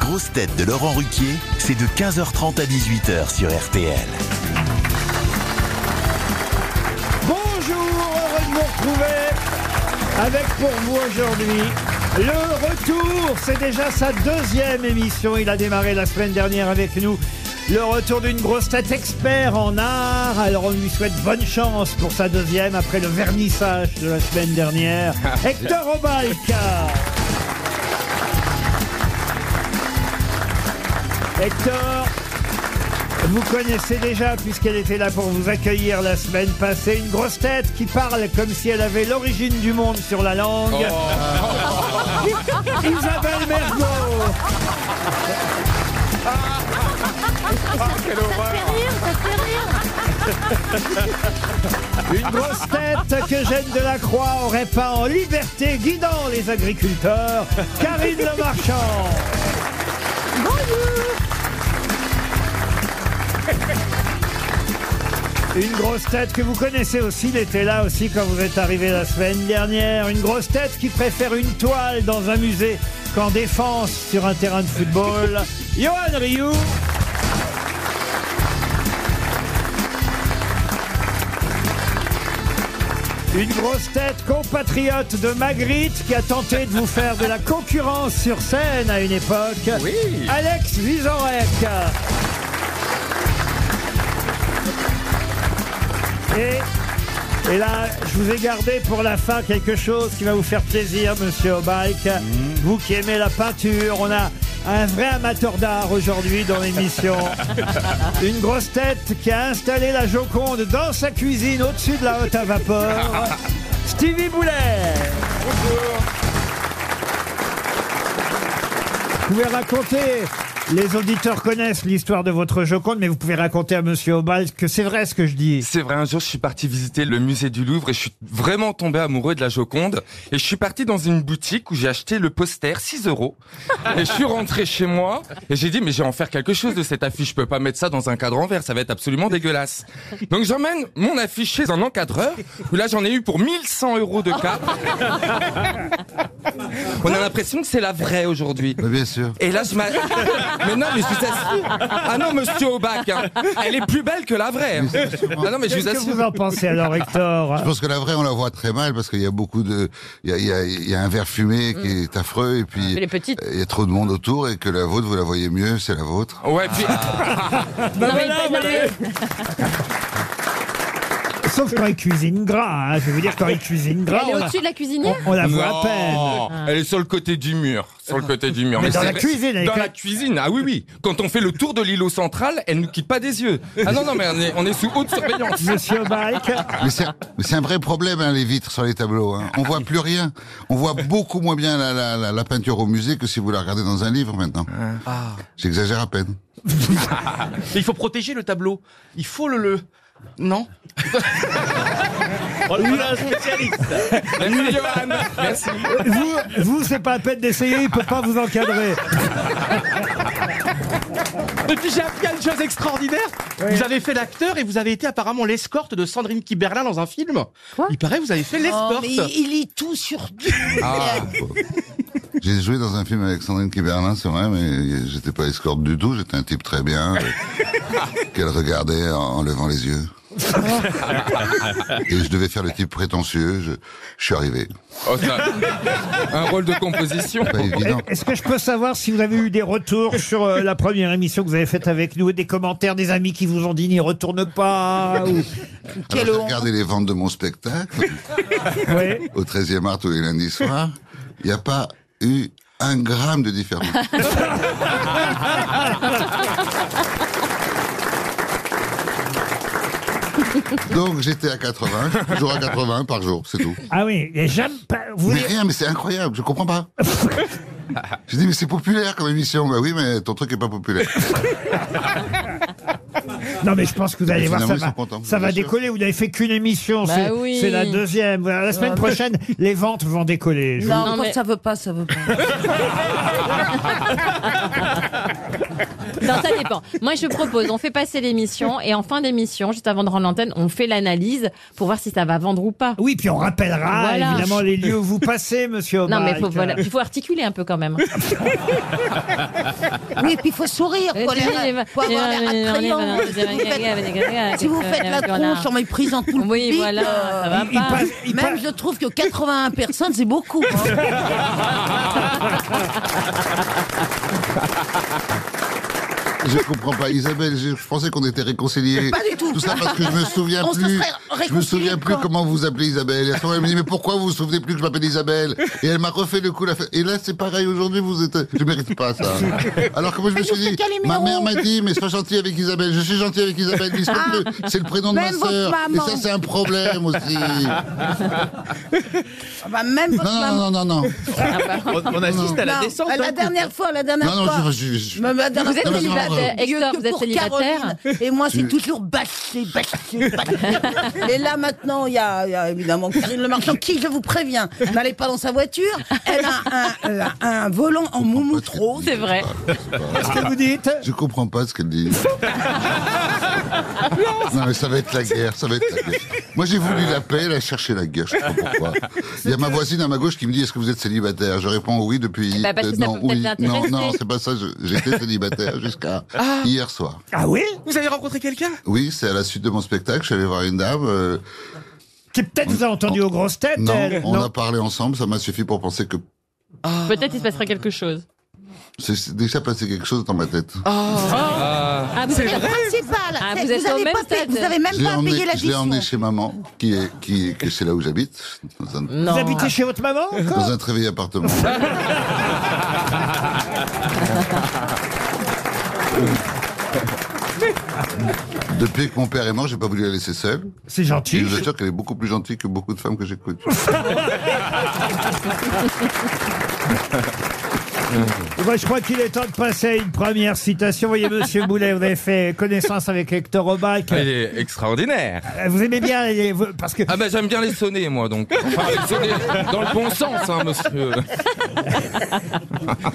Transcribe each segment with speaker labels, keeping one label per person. Speaker 1: grosses têtes de Laurent Ruquier, c'est de 15h30 à 18h sur RTL.
Speaker 2: Bonjour, heureux de vous retrouver avec pour vous aujourd'hui le retour. C'est déjà sa deuxième émission. Il a démarré la semaine dernière avec nous. Le retour d'une grosse tête expert en art. Alors on lui souhaite bonne chance pour sa deuxième après le vernissage de la semaine dernière. Hector Obalka. Hector, vous connaissez déjà, puisqu'elle était là pour vous accueillir la semaine passée, une grosse tête qui parle comme si elle avait l'origine du monde sur la langue. Isabelle Mergo.
Speaker 3: Ah,
Speaker 4: Ah,
Speaker 2: Une grosse tête que Jeanne Delacroix aurait peint en liberté, guidant les agriculteurs. Karine Le Marchand. Une grosse tête que vous connaissez aussi, il était là aussi quand vous êtes arrivé la semaine dernière. Une grosse tête qui préfère une toile dans un musée qu'en défense sur un terrain de football. Johan Rioux. Une grosse tête compatriote de Magritte qui a tenté de vous faire de la concurrence sur scène à une époque.
Speaker 4: Oui.
Speaker 2: Alex Vizorek. Et, et là, je vous ai gardé pour la fin quelque chose qui va vous faire plaisir, monsieur Obike. Vous qui aimez la peinture, on a un vrai amateur d'art aujourd'hui dans l'émission. Une grosse tête qui a installé la Joconde dans sa cuisine au-dessus de la haute à
Speaker 5: Euh,
Speaker 2: vapeur. Stevie Boulet. Vous pouvez raconter. Les auditeurs connaissent l'histoire de votre Joconde, mais vous pouvez raconter à Monsieur Obal que c'est vrai ce que je dis.
Speaker 4: C'est vrai, un jour, je suis parti visiter le musée du Louvre et je suis vraiment tombé amoureux de la Joconde. Et je suis parti dans une boutique où j'ai acheté le poster, 6 euros. Et je suis rentré chez moi et j'ai dit, mais j'ai en faire quelque chose de cette affiche. Je peux pas mettre ça dans un cadre en verre, ça va être absolument dégueulasse. Donc j'emmène mon affiche chez un encadreur où là, j'en ai eu pour 1100 euros de cadre. On a l'impression que c'est la vraie aujourd'hui.
Speaker 6: bien sûr.
Speaker 4: Et là, je m'a... Mais non, mais je vous assure. Ah non, monsieur Aubac, hein. elle est plus belle que la vraie. hein. Non, non, mais je vous
Speaker 2: Qu'est-ce que
Speaker 4: assure.
Speaker 2: vous en pensez alors, Hector
Speaker 6: Je pense que la vraie, on la voit très mal parce qu'il y a beaucoup de, il y a, il y a- il y a un verre fumé qui est affreux et puis
Speaker 3: Elle est petite.
Speaker 6: il y a trop de monde autour et que la vôtre, vous la voyez mieux, c'est la vôtre.
Speaker 4: Ouais, puis,
Speaker 2: Ah.
Speaker 3: Non, mais, non, mais-
Speaker 2: Sauf quand il cuisine gras, hein. je vais vous dire quand il cuisine gras,
Speaker 3: Elle
Speaker 2: on
Speaker 3: est
Speaker 2: la,
Speaker 3: au-dessus de la cuisinière
Speaker 2: on la voit à peine. Ah.
Speaker 4: Non, elle est sur le côté du mur, sur le côté du mur.
Speaker 2: Mais dans
Speaker 4: c'est
Speaker 2: la
Speaker 4: vrai-
Speaker 2: cuisine, elle est
Speaker 4: dans
Speaker 2: cla-
Speaker 4: la cuisine. Ah oui, oui. Quand on fait le tour de l'îlot central, elle nous quitte pas des yeux. Ah non, non, mais on est, on est sous haute surveillance.
Speaker 2: Monsieur Obike,
Speaker 6: Mais c'est, mais c'est un vrai problème, hein, les vitres sur les tableaux. Hein. On voit plus rien. On voit beaucoup moins bien la, la, la, la peinture au musée que si vous la regardez dans un livre maintenant. J'exagère à peine.
Speaker 5: Mais il faut protéger le tableau. Il faut le le. Non
Speaker 4: Merci, Johan. Merci.
Speaker 2: vous, vous c'est pas la peine d'essayer, il peut pas vous encadrer.
Speaker 5: Et puis j'ai appris une chose extraordinaire. Vous avez fait l'acteur et vous avez été apparemment l'escorte de Sandrine Kiberlin dans un film.
Speaker 3: Quoi
Speaker 5: il paraît que vous avez fait
Speaker 7: Oh,
Speaker 5: l'escorte.
Speaker 7: mais il il est tout sur deux.
Speaker 6: J'ai joué dans un film avec Sandrine Kiberlin, c'est vrai, mais j'étais pas escorte du tout. J'étais un type très bien euh, qu'elle regardait en, en levant les yeux. Et je devais faire le type prétentieux. Je, je suis arrivé.
Speaker 4: Oh, ça- un rôle de composition.
Speaker 6: Pas évident.
Speaker 2: Est-ce que je peux savoir si vous avez eu des retours sur euh, la première émission que vous avez faite avec nous, des commentaires des amis qui vous ont dit n'y retourne pas ou...
Speaker 6: Alors, j'ai regardé les ventes de mon spectacle
Speaker 2: Oui.
Speaker 6: au 13e art tous les lundis soirs. Il n'y a pas eu un gramme de différence. Donc j'étais à 80, je suis toujours à 80 par jour, c'est tout.
Speaker 2: Ah oui, et j'aime pas. Vous...
Speaker 6: Mais rien, mais c'est incroyable, je comprends pas. Je dis, mais c'est populaire comme émission. Bah oui, mais ton truc est pas populaire.
Speaker 2: Non, mais je pense que vous allez
Speaker 6: Mais
Speaker 2: voir, ça
Speaker 6: Bah, finalement, ils
Speaker 2: va,
Speaker 6: sont contents,
Speaker 2: ça va
Speaker 6: bien sûr.
Speaker 2: décoller. Vous n'avez fait qu'une émission,
Speaker 3: Bah
Speaker 2: c'est
Speaker 3: oui. Ah.
Speaker 2: c'est la deuxième. Voilà, La semaine prochaine, les ventes vont décoller. je vous-
Speaker 7: Non,
Speaker 3: Non,
Speaker 7: quand
Speaker 3: mais-
Speaker 7: ça veut pas, ça veut pas.
Speaker 8: Non, ça dépend. Moi, je propose, on fait passer l'émission et en fin d'émission, juste avant de rendre l'antenne, on fait l'analyse pour voir si ça va vendre ou pas.
Speaker 2: Oui, puis on rappellera
Speaker 8: Voilà.
Speaker 2: évidemment les lieux où vous passez, monsieur
Speaker 8: Non,
Speaker 2: Omar.
Speaker 8: mais faut, voilà, il faut articuler un peu quand même.
Speaker 7: Oui, et puis il faut sourire. Faut, l'air- faut avoir l'air attrayant. Si vous faites la tronche en méprisant tout le
Speaker 8: Oui,
Speaker 7: public,
Speaker 8: voilà,
Speaker 7: euh,
Speaker 8: ça
Speaker 7: il-
Speaker 8: va pas.
Speaker 7: il passe- il Même je trouve que 81 personnes, c'est beaucoup. hein.
Speaker 6: Je comprends pas, Isabelle. Je, je pensais qu'on était réconciliés.
Speaker 7: Pas du tout.
Speaker 6: ça parce que je me souviens
Speaker 7: On se
Speaker 6: plus.
Speaker 7: serait
Speaker 6: Je me
Speaker 7: réconciliés,
Speaker 6: souviens plus
Speaker 7: quoi.
Speaker 6: comment vous appelez Isabelle. Et à ce moment, elle me dit mais pourquoi vous vous souvenez plus que je m'appelle Isabelle Et elle m'a refait le coup. La fa- Et là c'est pareil. Aujourd'hui vous êtes. Je mérite pas ça. Alors que moi je me suis dit, ma mère m'a dit mais sois gentil avec Isabelle. Je suis gentil avec Isabelle. mais c'est le- C'est le prénom de ma
Speaker 7: Ah. Même votre
Speaker 6: sœur. Et
Speaker 7: maman.
Speaker 6: ça c'est un
Speaker 2: Ah
Speaker 6: problème aussi.
Speaker 7: Bah, même votre
Speaker 6: Non
Speaker 7: maman.
Speaker 6: non non non non.
Speaker 5: On, on assiste à la
Speaker 7: Non,
Speaker 5: descente.
Speaker 7: bah,
Speaker 5: hein.
Speaker 7: la dernière fois, la dernière
Speaker 6: Non non.
Speaker 7: fois.
Speaker 6: je- je- je-
Speaker 7: Ma- ma- dernière
Speaker 8: Vous êtes
Speaker 7: fois, je
Speaker 6: célibataire.
Speaker 7: me suis
Speaker 8: Hector,
Speaker 7: que
Speaker 8: vous êtes
Speaker 7: pour
Speaker 8: célibataire
Speaker 7: Caroline. Et moi, c'est toujours bâché, bâché, bâché. Et là, maintenant, il y, a il y a évidemment Karine Le Marchand, qui, je vous préviens, n'allez pas dans sa voiture. Elle a un, elle a un volant en moumoute rose.
Speaker 8: C'est vrai.
Speaker 2: Qu'est-ce que vous dites
Speaker 6: Ah. Je comprends pas ce qu'elle dit. non, mais ça va être la guerre, ça va être la guerre. Moi, j'ai voulu la paix, elle a cherché la guerre, je sais pas pourquoi. Il y a ma voisine à ma gauche qui me dit Est-ce que vous êtes célibataire Je réponds oui depuis.
Speaker 8: Bah, parce que ça
Speaker 6: non,
Speaker 8: peut peut-être
Speaker 6: oui. non,
Speaker 8: l'intéresser.
Speaker 6: non, c'est pas ça, je- j'étais célibataire jusqu'à hier soir.
Speaker 2: Ah oui
Speaker 5: Vous avez rencontré quelqu'un
Speaker 6: Oui, c'est à la suite de mon spectacle, je suis allé voir une dame. euh,
Speaker 2: Qui peut-être vous a entendu aux grosses têtes,
Speaker 6: non,
Speaker 2: elle.
Speaker 6: on a parlé ensemble, ça m'a suffi pour penser que
Speaker 8: Peut-être il se passera quelque chose.
Speaker 6: c'est- c'est déjà passé quelque chose dans ma tête.
Speaker 2: Oh.
Speaker 8: Ah, vous êtes-
Speaker 7: Le principal,
Speaker 8: Ah,
Speaker 7: c'est-
Speaker 8: vous êtes au
Speaker 7: avez
Speaker 8: même
Speaker 7: pas payé-
Speaker 8: stade.
Speaker 7: vous avez même
Speaker 6: Je l'ai
Speaker 7: pas
Speaker 6: emmené,
Speaker 7: payé la
Speaker 6: je l'ai emmené
Speaker 7: l'addition.
Speaker 6: chez maman, qui est, qui, est- que c'est là où j'habite, dans un-
Speaker 8: Non.
Speaker 2: Vous habitez chez votre maman encore
Speaker 6: Dans un très vieil
Speaker 5: hein.
Speaker 6: appartement. Depuis que mon père est mort, j'ai pas voulu la laisser seule.
Speaker 2: C'est
Speaker 6: Et je
Speaker 2: gentil.
Speaker 6: vous assure qu'elle est beaucoup plus gentille que beaucoup de femmes que j'écoute.
Speaker 2: Moi, Eh ben, je crois qu'il est temps de passer à une première citation. Vous voyez, monsieur Boulet, vous avez fait connaissance avec Hector Obac.
Speaker 4: Il est extraordinaire.
Speaker 2: Vous aimez bien les- vous- parce que
Speaker 4: Ah ben j'aime bien les sonner moi donc. Enfin, les sonner dans le bon sens hein monsieur.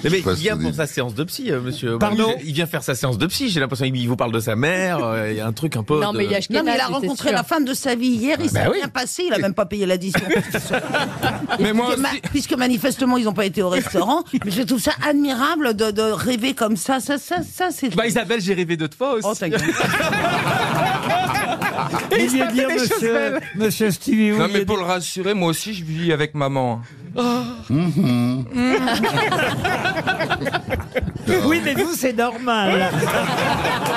Speaker 9: Mais
Speaker 6: pas
Speaker 9: il
Speaker 6: ce
Speaker 9: vient
Speaker 6: qu'on
Speaker 9: pour
Speaker 6: dit.
Speaker 9: sa séance de psy, euh, monsieur.
Speaker 2: Pardon
Speaker 9: Il vient faire sa séance de psy. J'ai l'impression qu'il vous parle de sa mère. euh, Il y a un truc un peu.
Speaker 8: Non, mais il y a
Speaker 7: Non, mais il a
Speaker 8: Ashkenaz, c'est
Speaker 7: rencontré
Speaker 8: sûr.
Speaker 7: la femme de sa vie hier,
Speaker 5: Ah,
Speaker 7: il s'est
Speaker 5: ben
Speaker 9: oui.
Speaker 7: bien passé, il a même pas payé l'addition.
Speaker 4: Mais moi
Speaker 7: Puisque, ma-
Speaker 4: aussi.
Speaker 7: puisque manifestement ils n'ont pas été au restaurant, mais je trouve ça admirable de, de rêver comme ça. Ça, ça, ça, c'est.
Speaker 9: Bah Isabelle, j'ai rêvé d'autres fois aussi.
Speaker 7: Oh, ta gueule.
Speaker 2: vous vouliez dire, monsieur, monsieur Stevie, vous
Speaker 4: Non
Speaker 2: vouliez
Speaker 4: mais pour le rassurer moi aussi je vis avec maman.
Speaker 2: Mm-hmm. dire- Oui, mais vous, c'est normal.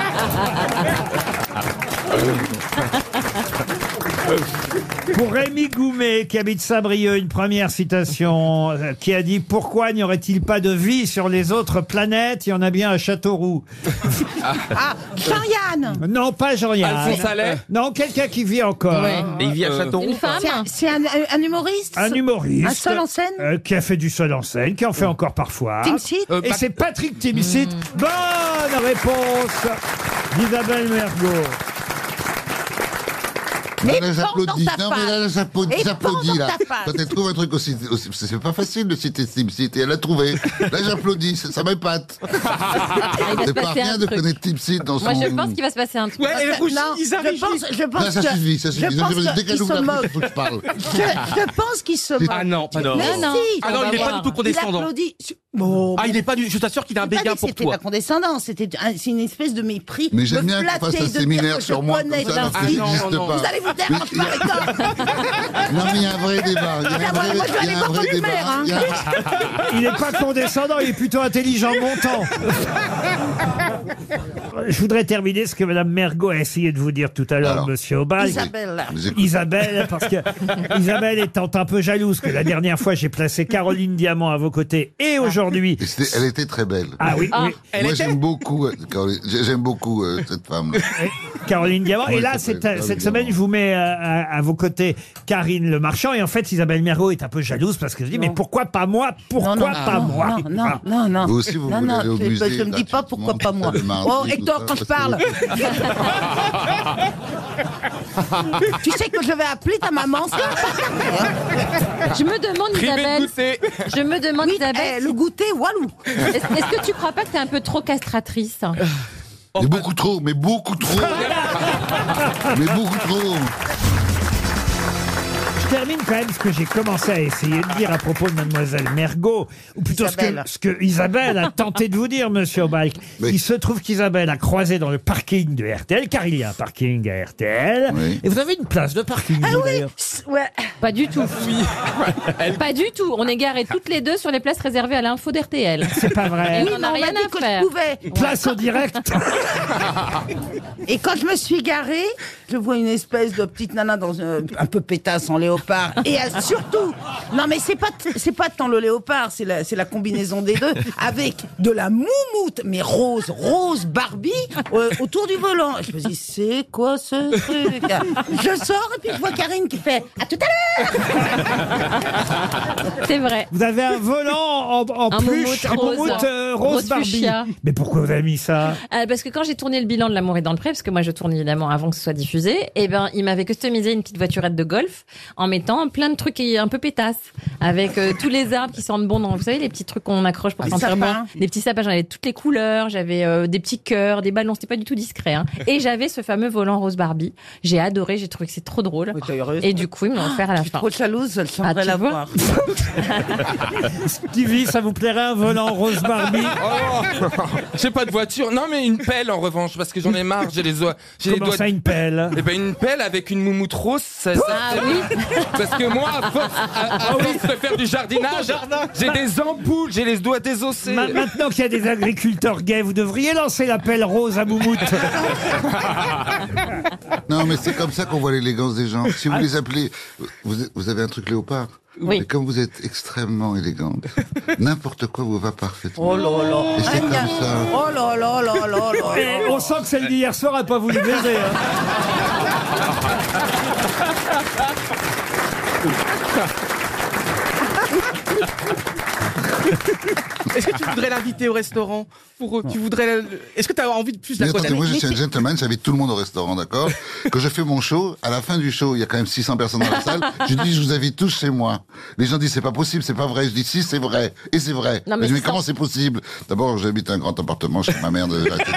Speaker 2: Pour Rémi Goumet, qui habite Saint-Brieuc, une première citation euh, qui a dit Pourquoi n'y aurait-il pas de vie sur les autres planètes Il y en a bien à Châteauroux.
Speaker 7: Ah, Jean-Yann
Speaker 2: Non, pas Jean-Yann. Euh,
Speaker 4: Alphonse Allais
Speaker 2: Non, quelqu'un qui vit
Speaker 5: Bah,
Speaker 2: encore.
Speaker 8: Ouais.
Speaker 9: Et il vit à
Speaker 4: Euh,
Speaker 9: Châteauroux.
Speaker 8: Une femme
Speaker 7: C'est un- C'est un, un humoriste
Speaker 2: Un humoriste.
Speaker 7: Un seul en scène
Speaker 2: euh, Qui a fait du seul en scène, qui en fait encore parfois.
Speaker 7: Timsit
Speaker 4: Euh,
Speaker 2: Et
Speaker 4: Pac-
Speaker 2: c'est Patrick Timsit. Bonne réponse d'Isabelle Mergo.
Speaker 7: Mais
Speaker 6: là, j'applaudis.
Speaker 7: prends dans ta
Speaker 6: Non, mais là,
Speaker 7: face.
Speaker 6: j'applaudis.
Speaker 7: Et prends
Speaker 6: J'applaudis,
Speaker 7: dans
Speaker 6: là.
Speaker 7: ta face.
Speaker 6: Quand elle trouve un truc aussi. aussi- c'est pas facile de citer Tipsit. Et elle l'a trouvé. Là, j'applaudis. Ça, ça m'épate.
Speaker 8: Il va se
Speaker 6: C'est pas
Speaker 8: passer
Speaker 6: rien
Speaker 8: un
Speaker 6: de
Speaker 8: truc.
Speaker 6: connaître Tipsit dans son.
Speaker 8: Moi, je pense qu'il va se passer un truc.
Speaker 5: Ouais, elle rougit,
Speaker 7: Non,
Speaker 5: Isa
Speaker 7: je
Speaker 5: rougit.
Speaker 7: pense, je pense
Speaker 6: Là, ça
Speaker 7: que-
Speaker 6: suffit. Ça
Speaker 7: je
Speaker 6: suffit.
Speaker 7: pense
Speaker 6: Dès
Speaker 7: qu'il
Speaker 6: qu'elle
Speaker 7: se
Speaker 6: ouvre la bouche,
Speaker 7: moque.
Speaker 6: il faut que je parle.
Speaker 7: Je, je pense qu'il se moque.
Speaker 5: Ah non, pas non.
Speaker 7: Mais
Speaker 8: non.
Speaker 7: si
Speaker 5: Ah
Speaker 8: On
Speaker 5: non,
Speaker 8: va
Speaker 5: il est pas
Speaker 8: voir.
Speaker 5: du tout
Speaker 7: Il
Speaker 5: condescendant.
Speaker 7: applaudit. Bon,
Speaker 5: Ah, il est pas du. Je t'assure qu'il a un
Speaker 7: J'ai pas
Speaker 5: béguin
Speaker 7: dit que
Speaker 5: pour
Speaker 7: C'était
Speaker 5: toi.
Speaker 7: la condescendance, c'était un- c'est une espèce de mépris.
Speaker 6: Mais
Speaker 7: Me
Speaker 6: j'aime bien qu'on
Speaker 7: flatter
Speaker 6: fasse un
Speaker 7: de dire
Speaker 6: séminaire
Speaker 7: que je
Speaker 6: sur moi comme
Speaker 7: connais
Speaker 6: ça, parce
Speaker 7: plein
Speaker 6: que
Speaker 7: de
Speaker 6: je
Speaker 7: gens.
Speaker 6: n'existe
Speaker 5: non, non.
Speaker 6: pas.
Speaker 7: Vous allez vous taire,
Speaker 6: Mais
Speaker 7: je
Speaker 6: il y a-
Speaker 7: parle pas.
Speaker 6: Ah, Non, mais il y a un vrai débat. Il y a un
Speaker 7: Moi,
Speaker 6: vrai-
Speaker 7: je vais
Speaker 6: il y
Speaker 7: aller
Speaker 6: a un
Speaker 7: voir
Speaker 6: vrai
Speaker 7: ton
Speaker 6: débat.
Speaker 7: humeur, hein.
Speaker 6: Il y a-
Speaker 2: Il n'est pas condescendant, il est plutôt intelligent montant. Je voudrais terminer ce que Madame Mergot a essayé de vous dire tout à l'heure,
Speaker 6: Alors.
Speaker 2: Monsieur Aubal.
Speaker 7: Isabelle.
Speaker 6: Mais écoute,
Speaker 2: Isabelle, parce que Isabelle étant un peu jalouse que la dernière fois j'ai placé Caroline Diamant à vos côtés et aujourd'hui.
Speaker 6: Ah. et c'était- Elle était très belle.
Speaker 2: Ah oui, oui,
Speaker 6: Moi, j'aime beaucoup, euh, Caroline- j'ai- j'aime beaucoup euh, cette femme.
Speaker 2: Caroline Diamant.
Speaker 6: Ouais,
Speaker 2: et là,
Speaker 6: ça
Speaker 2: cette,
Speaker 6: peut être
Speaker 2: cette
Speaker 6: Caroline
Speaker 2: semaine,
Speaker 6: Diamant.
Speaker 2: je vous mets à, à- à vos côtés Karine Le Marchand. Et en fait, Isabelle Mergo est un peu jalouse parce qu'elle se dit Mais pourquoi pas moi Pourquoi
Speaker 7: non, non,
Speaker 2: pas
Speaker 7: non,
Speaker 2: moi
Speaker 7: Non, non, non, non.
Speaker 6: Vous aussi, vous
Speaker 7: non,
Speaker 6: voulez
Speaker 7: non,
Speaker 6: aller au
Speaker 7: je-
Speaker 6: musée,
Speaker 7: je me dis pas
Speaker 6: gratuitement,
Speaker 7: pourquoi pas moi.
Speaker 6: le mardi.
Speaker 7: Oh, tort quand je parle. tu sais que je vais appeler ta maman.
Speaker 8: Je me demande, Privé de Isabelle- goûter. je me demande,
Speaker 7: Oui,
Speaker 8: Isabelle,
Speaker 7: eh, le goûter, walou.
Speaker 8: Est-ce est-ce que tu crois pas que t'es un peu trop castratrice
Speaker 6: Mais beaucoup trop, mais beaucoup trop. mais beaucoup trop.
Speaker 2: Je termine quand même ce que j'ai commencé à essayer de dire à propos de Mademoiselle Mergot, ou plutôt ce que,
Speaker 10: Isabelle.
Speaker 2: ce que Isabelle a tenté de vous dire, Monsieur Balk. Il se trouve qu'Isabelle a croisé dans le parking de RTL, car il y a un parking à RTL, et vous avez une place de parking. vous, d'ailleurs.
Speaker 8: Pas du tout. Pas du tout. On est garés toutes les deux sur les places réservées à l'info d'RTL.
Speaker 2: C'est pas
Speaker 8: on
Speaker 2: vrai.
Speaker 7: Oui, mais
Speaker 8: n'en a
Speaker 7: on m'a
Speaker 8: rien
Speaker 7: dit
Speaker 8: à
Speaker 7: que je
Speaker 8: faire.
Speaker 7: pouvais.
Speaker 2: Place au direct.
Speaker 7: Et quand je me suis garée, je vois une espèce de petite nana dans un, un peu pétasse en léopard. Et euh, surtout, non mais c'est pas t- c'est pas tant le léopard, c'est la, c'est la combinaison des deux avec de la moumoute, mais rose, rose Barbie euh, autour du volant. Je me dis c'est quoi ce truc Je sors et puis je vois Karine qui fait à tout à l'heure.
Speaker 8: C'est vrai.
Speaker 2: Vous avez un volant en, en
Speaker 8: Un moumoute
Speaker 2: pluche, un
Speaker 8: rose.
Speaker 2: moumoute, euh, rose,
Speaker 8: Rose
Speaker 2: Barbie.
Speaker 8: fuchsia.
Speaker 2: Mais pourquoi vous avez mis ça
Speaker 8: Euh, parce que quand j'ai tourné le bilan de l'amour et dans le pré, parce que moi je tourne évidemment avant que ce soit diffusé, et ben il m'avait customisé une petite voiturette de golf en mettant plein de trucs qui- un peu pétasses, avec euh, tous les arbres qui sentent bon. Dans, vous savez les petits trucs qu'on accroche pour
Speaker 7: Ah, Des
Speaker 8: sentir bon.
Speaker 7: sapins.
Speaker 8: Des petits sapins. J'avais toutes les couleurs, j'avais euh, des petits cœurs, des ballons. C'était pas du tout discret. hein. Et j'avais ce fameux volant rose Barbie. J'ai adoré. J'ai trouvé que c'est trop drôle. Et du coup ils me l'ont offert à la fin.
Speaker 7: Trop jalouse, je
Speaker 8: Ah,
Speaker 7: semblerais
Speaker 8: tu
Speaker 7: la
Speaker 8: vois
Speaker 7: voir.
Speaker 2: Stevie, ça vous plairait un volant rose Barbie
Speaker 4: Oh. J'ai pas de voiture. Non, mais une pelle en revanche, parce que j'en ai marre. J'ai les, oies- j'ai les
Speaker 2: Comment
Speaker 4: doigts.
Speaker 2: ça, une pelle
Speaker 4: Eh ben, une pelle avec une moumoute rose, ça. ça-
Speaker 8: Ah oui.
Speaker 4: Parce que moi, à force, à- à
Speaker 2: Ah
Speaker 4: force de faire du jardinage, j'ai des ampoules, j'ai les doigts désossés.
Speaker 2: Ma- Maintenant qu'il y a des agriculteurs gays, vous devriez lancer l'appel rose à Moumoute.
Speaker 6: Non, mais c'est comme ça qu'on voit l'élégance des gens. Si vous
Speaker 2: Ah.
Speaker 6: les appelez, vous, vous avez un truc léopard.
Speaker 8: Oui.
Speaker 6: Mais comme vous êtes extrêmement élégante, n'importe quoi vous va parfaitement.
Speaker 7: Oh là là.
Speaker 6: Et c'est comme ça.
Speaker 7: Oh là là là là là là.
Speaker 2: Et on sent que celle d'hier soir a pas voulu baiser. hein.
Speaker 5: Est-ce que tu voudrais l'inviter au restaurant pour, euh, Tu voudrais. la- Est-ce que tu as envie de plus
Speaker 6: Mais
Speaker 5: la
Speaker 6: attendez,
Speaker 5: connaître
Speaker 6: moi je suis un gentleman, j'invite tout le monde au restaurant, d'accord Que je fais mon show, à la fin du show, il y a quand même 600 personnes dans la salle, je dis je vous invite tous chez moi. Les gens disent c'est pas possible, c'est pas vrai, je dis si c'est vrai, et c'est vrai.
Speaker 8: Non, mais
Speaker 6: mais, je dis,
Speaker 8: ça-
Speaker 6: comment c'est possible D'abord j'habite un grand appartement chez ma mère, déjà, etc.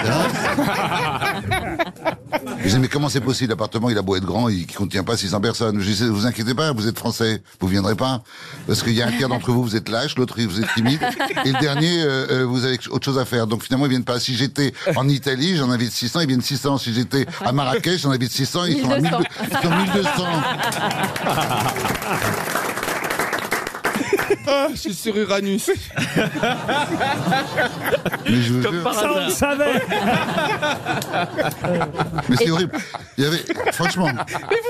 Speaker 6: Je dis mais comment c'est possible, l'appartement il a beau être grand, il contient pas 600 personnes. Je dis vous inquiétez pas, vous êtes français, vous viendrez pas. Parce qu'il y a un tiers d'entre vous, vous êtes lâche, l'autre vous êtes timide, et le dernier, euh, euh, vous avez autre chose à faire. Donc finalement ils viennent pas. Si j'étais en Italie, j'en invite 600, ils viennent 600. Si j'étais à Marrakech, j'en invite 600, ils sont à
Speaker 8: 1200.
Speaker 6: 1200. Ils sont 1200.
Speaker 4: Ah, je suis sur Uranus.
Speaker 6: Mais je vous jure.
Speaker 2: Ça, on le savait.
Speaker 6: Mais c'est horrible. Il y avait, franchement,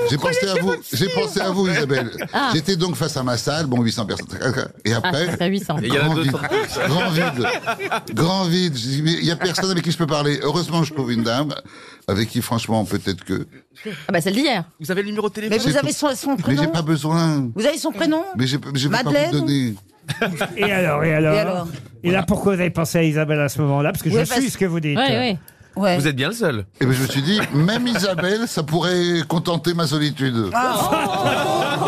Speaker 6: j'ai pensé à vous, j'ai pensé à vous, Isabelle.
Speaker 8: Ah.
Speaker 6: J'étais donc face à ma salle, bon, 800 personnes. Et
Speaker 8: Ah,
Speaker 6: après,
Speaker 8: t'as 800.
Speaker 9: Et il y en a
Speaker 6: grand, vide,
Speaker 9: 200.
Speaker 6: grand vide, grand vide. Je dis, mais Il y a personne avec qui je peux parler. Heureusement, je trouve une dame avec qui, franchement, peut-être que.
Speaker 8: Ah bah celle d'hier.
Speaker 5: Vous avez le numéro de
Speaker 7: Mais
Speaker 5: téléphone
Speaker 7: vous
Speaker 6: C'est
Speaker 7: avez
Speaker 6: tout.
Speaker 7: son, son
Speaker 6: Mais j'ai
Speaker 7: prénom
Speaker 6: pas besoin.
Speaker 7: Vous avez son prénom
Speaker 6: Mais j'ai j'ai pas
Speaker 7: Madeleine
Speaker 6: vous donner.
Speaker 2: Et alors, et alors
Speaker 7: Et alors
Speaker 2: Et là, pourquoi vous avez pensé à Isabelle à ce moment-là Parce que
Speaker 7: Ouais,
Speaker 2: je
Speaker 7: parce-
Speaker 2: suis ce que vous dites.
Speaker 8: Oui, oui.
Speaker 7: Ouais.
Speaker 9: Vous êtes bien le seul.
Speaker 6: Et ben, je me suis dit, même Isabelle, ça pourrait contenter ma solitude.
Speaker 2: Ah.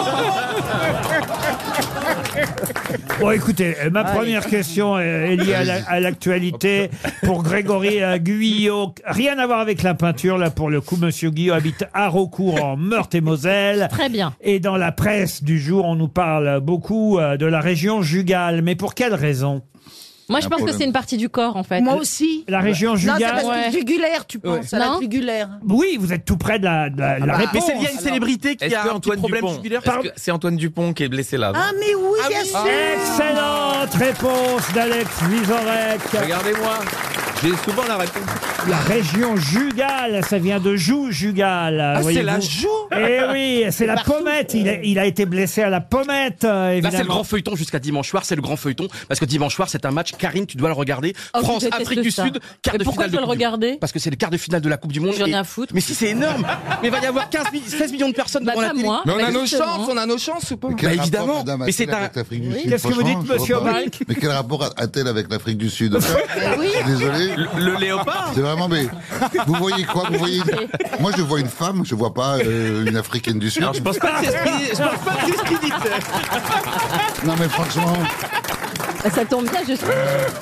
Speaker 2: Bon, écoutez, euh, ma première question euh, est liée à la- à l'actualité pour Grégory euh, Guyot. Rien à voir avec la peinture, là, pour le coup. Monsieur Guyot habite à Raucourt, en Meurthe-et-Moselle.
Speaker 8: Très bien.
Speaker 2: Et dans la presse du jour, on nous parle beaucoup euh, de la région jugale. Mais pour quelle raison
Speaker 8: Moi je
Speaker 6: Un
Speaker 8: pense que
Speaker 6: problème.
Speaker 8: c'est une partie du corps en fait.
Speaker 7: Moi aussi.
Speaker 2: La région
Speaker 7: Non, c'est
Speaker 2: jugale
Speaker 7: parce que
Speaker 8: Ouais.
Speaker 7: jugulaire, tu penses, à la
Speaker 8: Non.
Speaker 7: jugulaire. bah.
Speaker 2: Oui, vous êtes tout près de la, de la- la
Speaker 5: Ah, Mais
Speaker 2: réponse.
Speaker 5: c'est lié à une célébrité qui
Speaker 9: Est-ce
Speaker 5: a
Speaker 9: que
Speaker 5: un petit
Speaker 9: Antoine
Speaker 5: problème
Speaker 9: Dupont
Speaker 5: jugulaire
Speaker 9: est-ce que C'est Antoine Dupont qui est blessé là.
Speaker 7: Ah, mais oui, bien sûr.
Speaker 2: Excellente réponse d'Alex Vizorek.
Speaker 9: Regardez-moi. J'ai souvent la réponse.
Speaker 2: La région jugale, ça vient de joue jugale.
Speaker 4: Ah, c'est la
Speaker 2: joue.
Speaker 4: joue
Speaker 2: Eh oui, c'est la pommette. Il a, il a été blessé à la pommette, euh,
Speaker 5: Là,
Speaker 2: évidemment.
Speaker 5: Bah, c'est le grand feuilleton jusqu'à dimanche soir. C'est le grand feuilleton parce que dimanche soir, c'est un match. Karine, tu dois le regarder.
Speaker 8: Oh, je
Speaker 5: France,
Speaker 8: déteste
Speaker 5: Afrique du
Speaker 8: ça.
Speaker 5: Sud, quart
Speaker 8: Mais
Speaker 5: de
Speaker 8: pourquoi
Speaker 5: finale.
Speaker 8: je
Speaker 5: de Coupe du
Speaker 8: dois le
Speaker 5: Monde.
Speaker 8: regarder
Speaker 5: Parce que c'est le quart de finale de la Coupe du Monde.
Speaker 8: J'en ai
Speaker 5: et-
Speaker 8: à foutre.
Speaker 5: Mais si, c'est énorme. Mais il va y avoir 15 mi- 16 millions de personnes
Speaker 8: Bah
Speaker 5: devant la
Speaker 8: pas
Speaker 5: télé.
Speaker 8: moi.
Speaker 4: Mais on
Speaker 8: Bah,
Speaker 4: a nos
Speaker 8: justement.
Speaker 4: chances, on a nos chances ou pas
Speaker 6: Quel
Speaker 5: Bah,
Speaker 6: rapport,
Speaker 5: évidemment.
Speaker 6: madame,
Speaker 5: Mais c'est
Speaker 6: a-t-il
Speaker 5: un-
Speaker 6: avec l'Afrique du Sud,
Speaker 2: Qu'est-ce que vous
Speaker 6: franchement,
Speaker 2: dites,
Speaker 6: je
Speaker 2: monsieur
Speaker 6: vois pas.
Speaker 2: Balk
Speaker 6: Mais quel rapport a- a-t-elle avec l'Afrique du Sud Je suis Désolé, voyez
Speaker 9: Le- le léopard
Speaker 6: C'est vraiment mais vous voyez quoi Vous voyez Moi je vois une femme, je vois pas euh, une africaine du sud.
Speaker 9: Alors, je pense pas que c'est ce qu'il- je pense pas que c'est ce qu'il dit.
Speaker 6: Non mais franchement.
Speaker 8: Bah, Ça tombe bien, je suis.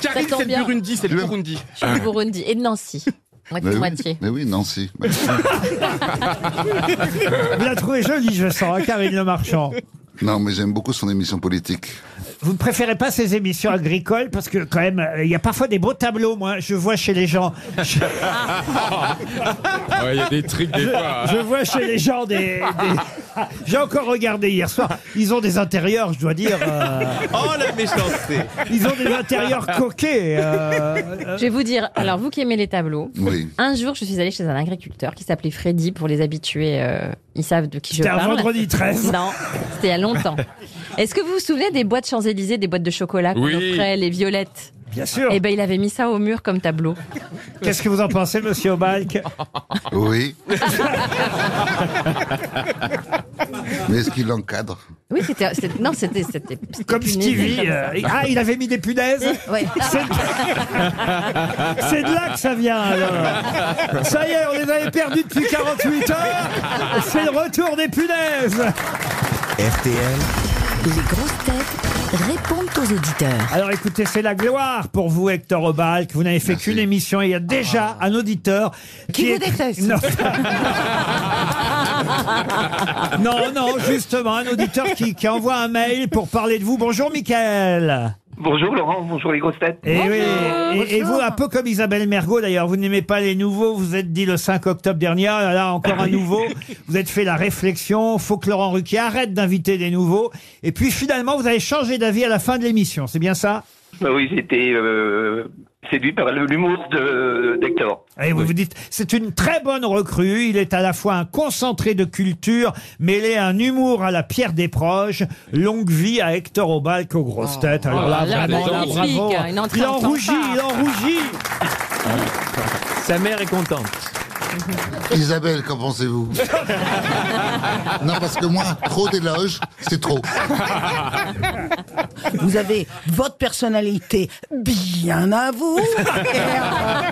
Speaker 5: Karine,
Speaker 8: ça
Speaker 5: c'est
Speaker 8: tombe
Speaker 5: le
Speaker 8: bien.
Speaker 5: Burundi, c'est le Burundi.
Speaker 8: Je suis du Burundi et de Nancy.
Speaker 2: Bah
Speaker 6: Mais oui,
Speaker 8: Moitié-moitié.
Speaker 6: mais oui, Nancy.
Speaker 2: Vous la trouvez jolie, Ah, je sens, hein, Karine Le Marchand.
Speaker 6: Non, mais j'aime beaucoup son émission politique.
Speaker 2: Vous ne préférez pas ces émissions agricoles parce que quand même, euh, il y a parfois des beaux tableaux, moi, je vois chez les gens. Je,
Speaker 4: Ah. Il y a des trucs des fois. hein.
Speaker 2: je vois chez les gens des... des- J'ai encore regardé hier soir, ils ont des intérieurs, je dois dire. euh,
Speaker 9: Oh la méchanceté
Speaker 2: Ils ont des intérieurs coquets. euh,
Speaker 8: Je vais vous dire, alors vous qui aimez les tableaux,
Speaker 6: Oui.
Speaker 8: un jour je suis allée chez un agriculteur qui s'appelait Freddy pour les habitués, euh, ils savent de qui je
Speaker 2: C'était un
Speaker 8: parle.
Speaker 2: vendredi 13.
Speaker 8: Non, c'était il y a longtemps. Est-ce que vous vous souvenez des boîtes Champs-Élysées, des boîtes de chocolat qu'on
Speaker 4: Oui.
Speaker 8: offrait, les violettes
Speaker 2: Bien sûr.
Speaker 8: Eh ben il avait mis ça au mur comme tableau.
Speaker 2: Qu'est-ce que vous en pensez, monsieur Obalk
Speaker 6: Oui. mais est-ce qu'il l'encadre
Speaker 8: Oui, c'était, c'était- non, c'était, c'était, c'était
Speaker 2: Comme
Speaker 8: punaise,
Speaker 2: Stevie.
Speaker 8: comme ça.
Speaker 2: euh, ah, il avait mis des punaises
Speaker 8: Ouais.
Speaker 2: C'est c'est de là que ça vient alors. Ça y est, on les avait perdus depuis 48 heures. C'est le retour des punaises.
Speaker 1: RTL,
Speaker 3: Les grosses têtes répondent aux auditeurs.
Speaker 2: Alors écoutez, c'est la gloire pour vous, Hector Obal, que vous n'avez fait
Speaker 6: Merci.
Speaker 2: qu'une émission. Il y a déjà un auditeur qui,
Speaker 7: vous
Speaker 2: est-
Speaker 7: déteste.
Speaker 2: Non. non, non, justement, un auditeur qui, qui envoie un mail pour parler de vous. Bonjour, Michael.
Speaker 10: Bonjour Laurent, bonjour les grosses têtes.
Speaker 2: Et, Eh oui, et, et vous, un peu comme Isabelle Mergot d'ailleurs, vous n'aimez pas les nouveaux, vous êtes dit le 5 octobre dernier, ah là, là encore un nouveau, vous êtes fait la réflexion, faut que Laurent Ruquier arrête d'inviter des nouveaux, et puis finalement vous avez changé d'avis à la fin de l'émission, c'est bien ça
Speaker 10: Bah oui, j'étais euh, séduit par le- l'humour de d'Hector.
Speaker 2: et vous vous dites, c'est une très bonne recrue. Il est à la fois un concentré de culture, mêlé à un humour à la pierre des proches. Longue vie à Hector Obalk aux grosses têtes. Alors là,
Speaker 8: Oh là là,
Speaker 2: vraiment, là,
Speaker 8: magnifique,
Speaker 2: bravo.
Speaker 8: une entrée
Speaker 2: Il
Speaker 8: en
Speaker 2: en rougit,
Speaker 8: fanfare.
Speaker 2: il en rougit.
Speaker 9: Sa mère est contente.
Speaker 6: Isabelle, qu'en pensez-vous Non, parce que moi, trop d'éloges, c'est trop.
Speaker 7: Vous avez votre personnalité bien à vous. Et, euh,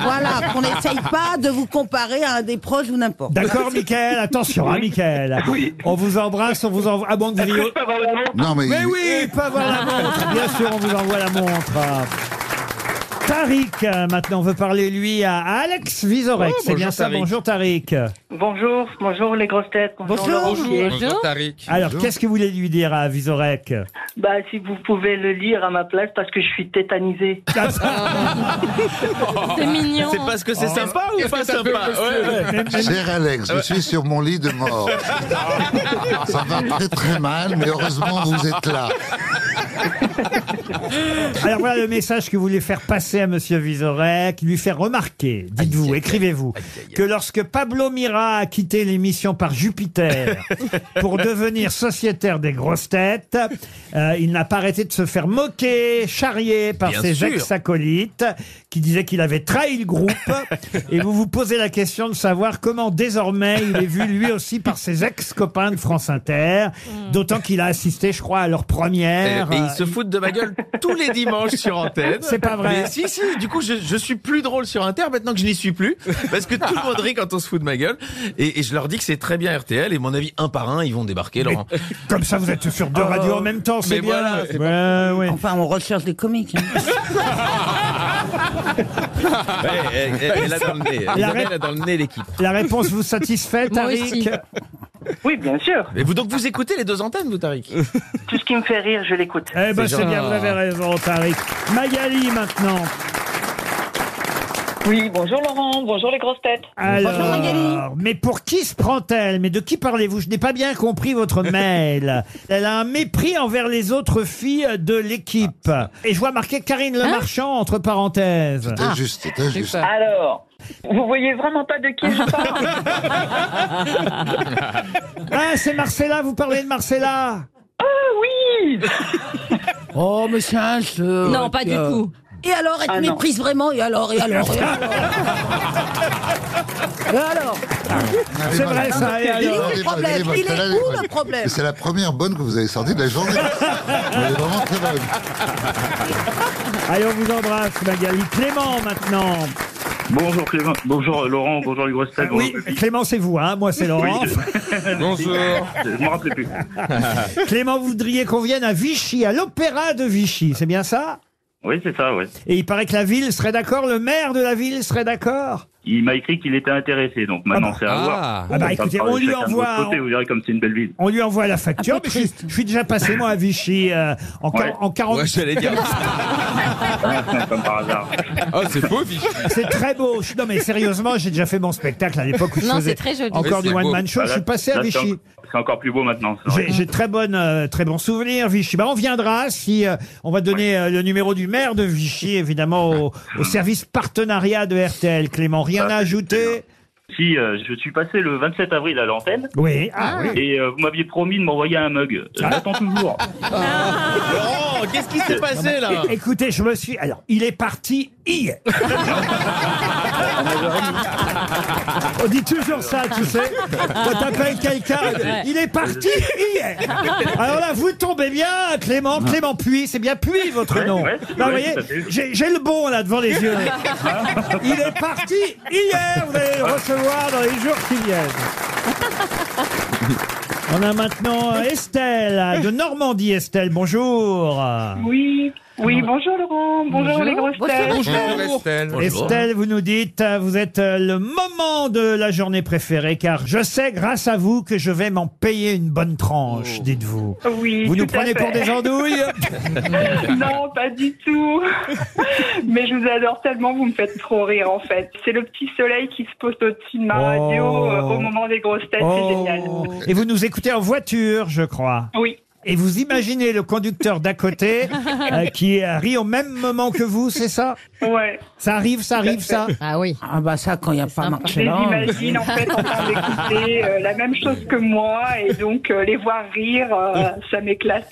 Speaker 7: voilà, qu'on n'essaye pas de vous comparer à un des proches ou n'importe.
Speaker 2: D'accord, Michael Attention, hein, Michael.
Speaker 10: Oui.
Speaker 2: On vous embrasse, on vous envoie. À bon que vous
Speaker 10: Est-ce que
Speaker 2: ayez-
Speaker 10: je peux avoir le nom
Speaker 6: Non, mais.
Speaker 2: Mais oui, pas voir la montre. Bien sûr, on vous envoie la montre. Tariq, euh, maintenant, on veut parler, lui, à Alex Vizorek. C'est bien ça. Bonjour, Tariq.
Speaker 11: Oh, Bonjour, bonjour les grosses têtes. Bonjour,
Speaker 7: Bonjour.
Speaker 11: Laurent.
Speaker 4: Bonjour Tariq.
Speaker 2: Alors, qu'est-ce que vous voulez lui dire à Vizorek
Speaker 11: Bah, si vous pouvez le lire à ma place parce que je suis tétanisée.
Speaker 2: Ah,
Speaker 8: C'est mignon.
Speaker 9: C'est parce que c'est
Speaker 2: Oh.
Speaker 9: sympa ou pas sympa Ouais, ouais.
Speaker 6: Cher Alex, je suis sur mon lit de mort. Ça va très très mal, mais heureusement vous êtes là.
Speaker 2: Alors, voilà le message que vous voulez faire passer à Monsieur Vizorek, lui faire remarquer, dites-vous, écrivez-vous, que lorsque Pablo Mira a quitté l'émission par Jupiter pour devenir sociétaire des grosses têtes, euh, il n'a pas arrêté de se faire moquer, charrier par
Speaker 9: Bien
Speaker 2: ses
Speaker 9: sûr.
Speaker 2: ex-acolytes qui disaient qu'il avait trahi le groupe. et vous vous posez la question de savoir comment désormais il est vu lui aussi par ses ex-copains de France Inter, d'autant qu'il a assisté, je crois, à leur
Speaker 9: Mm. Et,
Speaker 2: première.
Speaker 9: et Eh ben, ils
Speaker 2: euh,
Speaker 9: se foutent de ma gueule tous les dimanches sur antenne.
Speaker 2: C'est pas vrai.
Speaker 9: Mais si, si, du coup, je, je suis plus drôle sur Inter maintenant que je n'y suis plus. Parce que tout le monde rit quand on se fout de ma gueule. Et, et je leur dis que c'est très bien RTL. Et à mon avis, un par un, ils vont débarquer, Laurent.
Speaker 2: Comme ça, vous êtes sur deux radios en même temps, c'est
Speaker 9: Oh. mais
Speaker 2: bien.
Speaker 9: voilà, c'est
Speaker 2: Ouais, ouais.
Speaker 7: Enfin, on recherche des comiques. hein.
Speaker 9: Ouais, elle, elle- elle a dans le nez. Isabelle
Speaker 2: ré-
Speaker 9: a dans le nez l'équipe.
Speaker 2: La réponse vous satisfait,
Speaker 8: Moi
Speaker 2: Tariq
Speaker 8: aussi.
Speaker 11: Oui, bien sûr.
Speaker 9: Et vous, donc, vous écoutez les deux antennes, vous, Tariq
Speaker 11: Tout ce qui me fait rire, je l'écoute.
Speaker 2: Eh ben,
Speaker 9: Eh C'est
Speaker 2: c'est
Speaker 9: gentil.
Speaker 2: bien, vous avez raison, Tariq. Magali, maintenant.
Speaker 11: Oui, bonjour Laurent, bonjour les grosses têtes.
Speaker 2: Alors, mais pour qui se prend-elle Mais de qui parlez-vous Je n'ai pas bien compris votre mail. Elle a un mépris envers les autres filles de l'équipe.
Speaker 8: Ah.
Speaker 2: Et je vois marqué Karine
Speaker 8: Hein?
Speaker 2: Le Marchand entre parenthèses. Ah.
Speaker 6: C'est injuste, c'est injuste.
Speaker 11: Alors, vous voyez vraiment pas de qui je parle
Speaker 2: Ah, c'est Marcella, vous parlez de Marcella
Speaker 8: Ah
Speaker 11: Oui
Speaker 7: Oh, mais c'est un jeu.
Speaker 8: Non, pas du tout.
Speaker 7: Et alors, elle te
Speaker 11: Euh, Ah, non.
Speaker 7: méprise vraiment Et alors, et alors, et alors Et alors
Speaker 2: C'est vrai ça. et
Speaker 7: Il est
Speaker 2: alors
Speaker 7: où le problème Il est où le problème
Speaker 6: Mais C'est la première bonne que vous avez sortie de la journée. Elle est vraiment très bonne.
Speaker 2: Allez, on vous embrasse, Magali. Clément, maintenant.
Speaker 10: Bonjour Clément, bonjour Laurent, bonjour les grosses têtes.
Speaker 2: Oui, Clément, c'est vous, hein Moi, c'est Laurent.
Speaker 10: Oui, je-
Speaker 2: Bonjour.
Speaker 10: Je m'en rappelais plus.
Speaker 2: Clément, vous voudriez qu'on vienne à Vichy, à l'opéra de Vichy, c'est bien ça
Speaker 10: Oui, c'est ça, oui.
Speaker 2: Et il paraît que la ville serait d'accord, le maire de la ville serait d'accord.
Speaker 10: Il m'a écrit qu'il était intéressé, donc maintenant c'est à
Speaker 2: Ah.
Speaker 10: voir.
Speaker 2: Ah bah,
Speaker 10: va
Speaker 2: écoutez,
Speaker 10: parler
Speaker 2: on lui
Speaker 10: chacun de votre
Speaker 2: envoie-
Speaker 10: côté, vous verrez comme c'est une belle ville.
Speaker 2: On lui envoie la
Speaker 10: Ah,
Speaker 2: facture. mais je, suis- je suis déjà passé, moi, à Vichy euh, en, quar-
Speaker 10: Ouais.
Speaker 2: en 40
Speaker 10: Ouais, j'allais dire. comme par hasard.
Speaker 4: Ah, c'est beau, Vichy.
Speaker 2: C'est très beau. Je- Non, mais sérieusement, j'ai déjà fait mon spectacle à l'époque où je
Speaker 8: Non,
Speaker 2: faisais
Speaker 8: c'est très joli.
Speaker 2: encore
Speaker 10: Oui,
Speaker 2: du
Speaker 10: c'est beau.
Speaker 2: one-man show.
Speaker 10: Ah,
Speaker 2: je
Speaker 10: là-
Speaker 2: suis passé à
Speaker 10: là, c'est en-
Speaker 2: Vichy.
Speaker 10: C'est encore plus beau maintenant. c'est vrai.
Speaker 2: J'ai j'ai très bonne, euh, très bon souvenir, Vichy. Bah, on viendra si euh, on va donner euh, le numéro du maire de Vichy, évidemment, au, au service partenariat de RTL. Clément, rien
Speaker 5: Ah,
Speaker 2: à ajouter.
Speaker 10: Si, euh, je suis passé le 27 avril à l'antenne.
Speaker 2: Oui, ah oui. Ah.
Speaker 10: Et euh, vous m'aviez promis de m'envoyer un mug. Euh, J'attends toujours.
Speaker 5: Laurent, Oh, qu'est-ce qui s'est passé là
Speaker 2: É- Écoutez, je me suis. Alors, il est parti hier. On dit toujours ça, tu sais. Quand t'appelles quelqu'un,
Speaker 12: Ouais.
Speaker 2: il est parti hier. Alors là, vous tombez bien, Clément. Clément Puy, c'est bien Puy votre
Speaker 12: Ouais,
Speaker 2: nom.
Speaker 12: ouais, ouais,
Speaker 2: Non, vous voyez,
Speaker 12: tout à fait.
Speaker 2: j'ai j'ai le bon là devant les yeux. Il est parti hier. Vous allez le recevoir dans les jours qui viennent. On a maintenant euh, Estelle de Normandie. Estelle, bonjour.
Speaker 11: Oui, oui, bonjour Laurent, bonjour,
Speaker 2: Bonjour.
Speaker 11: les grosses têtes.
Speaker 2: Estelle, vous nous dites, euh, vous êtes euh, le moment de la journée préférée, car je sais grâce à vous que je vais m'en payer une bonne tranche, dites-vous.
Speaker 11: Oui,
Speaker 2: vous nous
Speaker 11: tout à
Speaker 2: prenez
Speaker 11: fait.
Speaker 2: pour des andouilles
Speaker 11: non, pas du tout. Mais je vous adore tellement, vous me faites trop rire en fait. C'est le petit soleil qui se pose au-dessus de ma radio euh, au moment des grosses têtes,
Speaker 2: Oh.
Speaker 11: c'est génial.
Speaker 2: Et vous nous écoutez en voiture, je crois.
Speaker 11: Oui.
Speaker 2: Et vous imaginez le conducteur d'à côté euh, qui euh, rit au même moment que vous, c'est ça
Speaker 11: Ouais.
Speaker 2: Ça arrive, ça arrive, ça
Speaker 8: Ah oui.
Speaker 7: Ah bah ça, quand il n'y a pas
Speaker 11: Je les
Speaker 7: Marcellan...
Speaker 11: imagine en fait en train d'écouter euh, la même chose que moi et donc euh, les voir rire, euh, ça m'éclate.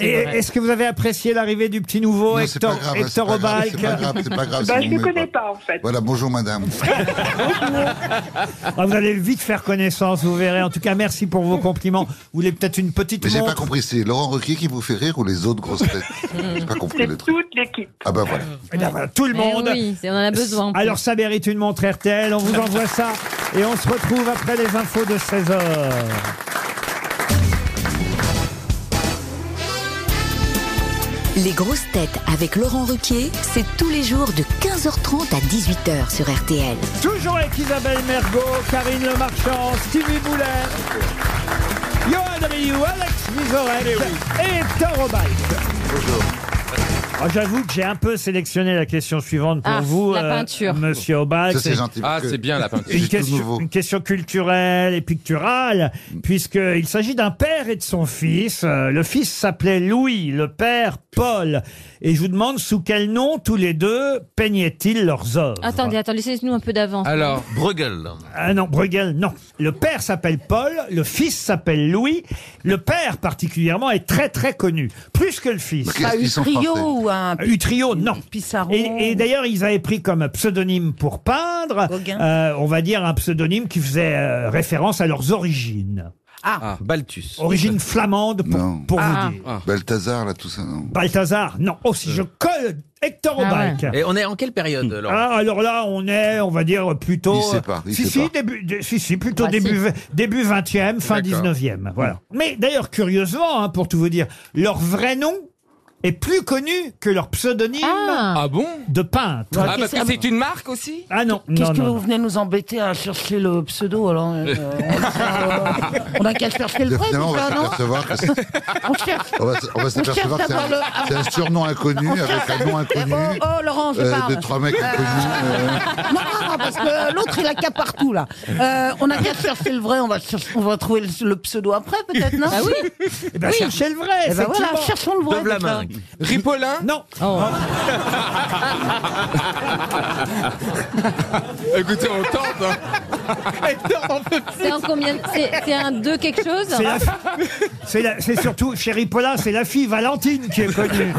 Speaker 2: Et Est-ce que vous avez apprécié l'arrivée du petit nouveau Hector,
Speaker 6: grave,
Speaker 2: Hector
Speaker 6: c'est pas grave,
Speaker 2: Obalk
Speaker 6: c'est pas grave, c'est pas grave,
Speaker 11: Bah,
Speaker 6: si
Speaker 11: je
Speaker 6: vous
Speaker 11: ne
Speaker 6: m'aimez
Speaker 11: connais pas en fait.
Speaker 6: Voilà, bonjour madame.
Speaker 2: Ah, vous allez vite faire connaissance, vous verrez. En tout cas, merci pour vos compliments. Vous voulez peut-être une petite
Speaker 6: Mais j'ai pas
Speaker 2: montre
Speaker 6: compris, c'est Laurent Requier qui vous fait rire ou les autres grosses têtes J'ai pas compris le
Speaker 11: C'est
Speaker 6: truc.
Speaker 11: toute l'équipe.
Speaker 6: Ah bah voilà.
Speaker 2: Eh bien, voilà, Tout le
Speaker 8: Eh
Speaker 2: monde.
Speaker 8: oui, c'est- on en a besoin, en plus.
Speaker 2: Alors ça mérite une montre RTL. On vous envoie ça et on se retrouve après les infos de 16h.
Speaker 3: Les grosses têtes avec Laurent Ruquier, c'est tous les jours de 15h30 à 18h sur RTL.
Speaker 2: Toujours avec Isabelle Mergot, Karine Le Marchand, Stevie Boulet, Johan Rioux, Alex Vizorek et Hector Obalk. Oh, J'avoue que j'ai un peu sélectionné la question suivante pour
Speaker 8: Ah,
Speaker 2: vous, euh,
Speaker 8: la peinture.
Speaker 2: Monsieur Obalk.
Speaker 6: Ça, c'est gentil, parce Ah, que- c'est bien, la peinture.
Speaker 2: Une
Speaker 6: C'est tout
Speaker 2: question,
Speaker 6: nouveau. Mm.
Speaker 2: une question culturelle et picturale, puisqu'il s'agit d'un père et de son fils. Euh, Le fils s'appelait Louis, le père Paul. Et je vous demande sous quel nom tous les deux peignaient-ils leurs œuvres
Speaker 8: Attendez, attendez, laissez-nous un peu d'avance.
Speaker 2: Bruegel. Ah non, Bruegel, non. Le père s'appelle Paul, le fils s'appelle Louis. Le père, particulièrement, est très très connu. Plus que le fils. Euh,
Speaker 7: Pas eu trio Bah, ou un...
Speaker 2: Utrio, non. Et, et d'ailleurs, ils avaient pris comme pseudonyme pour peindre,
Speaker 7: Gauguin.
Speaker 2: euh, on va dire un pseudonyme qui faisait euh, référence à leurs origines.
Speaker 7: Ah,
Speaker 9: Balthus.
Speaker 2: Origine flamande, pour, pour vous dire.
Speaker 6: Ah. Balthazar, là, tout ça, non
Speaker 2: Balthazar, non. Oh, si je colle Hector Obalk.
Speaker 9: Et on est en quelle période, Laurent
Speaker 2: Ah, alors là, on est, on va dire, plutôt.
Speaker 9: Il sait pas, il
Speaker 2: si,
Speaker 9: sait
Speaker 2: si,
Speaker 9: pas.
Speaker 2: Début, dé- si, si, plutôt
Speaker 9: Bah,
Speaker 2: début,
Speaker 9: si.
Speaker 2: v- début 20e, fin
Speaker 9: D'accord.
Speaker 2: 19e. Voilà. Mais d'ailleurs, curieusement, hein, pour tout vous dire, leur vrai nom est plus connu que leur pseudonyme
Speaker 4: bon
Speaker 2: de peintre.
Speaker 4: Ah, parce que c'est une marque aussi
Speaker 2: Ah non,
Speaker 7: Qu'est-ce
Speaker 2: non,
Speaker 7: que
Speaker 2: non,
Speaker 7: vous venez nous embêter à chercher le pseudo alors euh, On a qu'à chercher le vrai,
Speaker 6: Finalement, on va
Speaker 7: déjà, non
Speaker 6: s'apercevoir que c'est-
Speaker 7: On cherche.
Speaker 6: on va s- on va s'apercevoir que c'est un, c'est un surnom inconnu avec un nom inconnu.
Speaker 7: Oh, oh, Laurent, je
Speaker 6: euh,
Speaker 7: parle. Ah.
Speaker 6: de trois mecs inconnus. euh.
Speaker 7: Non, non, non, parce que l'autre, il a qu'à partout, là. Euh, on a qu'à chercher le vrai, on va, chercher- on va trouver le, le pseudo après, peut-être, non
Speaker 2: Ah oui. Eh ben, cherchez le vrai,
Speaker 7: Eh ben voilà,
Speaker 2: effectivement.
Speaker 7: cherchons le vrai. Oh.
Speaker 2: Dove la
Speaker 7: déjà.
Speaker 2: main. Ripollin Non.
Speaker 4: Écoutez, on tente. hein.
Speaker 8: C'est un combien C'est c'est un 2 quelque chose
Speaker 2: C'est la- C'est la- c'est surtout, chérie Paula, c'est la fille Valentine qui est connue.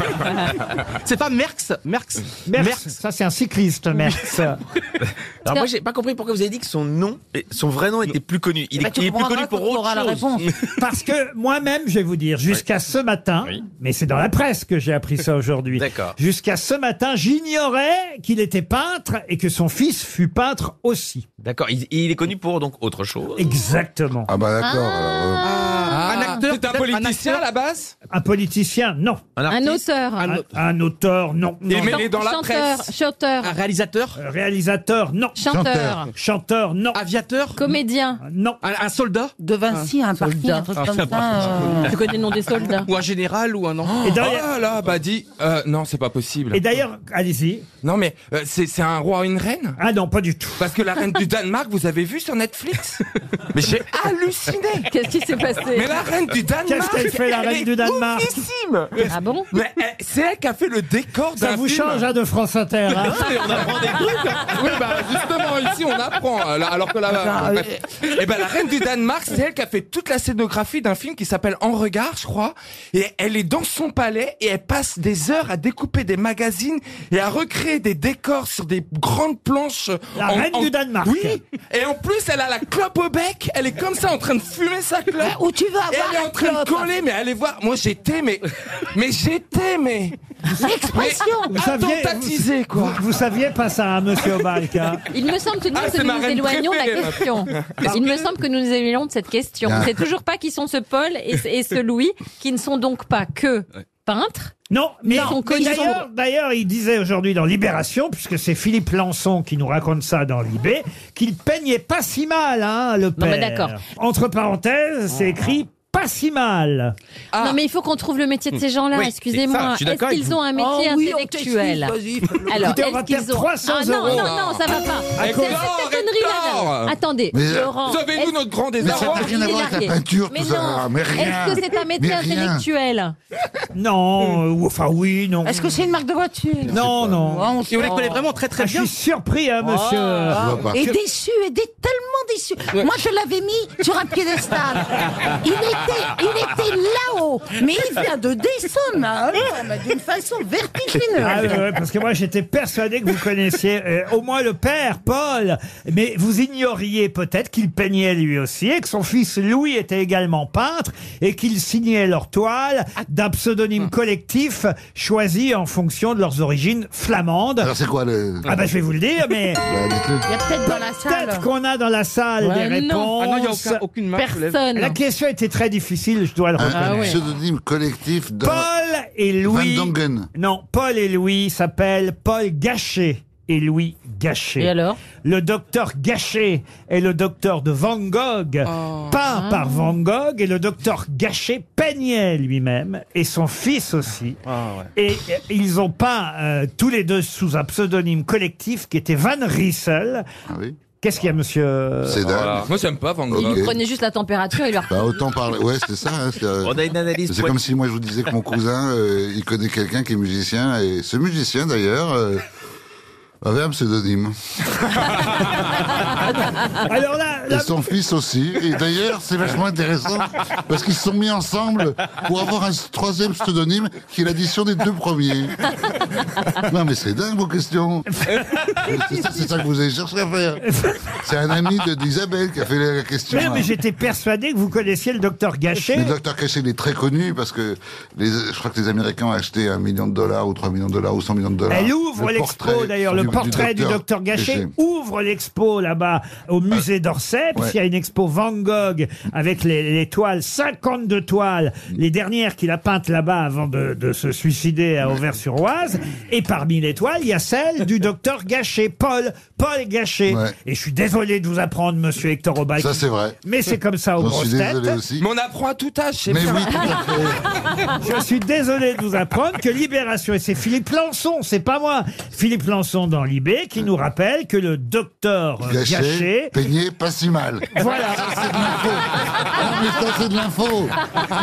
Speaker 5: C'est pas Merx Merx
Speaker 2: Merckx,
Speaker 5: Merckx.
Speaker 2: ça c'est un cycliste, Merckx.
Speaker 9: Alors moi j'ai pas compris pourquoi vous avez dit que son nom, et son vrai nom était plus connu.
Speaker 8: Bah,
Speaker 9: Il, est- il est plus connu pour autre chose.
Speaker 2: Parce que moi-même, je vais vous dire, jusqu'à ce matin, mais c'est dans la presse que j'ai appris ça aujourd'hui. Jusqu'à ce matin, j'ignorais qu'il était peintre et que son fils fut peintre aussi.
Speaker 9: D'accord, il, il est connu pour donc autre chose.
Speaker 2: Exactement.
Speaker 6: Ah bah d'accord.
Speaker 8: Ah.
Speaker 13: Ah.
Speaker 4: Ah.
Speaker 9: un acteur,
Speaker 4: C'est un politicien à la base
Speaker 2: Un politicien, non.
Speaker 8: Un auteur.
Speaker 2: Un, un auteur, non.
Speaker 8: Il est
Speaker 2: Non,
Speaker 8: mêlé
Speaker 2: non.
Speaker 8: dans la Chanteur, presse. chanteur. Un
Speaker 5: réalisateur
Speaker 2: Réalisateur, non.
Speaker 8: Chanteur.
Speaker 2: Chanteur, non.
Speaker 5: Aviateur
Speaker 8: Comédien.
Speaker 2: Non.
Speaker 5: Un, un soldat
Speaker 7: De
Speaker 8: Bah,
Speaker 7: Vinci, un parti, un
Speaker 2: Ah,
Speaker 7: truc comme ça. euh.
Speaker 8: Tu connais le nom des soldats
Speaker 5: Ou un général ou un enfant
Speaker 2: Et derrière-
Speaker 4: Ah là, bah dit, euh, non, c'est pas possible.
Speaker 2: Et d'ailleurs, allez-y.
Speaker 4: Non mais euh, c'est c'est un roi ou une reine
Speaker 2: Ah non, pas du tout.
Speaker 4: Parce que la reine du Danemark, vous avez vu sur Netflix Mais j'ai halluciné.
Speaker 8: Qu'est-ce qui s'est passé
Speaker 4: Mais la reine du Danemark
Speaker 2: Qu'est-ce qu'elle fait, la
Speaker 4: elle
Speaker 2: reine
Speaker 4: est
Speaker 2: du Danemark
Speaker 4: oufissime.
Speaker 8: Ah bon
Speaker 4: Mais elle- c'est elle qui a fait le décor d'un
Speaker 2: Ça vous
Speaker 4: film.
Speaker 2: change hein, de France Inter. hein.
Speaker 9: On apprend des trucs.
Speaker 4: Oui, bah justement, ici on apprend. euh, là, Alors que la.
Speaker 7: Attends,
Speaker 4: bref. Eh ben, la reine du Danemark, c'est elle qui a fait toute la scénographie d'un film qui s'appelle En regard, je crois. Et elle est dans son palais et elle passe des heures à découper des magazines et à recréer des décors sur des grandes planches.
Speaker 2: La reine du Danemark.
Speaker 4: Oui. Et en plus, elle a la clope au bec. Elle est comme ça en train de fumer sa clope.
Speaker 7: Où tu vas
Speaker 4: Et
Speaker 7: avoir
Speaker 4: elle est en
Speaker 7: la
Speaker 4: train de
Speaker 7: clope
Speaker 4: coller, mais allez voir. Moi, j'étais, mais, mais j'étais, mais,
Speaker 7: L'expression
Speaker 2: Vous saviez,
Speaker 4: Attentatisé, quoi.
Speaker 2: vous, vous saviez pas ça, hein, monsieur Obalk. hein.
Speaker 8: Il me semble tout de même
Speaker 4: Ah,
Speaker 8: que
Speaker 4: c'est
Speaker 8: nous
Speaker 4: ma
Speaker 8: nous
Speaker 4: reine
Speaker 8: éloignons de la
Speaker 4: préférée,
Speaker 8: question. Il me semble que nous nous éloignons de cette question.
Speaker 6: Ah.
Speaker 8: C'est toujours pas qui sont ce Paul et, ce- et ce Louis, qui ne sont donc pas que peintres.
Speaker 2: Non, mais,
Speaker 8: ils sont
Speaker 2: mais
Speaker 8: connus.
Speaker 2: d'ailleurs, d'ailleurs, il disait aujourd'hui dans Libération, puisque c'est Philippe Lançon qui nous raconte ça dans Libé, qu'il peignait pas si mal, hein, le père.
Speaker 8: mais d'accord.
Speaker 2: Entre parenthèses,
Speaker 7: Ah.
Speaker 2: c'est écrit pas si mal.
Speaker 4: Ah.
Speaker 8: Non, mais il faut qu'on trouve le métier de ces gens-là,
Speaker 9: Oui, c'est ça,
Speaker 8: excusez-moi.
Speaker 9: je suis
Speaker 8: Est-ce
Speaker 9: d'accord
Speaker 8: qu'ils ont un
Speaker 2: Oh
Speaker 8: métier intellectuel Alors,
Speaker 2: Écoutez, on va
Speaker 8: est-ce qu'ils
Speaker 2: perdre
Speaker 8: ont
Speaker 2: 300
Speaker 8: ah, non,
Speaker 2: euros.
Speaker 8: non, non, ça va pas.
Speaker 4: Ah,
Speaker 8: C'est
Speaker 4: Laurent,
Speaker 8: c'est cette connerie-là.
Speaker 4: Hector.
Speaker 8: madame. Attendez,
Speaker 6: Mais, euh,
Speaker 8: Laurent.
Speaker 4: Sauvez-nous
Speaker 8: est-ce-
Speaker 4: notre grand
Speaker 6: Mais ça
Speaker 4: désarroi.
Speaker 6: n'a rien à
Speaker 8: il est
Speaker 6: voir avec la
Speaker 8: largué.
Speaker 6: peinture,
Speaker 8: Mais
Speaker 6: tout ça.
Speaker 8: non.
Speaker 6: Mais rien.
Speaker 8: Est-ce que c'est un métier
Speaker 6: Mais rien.
Speaker 8: intellectuel
Speaker 2: Non, euh, ou- enfin oui, non.
Speaker 7: Est-ce que c'est une marque de voiture
Speaker 2: Non, non.
Speaker 7: Ouais, on
Speaker 5: Et on les
Speaker 7: sent.
Speaker 5: connaît vraiment très très
Speaker 2: Ah, je
Speaker 5: bien.
Speaker 2: suis surpris, hein, monsieur.
Speaker 6: Je vois pas.
Speaker 7: Oh, Et déçu, et dé- tellement déçu. Moi, je l'avais mis sur un piédestal. Il était, il était là-haut, mais il vient de descendre là, alors, mais d'une façon
Speaker 2: Eh, Ah, ouais,
Speaker 7: vertigineuse.
Speaker 2: ouais, parce que moi j'étais persuadé que vous connaissiez euh, au moins le père Paul, mais vous ignoriez peut-être qu'il peignait lui aussi et que son fils Louis était également peintre et qu'ils signaient leurs toiles d'un pseudonyme
Speaker 6: Ah.
Speaker 2: collectif choisi en fonction de leurs origines flamandes.
Speaker 6: Alors c'est quoi le.
Speaker 2: Ah bah je vais vous le dire, mais
Speaker 6: Bah, dites-le.
Speaker 7: Il y a peut-être dans la salle.
Speaker 2: peut-être qu'on a Ah, dans la salle des
Speaker 8: Ouais, non.
Speaker 2: réponses.
Speaker 5: Ah non, il n'y a aucun- aucune marque. je lève.
Speaker 8: Personne.
Speaker 2: La question était très difficile, je dois le
Speaker 6: Un
Speaker 7: Ah
Speaker 2: reconnaître.
Speaker 6: Ah, pseudonyme collectif dans
Speaker 2: Paul et Louis.
Speaker 6: Van Dongen.
Speaker 2: Non, Paul et Louis s'appellent Paul Gachet et Louis Gachet.
Speaker 8: Et alors
Speaker 2: Le docteur Gachet est le docteur de Van Gogh,
Speaker 8: Oh.
Speaker 2: peint
Speaker 8: Ah.
Speaker 2: par Van Gogh, et le docteur Gachet peignait lui-même, et son fils aussi.
Speaker 6: Ah,
Speaker 2: Et euh, ils ont peint euh, tous les deux sous un pseudonyme collectif qui était Van Riesel.
Speaker 6: Ah oui.
Speaker 2: Qu'est-ce qu'il y a, monsieur
Speaker 6: C'est
Speaker 4: Voilà.
Speaker 6: dingue.
Speaker 4: Moi, j'aime pas Van Gogh.
Speaker 8: Il
Speaker 6: Ok.
Speaker 8: lui prenait juste la température et il leur
Speaker 6: Bah, autant parler. Ouais, c'est ça. hein, c'est, euh,
Speaker 9: On a une analyse.
Speaker 6: C'est
Speaker 9: poit-
Speaker 6: comme si moi je vous disais que mon cousin, euh, il connaît quelqu'un qui est musicien, et ce musicien d'ailleurs euh, avait un pseudonyme.
Speaker 2: Alors là,
Speaker 6: Et
Speaker 2: là,
Speaker 6: son fils aussi. Et d'ailleurs, c'est vachement intéressant parce qu'ils se sont mis ensemble pour avoir un troisième pseudonyme qui est l'addition des deux premiers. Non, mais c'est dingue vos questions. C'est ça, c'est ça que vous avez cherché à faire. C'est un ami de- d'Isabelle qui a fait la question. hein.
Speaker 2: mais, mais j'étais persuadé que vous connaissiez le docteur Gachet.
Speaker 6: Le docteur Cachet, il est très connu parce que les, je crois que les Américains ont acheté un million de dollars ou 3 millions de dollars ou 100 millions de dollars.
Speaker 2: Ben, Elle ouvre
Speaker 6: hein. Le
Speaker 2: l'expo
Speaker 6: portrait
Speaker 2: d'ailleurs, le portrait du docteur Gachet ouvre l'expo là-bas au musée d'Orsay, puisqu'il y a une expo Van Gogh avec les, les toiles, 52 toiles,
Speaker 6: Mm.
Speaker 2: les dernières qu'il a peintes là-bas avant de, de se suicider à Auvers-sur-Oise. Et parmi les toiles, il y a celle du docteur Gachet, Paul, Paul Gachet.
Speaker 6: Ouais.
Speaker 2: Et je suis désolé de vous apprendre, monsieur Hector Obal,
Speaker 6: Ça, c'est vrai.
Speaker 2: mais c'est comme ça aux
Speaker 6: J'en suis
Speaker 2: grosses
Speaker 6: désolé
Speaker 2: têtes.
Speaker 6: aussi.
Speaker 4: Mais on apprend à tout âge, c'est
Speaker 6: Mais
Speaker 4: bien.
Speaker 6: oui, tout à fait.
Speaker 2: Je suis désolé de vous apprendre que Libération, et c'est Philippe Lançon, c'est pas moi, Philippe Lançon dans Libé, qui nous rappelle que le docteur euh,
Speaker 6: Gachet,
Speaker 2: Gachet.
Speaker 6: peigné, pas si mal.
Speaker 2: Voilà.
Speaker 6: C'est de l'info. Ah, mais ça, c'est de l'info.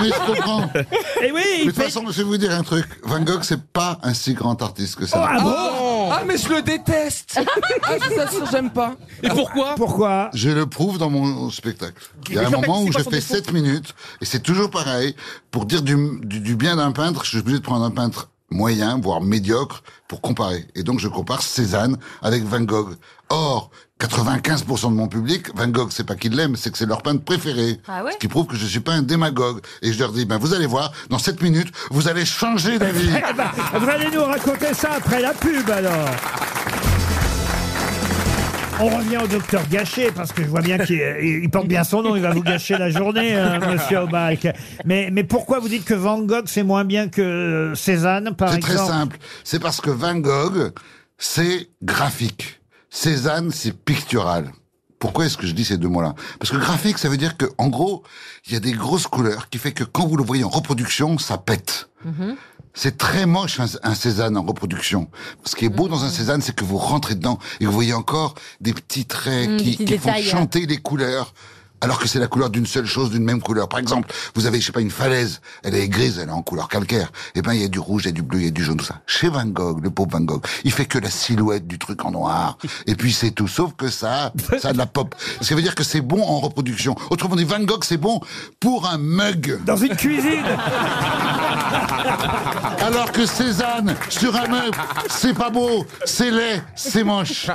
Speaker 6: Mais je comprends. Mais
Speaker 2: Et Eh oui,
Speaker 6: de
Speaker 2: il
Speaker 6: toute
Speaker 2: fait.
Speaker 6: façon, je vais vous dire un truc. Van Gogh, c'est pas un si grand artiste que ça.
Speaker 2: Ah bon
Speaker 4: Oh Ah, mais je le déteste Ah, je vous assure, j'aime pas
Speaker 6: Et
Speaker 5: pourquoi
Speaker 2: Pourquoi
Speaker 6: Je le prouve dans mon spectacle. Il y a
Speaker 4: Mais
Speaker 6: un
Speaker 4: en fait,
Speaker 6: moment
Speaker 4: c'est
Speaker 6: où
Speaker 4: quoi
Speaker 6: je
Speaker 4: son
Speaker 6: fais
Speaker 4: défaut
Speaker 6: 7 minutes, et c'est toujours pareil. Pour dire du, du- du bien d'un peintre, je suis obligé de prendre un peintre moyen, voire médiocre, pour comparer. Et donc je compare Cézanne avec Van Gogh. Or, 95% de mon public, Van Gogh, c'est pas qu'ils l'aiment, c'est que c'est leur peintre préféré.
Speaker 12: Ah ouais
Speaker 6: Ce qui prouve que je suis pas un démagogue. Et je leur dis, ben vous allez voir, dans 7 minutes, vous allez changer d'avis.
Speaker 2: Eh ben, vous allez nous raconter ça après la pub alors. On revient au docteur Gachet, parce que je vois bien qu'il il porte bien son nom, il va vous gâcher la journée, hein, monsieur Obac. Mais, mais pourquoi vous dites que Van Gogh, c'est moins bien que euh, Cézanne, par
Speaker 6: C'est
Speaker 2: exemple
Speaker 6: très simple. C'est parce que Van Gogh, c'est graphique. Cézanne, c'est pictural. Pourquoi est-ce que je dis ces deux mots-là Parce que graphique, ça veut dire que, en gros, il y a des grosses couleurs qui fait que quand vous le voyez en reproduction, ça pète.
Speaker 7: Mhm.
Speaker 6: C'est très moche un, un Cézanne en reproduction. Ce qui est beau
Speaker 12: Mm.
Speaker 6: dans un Cézanne, c'est que vous rentrez dedans et que vous voyez encore des petits traits
Speaker 12: Mm,
Speaker 6: qui,
Speaker 12: petits
Speaker 6: qui font
Speaker 12: détails.
Speaker 6: chanter les couleurs. Alors que c'est la couleur d'une seule chose, d'une même couleur. Par exemple, vous avez, je sais pas, une falaise, elle est grise, elle est en couleur calcaire. Eh ben, il y a du rouge, il y a du bleu, il y a du jaune, tout ça. Chez Van Gogh, le pauvre Van Gogh, il fait que la silhouette du truc en noir. Et puis c'est tout, sauf que ça, ça a de la pop. Ce qui veut dire que c'est bon en reproduction. Autrement dit, Van Gogh, c'est bon pour un mug.
Speaker 2: Dans une cuisine
Speaker 6: alors que Cézanne, sur un meuble, c'est pas beau, c'est laid, c'est moche.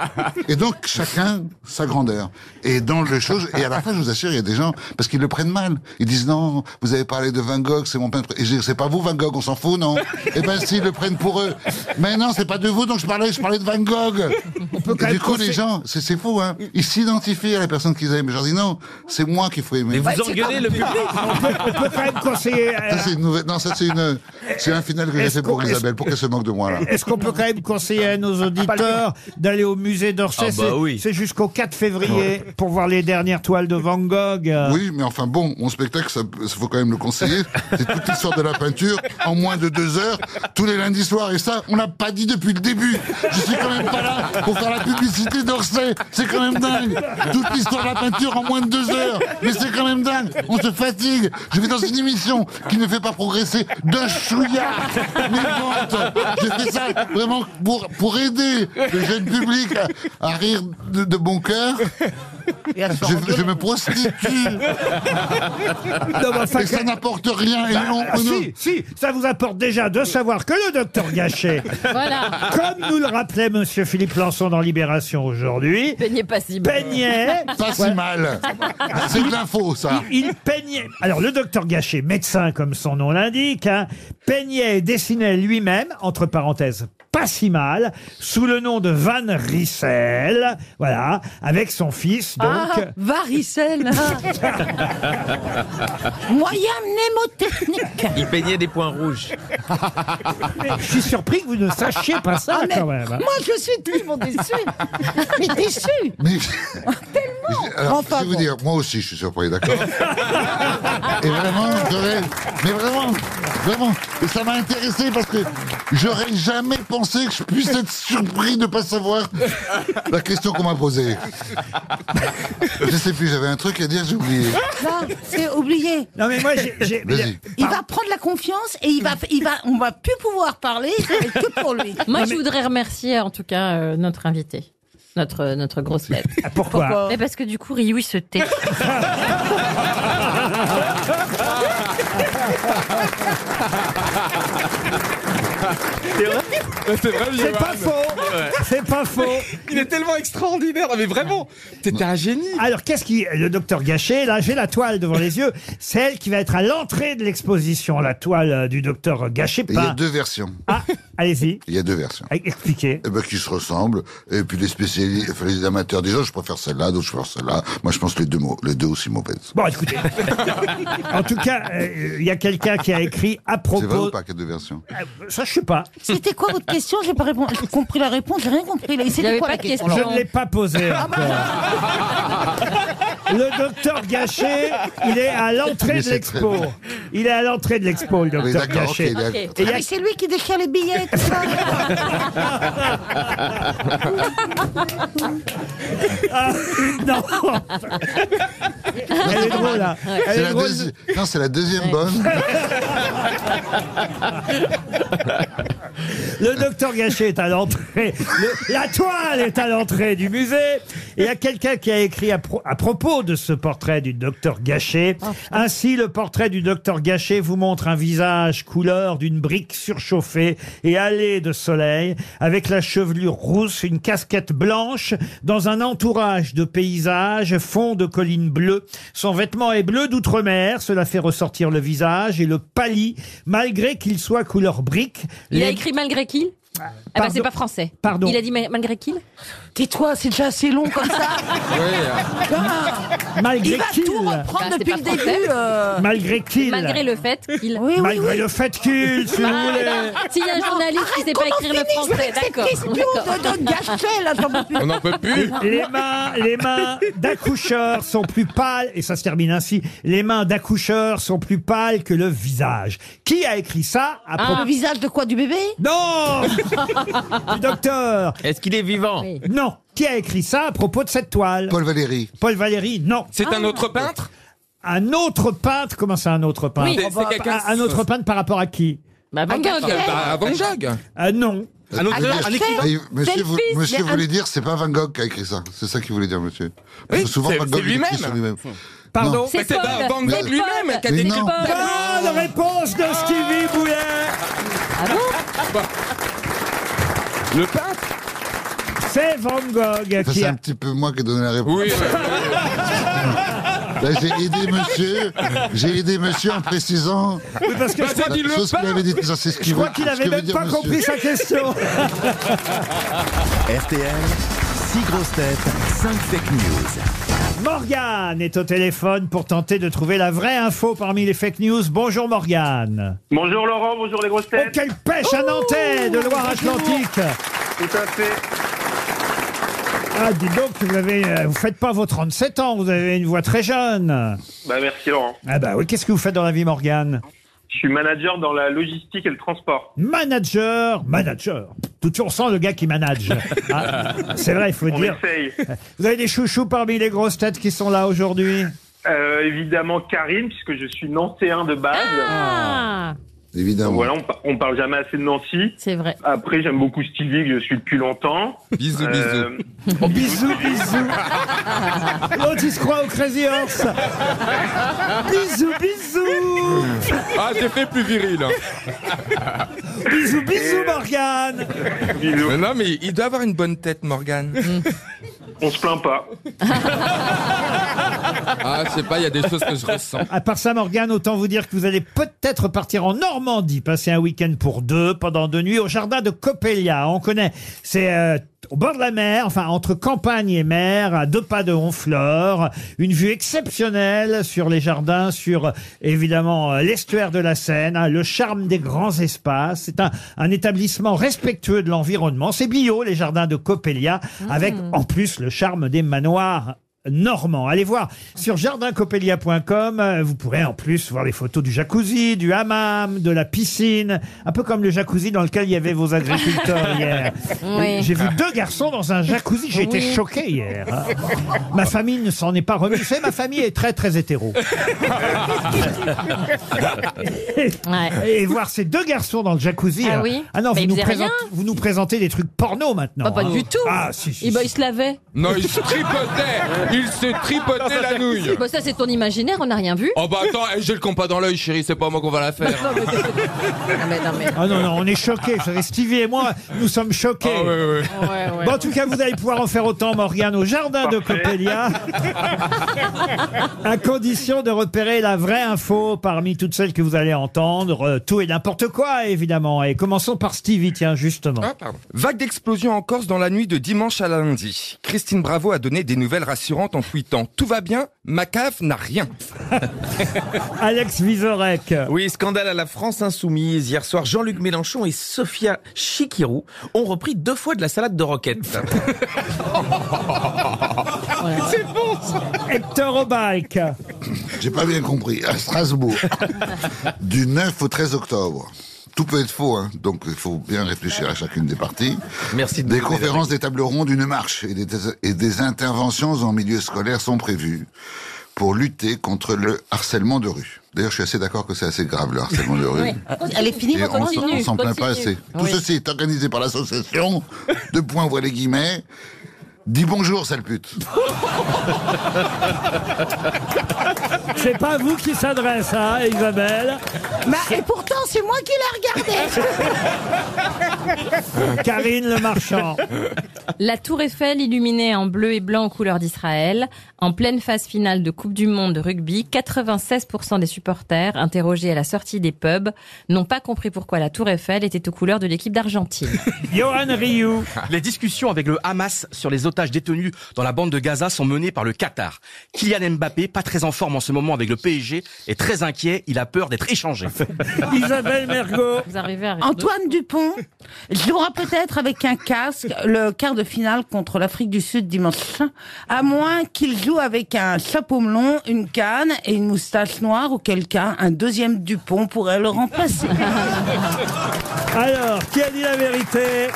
Speaker 6: Et donc, chacun sa grandeur. Et dans le show, et à la fin, je vous assure, il y a des gens, parce qu'ils le prennent mal. Ils disent non, vous avez parlé de Van Gogh, c'est mon peintre. Et je dis, c'est pas vous, Van Gogh, on s'en fout, non? Eh ben, s'ils le prennent pour eux. Mais non, c'est pas de vous, donc je parlais, je parlais de Van Gogh.
Speaker 2: quand
Speaker 6: et
Speaker 2: même
Speaker 6: du coup,
Speaker 2: penser-
Speaker 6: les gens, c'est, c'est fou, hein. Ils s'identifient à la personne qu'ils aiment. Je leur dis non, c'est moi qu'il faut aimer. Mais
Speaker 9: vous Ouais, c'est engueulez pas- le public.
Speaker 2: on, peut, on peut quand même conseiller. euh,
Speaker 6: Ça, c'est une nouvelle- Non, ça, c'est une. C'est un final que j'ai
Speaker 2: Est-ce
Speaker 6: fait pour
Speaker 2: qu'on- est-ce-
Speaker 6: Isabelle, pour qu'elle se moque de moi, là.
Speaker 2: Est-ce qu'on peut quand même conseiller à nos auditeurs d'aller au musée d'Orsay
Speaker 6: Ah bah
Speaker 2: C'est-
Speaker 6: oui.
Speaker 2: C'est jusqu'au 4 février pour voir les dernières toiles de Van Gogh. euh.
Speaker 6: Oui, mais enfin bon, mon spectacle, ça, ça faut quand même le conseiller. C'est toute l'histoire de la peinture en moins de deux heures, tous les lundis soirs. Et ça, on l'a pas dit depuis le début. Je suis quand même pas là pour faire la publicité d'Orsay. C'est quand même dingue. Toute l'histoire de la peinture en moins de deux heures. Mais c'est quand même dingue. On se fatigue. Je vais dans une émission qui ne fait pas progresser d'un chouïa. Mais ventes. Je fais ça vraiment pour, pour aider le jeune public à, à rire de, de bon cœur. Je, je me prostitue.
Speaker 2: Non, mais enfin,
Speaker 6: Et Ah, ça
Speaker 2: que-
Speaker 6: n'apporte rien. Et
Speaker 2: Bah,
Speaker 6: on-
Speaker 2: ah,
Speaker 6: on-
Speaker 2: si, si, ça vous apporte déjà de savoir que le docteur Gachet,
Speaker 8: Voilà.
Speaker 2: comme nous le rappelait Monsieur Philippe Lançon dans Libération aujourd'hui,
Speaker 8: Peignez pas si mal.
Speaker 2: peignait
Speaker 6: Pas si
Speaker 2: Voilà.
Speaker 6: mal. Ah, C'est de l'info, ça.
Speaker 2: Il peignait. Alors, le docteur Gachet, médecin comme son nom l'indique, hein, peignait et dessinait lui-même, entre parenthèses, pas si mal, sous le nom de Van Rissel, voilà, avec son fils, donc. euh,
Speaker 7: Ah, varicelle. Ah. Moyen mnémotechnique.
Speaker 9: Il peignait des points rouges.
Speaker 2: Mais Je suis surpris que vous ne sachiez pas ça,
Speaker 7: Ah, mais
Speaker 2: quand même. hein.
Speaker 7: Moi, je suis tellement déçu. Mais déçu.
Speaker 6: Mais- Alors,
Speaker 7: Enfin,
Speaker 6: je vais vous
Speaker 7: bon.
Speaker 6: dire, moi aussi, je suis surpris, d'accord Et vraiment, j'aurais... Mais vraiment, vraiment, et ça m'a intéressé parce que j'aurais jamais pensé que je puisse être surpris de pas savoir la question qu'on m'a posée. Je sais plus, j'avais un truc à dire, j'ai oublié.
Speaker 7: Non, Ah, c'est oublié.
Speaker 2: Non, mais moi, j'ai- j'ai.
Speaker 6: Vas-y.
Speaker 7: Il va prendre la confiance et il va, il va, on va plus pouvoir parler. C'est tout pour lui.
Speaker 8: Moi, je voudrais remercier en tout cas euh, notre invité. Notre, euh, notre grosse tête.
Speaker 2: pourquoi
Speaker 8: Mais Parce que du coup, Rioui se tait.
Speaker 9: C'est vrai
Speaker 4: C'est vrai,
Speaker 2: C'est
Speaker 4: Johan.
Speaker 2: pas faux
Speaker 4: Ouais.
Speaker 2: C'est pas faux
Speaker 4: Il est tellement extraordinaire, Ah, mais vraiment T'étais un génie
Speaker 2: Alors, qu'est-ce qui. Le docteur Gachet, là, j'ai la toile devant les yeux. C'est elle qui va être à l'entrée de l'exposition, la toile euh, du docteur Gachet.
Speaker 6: Et Il y a
Speaker 2: peint-
Speaker 6: deux versions.
Speaker 2: Allez-y,
Speaker 6: Il y a deux versions.
Speaker 2: Ah, expliquez.
Speaker 6: Eh ben, qui se ressemblent. Et puis les spécialistes, enfin, les amateurs disent, oh, je préfère celle-là, d'autres je préfère celle-là. Moi, je pense que les deux, mots- les deux aussi mauvaises.
Speaker 2: Bon, écoutez. en tout cas, euh, il y a quelqu'un qui a écrit à
Speaker 6: C'est vrai
Speaker 2: propos.
Speaker 6: ou pas qu'il y a deux versions
Speaker 2: Euh, Ça, je sais pas.
Speaker 7: C'était quoi votre question J'ai pas répondu. J'ai compris la réponse. J'ai rien compris. là.
Speaker 8: Il y
Speaker 7: C'était
Speaker 8: avait
Speaker 7: quoi
Speaker 8: pas
Speaker 7: la
Speaker 8: de Ah
Speaker 7: question
Speaker 2: Je ne l'ai pas posé encore.
Speaker 8: bah.
Speaker 2: Le docteur Gachet, il est à l'entrée
Speaker 6: Mais
Speaker 2: de
Speaker 6: c'est très
Speaker 2: l'expo.
Speaker 6: bien. Ah
Speaker 2: Il est à l'entrée de l'expo, le
Speaker 6: Oui,
Speaker 2: docteur
Speaker 6: d'accord,
Speaker 2: Gachet.
Speaker 6: ok, d'accord.
Speaker 2: Et il y a-
Speaker 7: Ah, Mais c'est lui qui déchire les billets. tout ça.
Speaker 2: Ah, non Elle est drôle, là. Elle
Speaker 6: C'est
Speaker 2: est
Speaker 6: la
Speaker 2: drôle.
Speaker 6: deuxi- Non, c'est la deuxième bonne.
Speaker 2: Le docteur Gachet est à l'entrée. Le- la toile est à l'entrée du musée. Et il y a quelqu'un qui a écrit à, pro- à propos de ce portrait du docteur Gachet. Ainsi, le portrait du docteur Gachet vous montre un visage couleur d'une brique surchauffée et allée de soleil, avec la chevelure rousse, une casquette blanche, dans un entourage de paysages, fond de collines bleues. Son vêtement est bleu d'outre-mer, cela fait ressortir le visage et le pâlit, malgré qu'il soit couleur brique.
Speaker 8: Il a
Speaker 2: Les-
Speaker 8: écrit malgré qu'il Ah bah c'est pas français.
Speaker 2: Pardon.
Speaker 8: Il a dit ma- malgré qu'il Tais-toi, c'est déjà assez long comme ça.
Speaker 2: Malgré
Speaker 8: Il va
Speaker 2: qu'il.
Speaker 8: tout reprendre Bah, c'est depuis pas le français. début, euh.
Speaker 2: Malgré qu'il.
Speaker 8: Malgré le fait qu'il.
Speaker 2: Malgré le fait qu'il, si vous
Speaker 8: Ah,
Speaker 2: voulez.
Speaker 8: d'accord. S'il y a un journaliste qui sait pas écrire le français, d'accord.
Speaker 7: question de- de gâcher, là, j'en peux plus. On n'en peut plus.
Speaker 2: Les mains, les mains d'accoucheur sont plus pâles, et ça se termine ainsi. Les mains d'accoucheur sont plus pâles que le visage. Qui a écrit ça
Speaker 8: Ah.
Speaker 2: à propos-
Speaker 7: Le visage de quoi Du bébé
Speaker 2: Non Du docteur
Speaker 9: Est-ce qu'il est vivant
Speaker 2: Non. Qui a écrit ça à propos de cette toile Paul
Speaker 6: Valéry.
Speaker 2: Paul Valéry, non. Ah.
Speaker 4: C'est un autre peintre
Speaker 2: Un autre peintre Comment ça, un autre peintre
Speaker 4: C'est- c'est quelqu'un-
Speaker 2: Un autre peintre par rapport à qui
Speaker 8: Van Gogh.
Speaker 4: Bah, Van Gogh.
Speaker 2: Ah non.
Speaker 4: Un auteur, un écrivain.
Speaker 6: Et Eh, Monsieur, vous,
Speaker 8: Selfie,
Speaker 6: monsieur
Speaker 8: mais un-
Speaker 6: voulait dire, c'est pas Van Gogh qui a écrit ça. C'est ça qu'il voulait dire, monsieur. Parce que souvent,
Speaker 4: c'est-
Speaker 6: Van Gogh
Speaker 4: c'est
Speaker 6: il écrit
Speaker 4: lui-même.
Speaker 6: sur lui-même.
Speaker 2: Pardon
Speaker 6: Non.
Speaker 4: C'est C'est Paul, pas Van Gogh c'est lui-même Paul, qui a
Speaker 6: Mais
Speaker 4: décrit
Speaker 6: non.
Speaker 4: Paul.
Speaker 2: Bonne réponse de Stevie Boulet
Speaker 4: Ah Le peintre
Speaker 2: C'est Van Gogh
Speaker 6: Enfin,
Speaker 2: qui
Speaker 6: c'est
Speaker 2: a...
Speaker 6: un petit peu moi qui ai donné la réponse. Là, Ben, j'ai aidé monsieur, j'ai aidé monsieur en précisant.
Speaker 2: Oui, parce que je
Speaker 6: la
Speaker 2: crois-
Speaker 6: Bah, chose qu'il avait dit, ça, c'est ce qu'il
Speaker 2: Je crois
Speaker 6: veut-
Speaker 2: qu'il
Speaker 6: ce
Speaker 2: avait
Speaker 6: que veut
Speaker 2: même
Speaker 6: dire
Speaker 2: pas
Speaker 6: monsieur.
Speaker 2: compris sa question.
Speaker 1: RTL, 6 grosses têtes, 5 fake news.
Speaker 2: Morgane est au téléphone pour tenter de trouver la vraie info parmi les fake news. Bonjour Morgane.
Speaker 10: Bonjour Laurent, bonjour les grosses
Speaker 2: Oh,
Speaker 10: têtes.
Speaker 2: quelle pêche à Nantais de Loire-Atlantique
Speaker 10: Tout à fait.
Speaker 2: Ah, dites donc, vous avez, euh, vous faites pas vos 37 ans, vous avez une voix très jeune.
Speaker 10: Bah, merci Laurent.
Speaker 2: Ah bah oui, qu'est-ce que vous faites dans la vie Morgane
Speaker 10: Je suis manager dans la logistique et le transport.
Speaker 2: Manager, manager. Tout de suite, on sent le gars qui manage. Ah, c'est vrai, il faut
Speaker 10: On
Speaker 2: dire.
Speaker 10: essaye.
Speaker 2: Vous avez des chouchous parmi les grosses têtes qui sont là aujourd'hui
Speaker 10: Euh, évidemment Karine, puisque je suis nancéen de base.
Speaker 8: Ah,
Speaker 6: Évidemment.
Speaker 10: Voilà, on, par- on parle jamais assez de Nancy.
Speaker 8: c'est vrai.
Speaker 10: Après, j'aime beaucoup Stevie, que je suis depuis longtemps.
Speaker 4: Bisous,
Speaker 10: Euh,
Speaker 4: bisous.
Speaker 2: Bisous, bisous. L'autre, il se croit au Crazy Horse. Bisous, bisous.
Speaker 4: Ah, j'ai fait plus viril.
Speaker 2: Bisous, bisous, Morgane.
Speaker 10: bisous.
Speaker 4: Mais non, mais il doit avoir une bonne tête, Morgane.
Speaker 8: Mm.
Speaker 10: On se plaint pas.
Speaker 4: Ah, je sais pas, il y a des choses que je ressens.
Speaker 2: À part ça, Morgane, autant vous dire que vous allez peut-être partir en Normandie, passer un week-end pour deux, pendant deux nuits, au jardin de Coppelia. On connaît, c'est euh, au bord de la mer, enfin entre campagne et mer, à deux pas de Honfleur. Une vue exceptionnelle sur les jardins, sur euh, évidemment euh, l'estuaire de la Seine, hein, le charme des grands espaces. C'est un, un établissement respectueux de l'environnement. C'est bio, les jardins de Coppelia, avec en plus le charme des manoirs normand. Allez voir sur jardincopelia.com. euh, Vous pourrez en plus voir les photos du jacuzzi, du hammam, de la piscine, un peu comme le jacuzzi dans lequel il y avait vos agriculteurs hier.
Speaker 8: Oui.
Speaker 2: J'ai vu deux garçons dans un jacuzzi, j'ai été
Speaker 8: Oui.
Speaker 2: choqué hier.
Speaker 4: Ah.
Speaker 2: hein. Ma famille ne s'en est pas remise. Vous savez, ma famille est très très hétéro.
Speaker 8: Ouais.
Speaker 2: Et voir ces deux garçons dans le jacuzzi.
Speaker 8: Ah
Speaker 2: euh,
Speaker 8: oui
Speaker 2: Ah non,
Speaker 8: Mais
Speaker 2: vous
Speaker 8: ils
Speaker 2: nous,
Speaker 8: faisaient
Speaker 2: présentez,
Speaker 8: rien
Speaker 2: vous nous présentez des trucs porno maintenant.
Speaker 8: Bah, pas
Speaker 2: hein.
Speaker 8: du tout.
Speaker 2: Ah si si.
Speaker 8: Et bah,
Speaker 2: si.
Speaker 8: il se lavait.
Speaker 4: Non, il se tripotait. Eh, Il s'est tripoté la nouille.
Speaker 8: Bah, ça, c'est ton imaginaire, on n'a rien vu.
Speaker 4: Oh bah attends, eh, j'ai le compas dans l'œil, chérie, c'est pas moi qu'on va la faire.
Speaker 8: Non, mais, non, mais.
Speaker 2: Ah non, non, on est choqués. Vous savez, Stevie et moi, nous sommes choqués.
Speaker 4: Ah ouais, ouais.
Speaker 8: Ouais, ouais.
Speaker 2: Bon, en tout cas, vous allez pouvoir en faire autant, Morgane, au jardin de
Speaker 10: Parfait.
Speaker 2: Coppelia. à condition de repérer la vraie info parmi toutes celles que vous allez entendre. euh, tout et n'importe quoi, évidemment. Et commençons par Stevie, tiens, justement.
Speaker 4: Ah, pardon. Vague d'explosion en Corse dans la nuit de dimanche à lundi. Christine Bravo a donné des nouvelles rassurantes en tweetant Tout va bien, ma cave n'a rien.
Speaker 2: Alex Vizorek.
Speaker 9: Oui, scandale à la France insoumise. Hier soir, Jean-Luc Mélenchon et Sofia Chikirou ont repris deux fois de la salade de roquette.
Speaker 2: Hector Obike.
Speaker 6: J'ai pas bien compris. À Strasbourg, du 9 au 13 octobre. Tout peut être faux, hein, donc il faut bien réfléchir à chacune des parties.
Speaker 9: Merci de
Speaker 6: Des
Speaker 9: nous donner la
Speaker 6: conférences, des tables rondes, une marche et des, et des interventions en milieu scolaire sont prévues pour lutter contre le harcèlement de rue. D'ailleurs, je suis assez d'accord que c'est assez grave le harcèlement de rue.
Speaker 7: Oui. Allez, finis,
Speaker 6: Et on s'en-
Speaker 7: continue,
Speaker 6: on s'en plaint pas
Speaker 7: continue.
Speaker 6: assez. Tout
Speaker 7: Oui.
Speaker 6: ceci est organisé par l'association, de points, voit les guillemets, dis bonjour, sale pute.
Speaker 2: C'est pas à vous qui s'adresse, hein, Isabelle.
Speaker 7: et pourtant, c'est moi qui l'ai regardé.
Speaker 2: Karine Le Marchand.
Speaker 8: La tour Eiffel illuminée en bleu et blanc aux couleurs d'Israël, en pleine phase finale de Coupe du Monde de rugby, 96% des supporters interrogés à la sortie des pubs n'ont pas compris pourquoi la tour Eiffel était aux couleurs de l'équipe d'Argentine.
Speaker 2: Johan Rioux.
Speaker 5: Les discussions avec le Hamas sur les otages détenus dans la bande de Gaza sont menées par le Qatar. Kylian Mbappé, pas très en forme en ce moment avec le PSG, est très inquiet, il a peur d'être échangé.
Speaker 2: Isabelle Mergot.
Speaker 8: Vous arrivez à rire
Speaker 7: Antoine Dupont jouera peut-être avec un casque le quart de finale contre l'Afrique du Sud dimanche prochain, à moins qu'il joue avec un chapeau melon, une canne et une moustache noire, auquel cas un deuxième Dupont pourrait le remplacer.
Speaker 2: Alors, qui a dit la vérité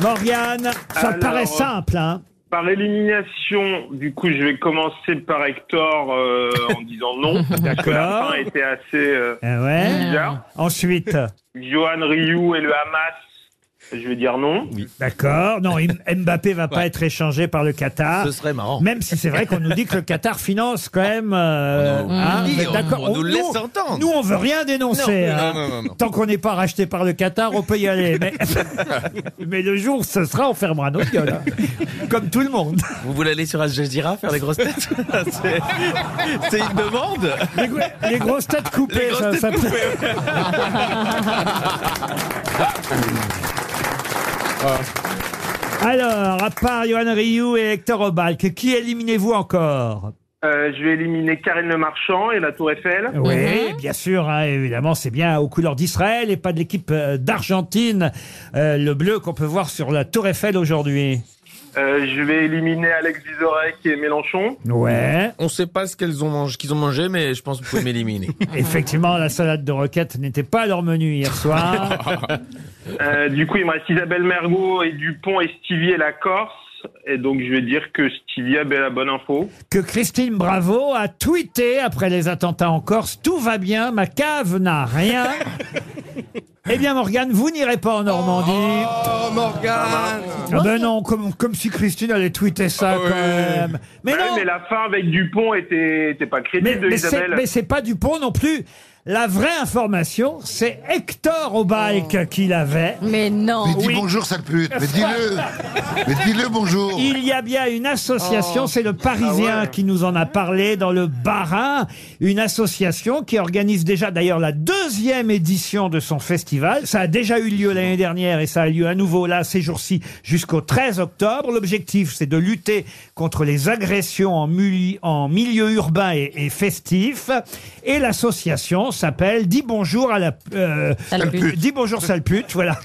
Speaker 2: Morgane, ça
Speaker 12: Alors,
Speaker 2: paraît
Speaker 12: euh,
Speaker 2: simple, hein
Speaker 12: Par élimination, du coup, je vais commencer par Hector euh, en disant non. Parce que la fin était assez euh,
Speaker 2: Eh ouais.
Speaker 12: bizarre.
Speaker 2: Ensuite,
Speaker 12: Johan Rioux et le Hamas, je vais dire non.
Speaker 2: d'accord, non, M- Mbappé va pas être échangé par le Qatar.
Speaker 12: Ce serait marrant.
Speaker 2: Même si c'est vrai qu'on nous dit que le Qatar finance quand même. euh,
Speaker 9: On nous
Speaker 2: hein,
Speaker 9: dit,
Speaker 2: vous êtes
Speaker 9: Oh on-
Speaker 2: d'accord
Speaker 9: on nous laisse entendre.
Speaker 2: Nous, on veut rien dénoncer.
Speaker 9: Non,
Speaker 2: hein.
Speaker 9: non, non, non.
Speaker 2: Tant qu'on n'est pas racheté par le Qatar, on peut y aller. Mais, mais le jour où ce sera, on fermera nos gueules. hein. Comme tout le monde.
Speaker 9: Vous voulez aller sur Al Jazeera faire les grosses têtes C'est c'est une demande
Speaker 2: Les, gro- les grosses têtes coupées,
Speaker 9: Les grosses
Speaker 2: ça
Speaker 9: têtes
Speaker 2: s'appelle. Alors, à part Johan Rioux et Hector Obalk, qui éliminez-vous encore
Speaker 12: Euh, je vais éliminer Karine Le Marchand et la Tour Eiffel.
Speaker 2: Oui,
Speaker 12: Uh-huh.
Speaker 2: bien sûr, hein, évidemment, c'est bien aux couleurs d'Israël et pas de l'équipe euh, d'Argentine, euh, le bleu qu'on peut voir sur la Tour Eiffel aujourd'hui.
Speaker 12: Euh, je vais éliminer Alex Vizorek et Mélenchon.
Speaker 2: Ouais.
Speaker 9: On sait pas ce qu'elles ont mangé, qu'ils ont mangé, mais je pense que vous pouvez m'éliminer.
Speaker 2: Effectivement, la salade de roquette n'était pas à leur menu hier soir.
Speaker 12: Euh, du coup, il me reste Isabelle Mergot et Dupont et Stevie et la Corse. Et donc, je vais dire que Stevie avait la bonne info.
Speaker 2: que Christine Bravo a tweeté après les attentats en Corse Tout va bien, ma cave n'a rien. eh bien, Morgane, vous n'irez pas en Normandie.
Speaker 4: Oh, Morgane
Speaker 2: Ah ben non, comme, comme si Christine allait tweeter ça Ah, quand même. Mais
Speaker 12: Bah Ah oui,
Speaker 2: non.
Speaker 12: Mais la fin avec Dupont était, était pas crédible
Speaker 2: Mais,
Speaker 12: de
Speaker 2: mais c'est,
Speaker 12: Isabelle.
Speaker 2: mais c'est pas Dupont non plus. La vraie information, c'est Hector Obalk qui l'avait.
Speaker 8: Oh. Mais non.
Speaker 6: Mais dis bonjour, sale pute. Mais dis-le. Mais dis-le bonjour.
Speaker 2: Il y a bien une association,
Speaker 6: Oh.
Speaker 2: c'est le Parisien
Speaker 6: Ah ouais.
Speaker 2: qui nous en a parlé dans le Barin, une association qui organise déjà d'ailleurs la deuxième édition de son festival. Ça a déjà eu lieu l'année dernière et ça a lieu à nouveau là ces jours-ci jusqu'au 13 octobre. L'objectif, c'est de lutter contre les agressions en, muli- en milieu urbain et, et festif. Et l'association s'appelle Dis bonjour à la euh,
Speaker 8: Sale pute.
Speaker 2: Dis bonjour sale pute, voilà.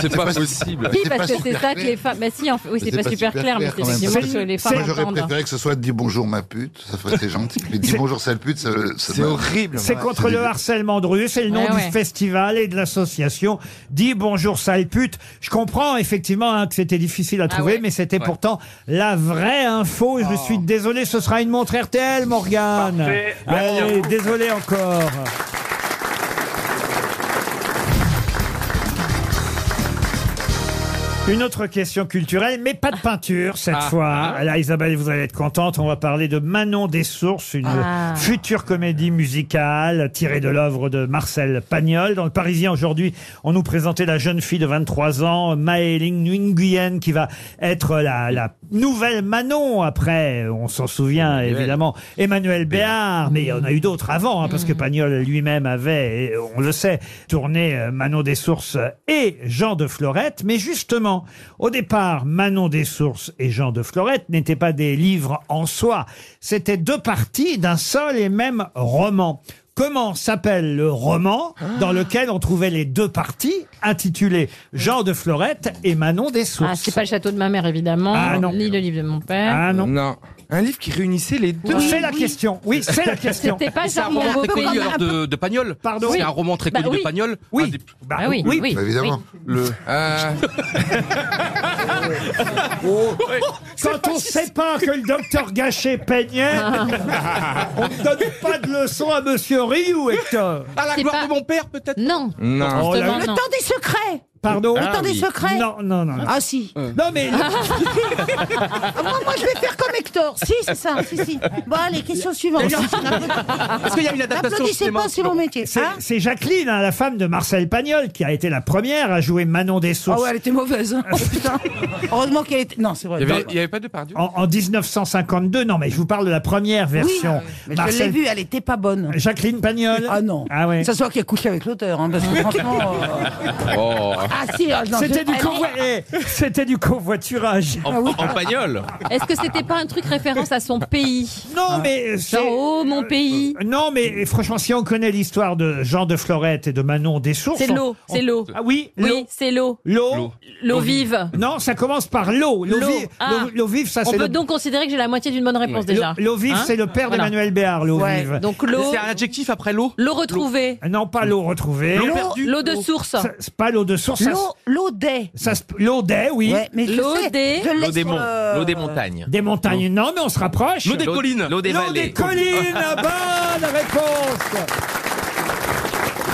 Speaker 4: C'est pas possible.
Speaker 8: Oui, parce que c'est ça que les femmes. Bah si, en fait, oui, c'est pas, super clair, mais c'est
Speaker 6: quand même.
Speaker 8: effectivement ce que les femmes
Speaker 6: Moi, j'aurais
Speaker 8: entendent.
Speaker 6: préféré que ce soit dis bonjour ma pute, ça ferait c'est gentil. Mais dis bonjour sale pute, ça, c'est
Speaker 2: C'est contre le harcèlement de rue, c'est le nom
Speaker 8: Ouais,
Speaker 2: du
Speaker 8: ouais.
Speaker 2: festival et de l'association. Dis bonjour sale pute. Je comprends effectivement hein, que c'était difficile à trouver,
Speaker 8: Ah ouais.
Speaker 2: mais c'était
Speaker 8: Ouais.
Speaker 2: pourtant la vraie info. Je suis désolé, ce sera une montre RTL, Morgane.
Speaker 12: Oh. Parfait.
Speaker 2: Allez,
Speaker 12: Merci.
Speaker 2: désolé encore. Une autre question culturelle, mais pas de peinture cette
Speaker 14: Ah.
Speaker 2: fois. Là, Isabelle, vous allez être contente. On va parler de Manon des Sources, une
Speaker 14: Ah.
Speaker 2: future comédie musicale tirée de l'œuvre de Marcel Pagnol. Dans le Parisien aujourd'hui, on nous présentait la jeune fille de 23 ans, Maëling Nguyen, qui va être la, la nouvelle Manon après, on s'en souvient évidemment, Emmanuel Béard, mais il y en a eu d'autres avant, hein, parce que Pagnol lui-même avait, et on le sait, tourné euh, Manon des Sources et Jean de Florette. Mais justement, au départ, Manon des Sources et Jean de Florette n'étaient pas des livres en soi, c'était deux parties d'un seul et même roman. Comment s'appelle le roman dans lequel on trouvait les deux parties intitulées Jean de Florette et Manon des Sources
Speaker 8: Ah, c'est pas le château de ma mère, évidemment,
Speaker 2: Ah, non.
Speaker 8: ni le livre de mon père.
Speaker 2: Ah non.
Speaker 4: Non. Un livre qui réunissait les deux.
Speaker 2: C'est la question. Oui, c'est la question.
Speaker 8: C'était pas
Speaker 5: C'est un
Speaker 8: Jean
Speaker 5: roman très
Speaker 8: Moreau,
Speaker 5: connu
Speaker 8: mais-
Speaker 5: alors, de, de Pagnol.
Speaker 2: Pardon.
Speaker 5: C'est
Speaker 2: Oui.
Speaker 5: un roman très
Speaker 8: Bah
Speaker 5: connu
Speaker 8: oui.
Speaker 5: de Pagnol.
Speaker 2: Oui.
Speaker 5: Bah
Speaker 4: Ah
Speaker 8: oui, oui, oui. Bah évidemment.
Speaker 4: Le. euh,
Speaker 2: Oh. Quand on sait pas que le docteur Gachet peignait, on ne donne pas de leçon à Monsieur Rioux, Hector.
Speaker 5: À la gloire de mon père, peut-être
Speaker 8: Non.
Speaker 4: Non.
Speaker 2: Oh là là.
Speaker 7: Le temps des secrets
Speaker 2: Pardon Ah
Speaker 7: Le temps des secrets
Speaker 2: Non, non, non. non.
Speaker 7: Ah si.
Speaker 2: Non, mais
Speaker 7: Ah, moi, moi, je vais faire comme Hector. Si, c'est ça. Si, si. Bon, allez, question suivante.
Speaker 5: Parce qu'il y a une adaptation au
Speaker 7: N'applaudissez
Speaker 5: cinéma.
Speaker 7: pas, c'est mon métier.
Speaker 2: c'est
Speaker 7: hein
Speaker 2: c'est Jacqueline, hein, la femme de Marcel Pagnol, qui a été la première à jouer Manon des
Speaker 7: Ah
Speaker 2: Sources
Speaker 7: ouais, elle était mauvaise. hein. Oh, putain. Heureusement qu'elle était. Non, c'est vrai.
Speaker 4: Il n'y avait, il y avait pas de pardieu
Speaker 2: en, en 1952. Non, mais je vous parle de la première version.
Speaker 7: Ah, Mais je l'ai
Speaker 2: Marcel-
Speaker 7: vue, elle était pas bonne.
Speaker 2: Jacqueline Pagnol.
Speaker 7: Ah non.
Speaker 2: Ah ouais.
Speaker 7: Ça soit qu'elle couche avec l'auteur, hein, parce que franchement. euh,
Speaker 4: Oh.
Speaker 7: Ah si, ah, non,
Speaker 2: C'était
Speaker 7: je-
Speaker 2: du,
Speaker 7: elle
Speaker 2: convoi- eh, c'était du convoiturage.
Speaker 7: Ah
Speaker 9: En, en pagnole.
Speaker 8: Est-ce que c'était pas un truc référence à son pays Ah.
Speaker 2: Non, mais c'est. Euh,
Speaker 8: Genre, oh, mon pays.
Speaker 2: Non, mais franchement, si on connaît l'histoire de Jean de Florette et de Manon des Sources.
Speaker 8: C'est
Speaker 2: on-
Speaker 8: l'eau,
Speaker 2: on-
Speaker 8: c'est l'eau.
Speaker 2: Ah oui,
Speaker 8: Oui, c'est l'eau.
Speaker 2: l'eau. L'eau.
Speaker 4: L'eau.
Speaker 8: L'eau vive.
Speaker 2: Non, ça commence par l'eau. L'eau
Speaker 8: L'eau.
Speaker 2: vive,
Speaker 8: Ah.
Speaker 2: l'eau- l'eau vive, ça
Speaker 8: On
Speaker 2: c'est
Speaker 8: peut
Speaker 2: le.
Speaker 8: donc considérer que j'ai la moitié d'une bonne réponse
Speaker 2: l'eau-
Speaker 8: déjà.
Speaker 2: L'eau vive,
Speaker 8: Hein
Speaker 2: c'est le père
Speaker 8: Voilà.
Speaker 2: d'Emmanuel Béard, l'eau
Speaker 7: Ouais,
Speaker 2: vive.
Speaker 8: Donc l'eau,
Speaker 5: C'est un adjectif après l'eau
Speaker 8: l'eau retrouvée,
Speaker 2: Non, pas l'eau retrouvée.
Speaker 5: L'eau
Speaker 7: L'eau-
Speaker 5: perdue.
Speaker 8: l'eau de source.
Speaker 2: Ça- C'est pas l'eau de source. ça-
Speaker 7: L'eau, l'eau des.
Speaker 2: ça se- L'eau des, oui.
Speaker 7: Ouais, mais je
Speaker 8: L'eau
Speaker 7: sais,
Speaker 8: des-
Speaker 7: je euh, l'ai
Speaker 9: L'eau des
Speaker 7: sur
Speaker 9: monts.
Speaker 7: le-
Speaker 9: L'eau des montagnes.
Speaker 2: Des montagnes, non, mais on se rapproche.
Speaker 5: L'eau des collines.
Speaker 9: L'eau des
Speaker 2: L'eau
Speaker 9: vallées.
Speaker 2: des collines, bonne Ah, réponse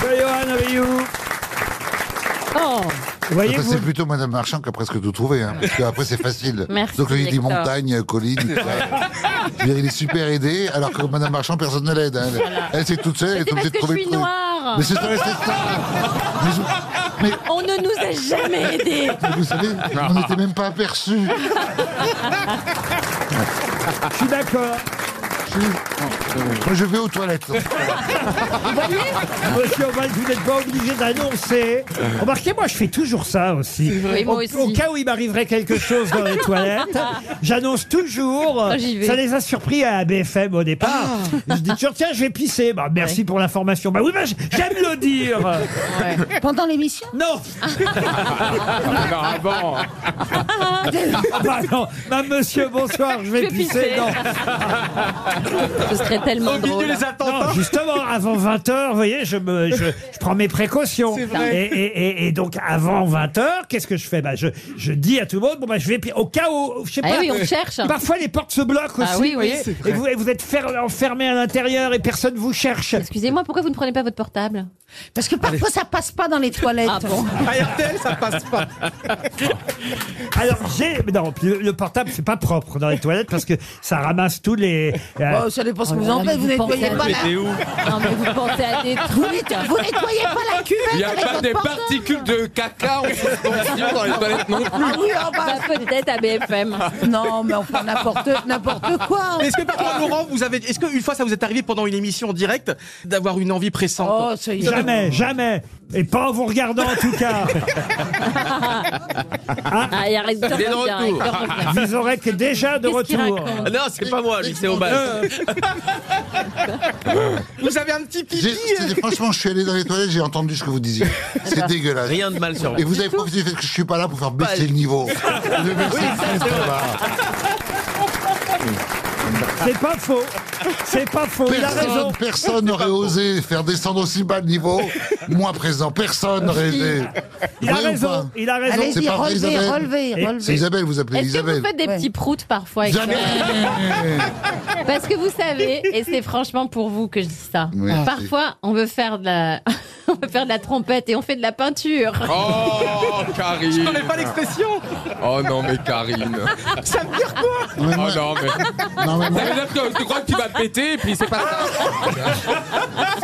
Speaker 2: de Johan Rioux.
Speaker 8: Oh,
Speaker 2: Vous voyez,
Speaker 6: Ça,
Speaker 2: vous,
Speaker 6: C'est plutôt Madame Marchand qui a presque tout trouvé, hein, parce qu'après c'est facile.
Speaker 8: Merci,
Speaker 6: Donc il dit
Speaker 8: Hector.
Speaker 6: montagne, colline. tout ça. Je veux dire, il est super aidé, alors que Madame Marchand, personne ne l'aide. hein. Elle- Elle, c'est toute seule, elle
Speaker 8: Mais
Speaker 6: est
Speaker 8: c'est parce
Speaker 6: obligée de
Speaker 8: que je
Speaker 6: trouver
Speaker 8: suis
Speaker 6: le truc.
Speaker 8: noire.
Speaker 6: Mais c'est ça, c'est ça. Mais, je- mais-
Speaker 8: on ne nous a jamais aidés.
Speaker 6: mais vous savez, on n'était même pas aperçus.
Speaker 2: je suis d'accord.
Speaker 6: Je- Moi, je vais aux toilettes.
Speaker 2: Monsieur Oval, vous n'êtes pas obligé d'annoncer. Remarquez, moi, je fais toujours ça aussi.
Speaker 8: Oui, moi
Speaker 2: au,
Speaker 8: aussi.
Speaker 2: au cas où il m'arriverait quelque chose dans les toilettes, j'annonce toujours.
Speaker 8: Ah, j'y vais. Ah.
Speaker 2: Ça les a surpris à BFM au départ. Je dis toujours, tiens, je vais pisser. Bah, merci pour l'information. Bah oui, bah, j- j'aime le dire.
Speaker 7: Pendant l'émission
Speaker 2: Non. Ah, bah, non. Bah, monsieur, bonsoir, je vais
Speaker 8: Je vais
Speaker 2: pisser.
Speaker 8: pisser.
Speaker 2: Non.
Speaker 8: Ce serait tellement drôle.
Speaker 2: Non, justement, avant 20h, vous voyez, je, me, je, je prends mes précautions. Et, et- et- et donc, avant 20h, qu'est-ce que je fais bah, je, je dis à tout le monde, bon, bah, je vais pi- au cas où, je sais
Speaker 8: Eh
Speaker 2: pas.
Speaker 8: oui, on cherche.
Speaker 2: Parfois, les portes se bloquent
Speaker 8: Ah oui,
Speaker 2: aussi, vous
Speaker 8: oui.
Speaker 2: voyez.
Speaker 8: C'est
Speaker 2: Et vous, et vous êtes fer- enfermé à l'intérieur et personne vous cherche.
Speaker 8: Excusez-moi, pourquoi vous ne prenez pas votre portable
Speaker 7: Parce que parfois ça passe pas dans les toilettes.
Speaker 8: Ah bon
Speaker 5: ça passe pas.
Speaker 2: Alors, j'ai. mais Non, le, le portable, c'est pas propre dans les toilettes parce que ça ramasse tous les. euh,
Speaker 7: Oh, ça dépend ce que
Speaker 8: Oh
Speaker 7: vous
Speaker 8: là
Speaker 7: en
Speaker 8: là,
Speaker 7: faites. Vous
Speaker 8: mais vous
Speaker 7: nettoyez
Speaker 8: pensez
Speaker 7: pas
Speaker 8: à-
Speaker 7: la.
Speaker 9: où
Speaker 8: Non, mais vous pensez à des
Speaker 7: Vous,
Speaker 8: trucs.
Speaker 7: nettoyez- vous nettoyez pas la cuvette
Speaker 4: Il n'y a
Speaker 7: avec
Speaker 4: pas
Speaker 7: votre
Speaker 4: des
Speaker 7: portable.
Speaker 4: particules de caca en suspension dans les toilettes non plus.
Speaker 7: Ah oui, oh,
Speaker 8: Bah,
Speaker 7: bah,
Speaker 8: peut-être à BFM.
Speaker 7: Non, mais enfin, n'importe, n'importe quoi. hein.
Speaker 5: Est-ce que par contre, Laurent, vous avez, est-ce qu'une fois ça vous est arrivé pendant une émission en direct d'avoir une envie pressante
Speaker 7: Oh, ça y est.
Speaker 2: Jamais, jamais. Et pas en vous regardant, en tout cas.
Speaker 8: Ah, il y a Hector
Speaker 9: Des
Speaker 8: revient,
Speaker 9: retours.
Speaker 8: Hector revient.
Speaker 2: Vous aurez que déjà de
Speaker 8: Qu'est-ce qu'il
Speaker 2: retour. Euh,
Speaker 8: raconte
Speaker 9: Ah Non, c'est pas moi, lui, c'est au bas.
Speaker 5: Vous avez un petit
Speaker 6: J'ai-
Speaker 5: pipi
Speaker 6: c'était- Franchement, je suis allé dans les toilettes, j'ai entendu ce que vous disiez. C'est dégueulasse.
Speaker 9: Rien de mal sur
Speaker 6: Et
Speaker 9: vous.
Speaker 6: vous avez profité du fait que je suis pas là pour faire baisser
Speaker 9: Pas-
Speaker 6: le niveau. Le baisser très, très bas.
Speaker 2: C'est pas faux. C'est pas faux. Il a raison.
Speaker 6: Personne, personne n'aurait osé faire descendre aussi bas le niveau. Moi présent, personne n'aurait aidé.
Speaker 2: Il a
Speaker 6: Vrai ou
Speaker 2: raison.
Speaker 6: pas
Speaker 2: Il a raison.
Speaker 6: c'est
Speaker 7: Allez-y,
Speaker 6: pas vrai,
Speaker 7: relevez,
Speaker 6: Isabelle.
Speaker 7: relevez,
Speaker 2: Et-
Speaker 6: C'est
Speaker 7: relevez.
Speaker 6: Isabelle, vous appelez
Speaker 8: Est-ce que vous
Speaker 6: Isabelle.
Speaker 8: faites des
Speaker 7: Ouais.
Speaker 8: petits proutes parfois Hector
Speaker 6: Jamais.
Speaker 8: Parce que vous savez, et c'est franchement pour vous que je dis ça.
Speaker 6: Oui.
Speaker 8: Parfois, on veut faire de la, on veut faire de la trompette et on fait de la peinture.
Speaker 4: Oh, Karine.
Speaker 5: J'en ai pas l'expression.
Speaker 4: Oh non, mais Karine.
Speaker 5: Ça veut dire quoi
Speaker 6: Non, mais
Speaker 4: Oh
Speaker 6: moi-
Speaker 4: non, mais.
Speaker 6: non, mais moi-
Speaker 4: Ça veut dire que tu crois que tu vas péter et puis c'est pas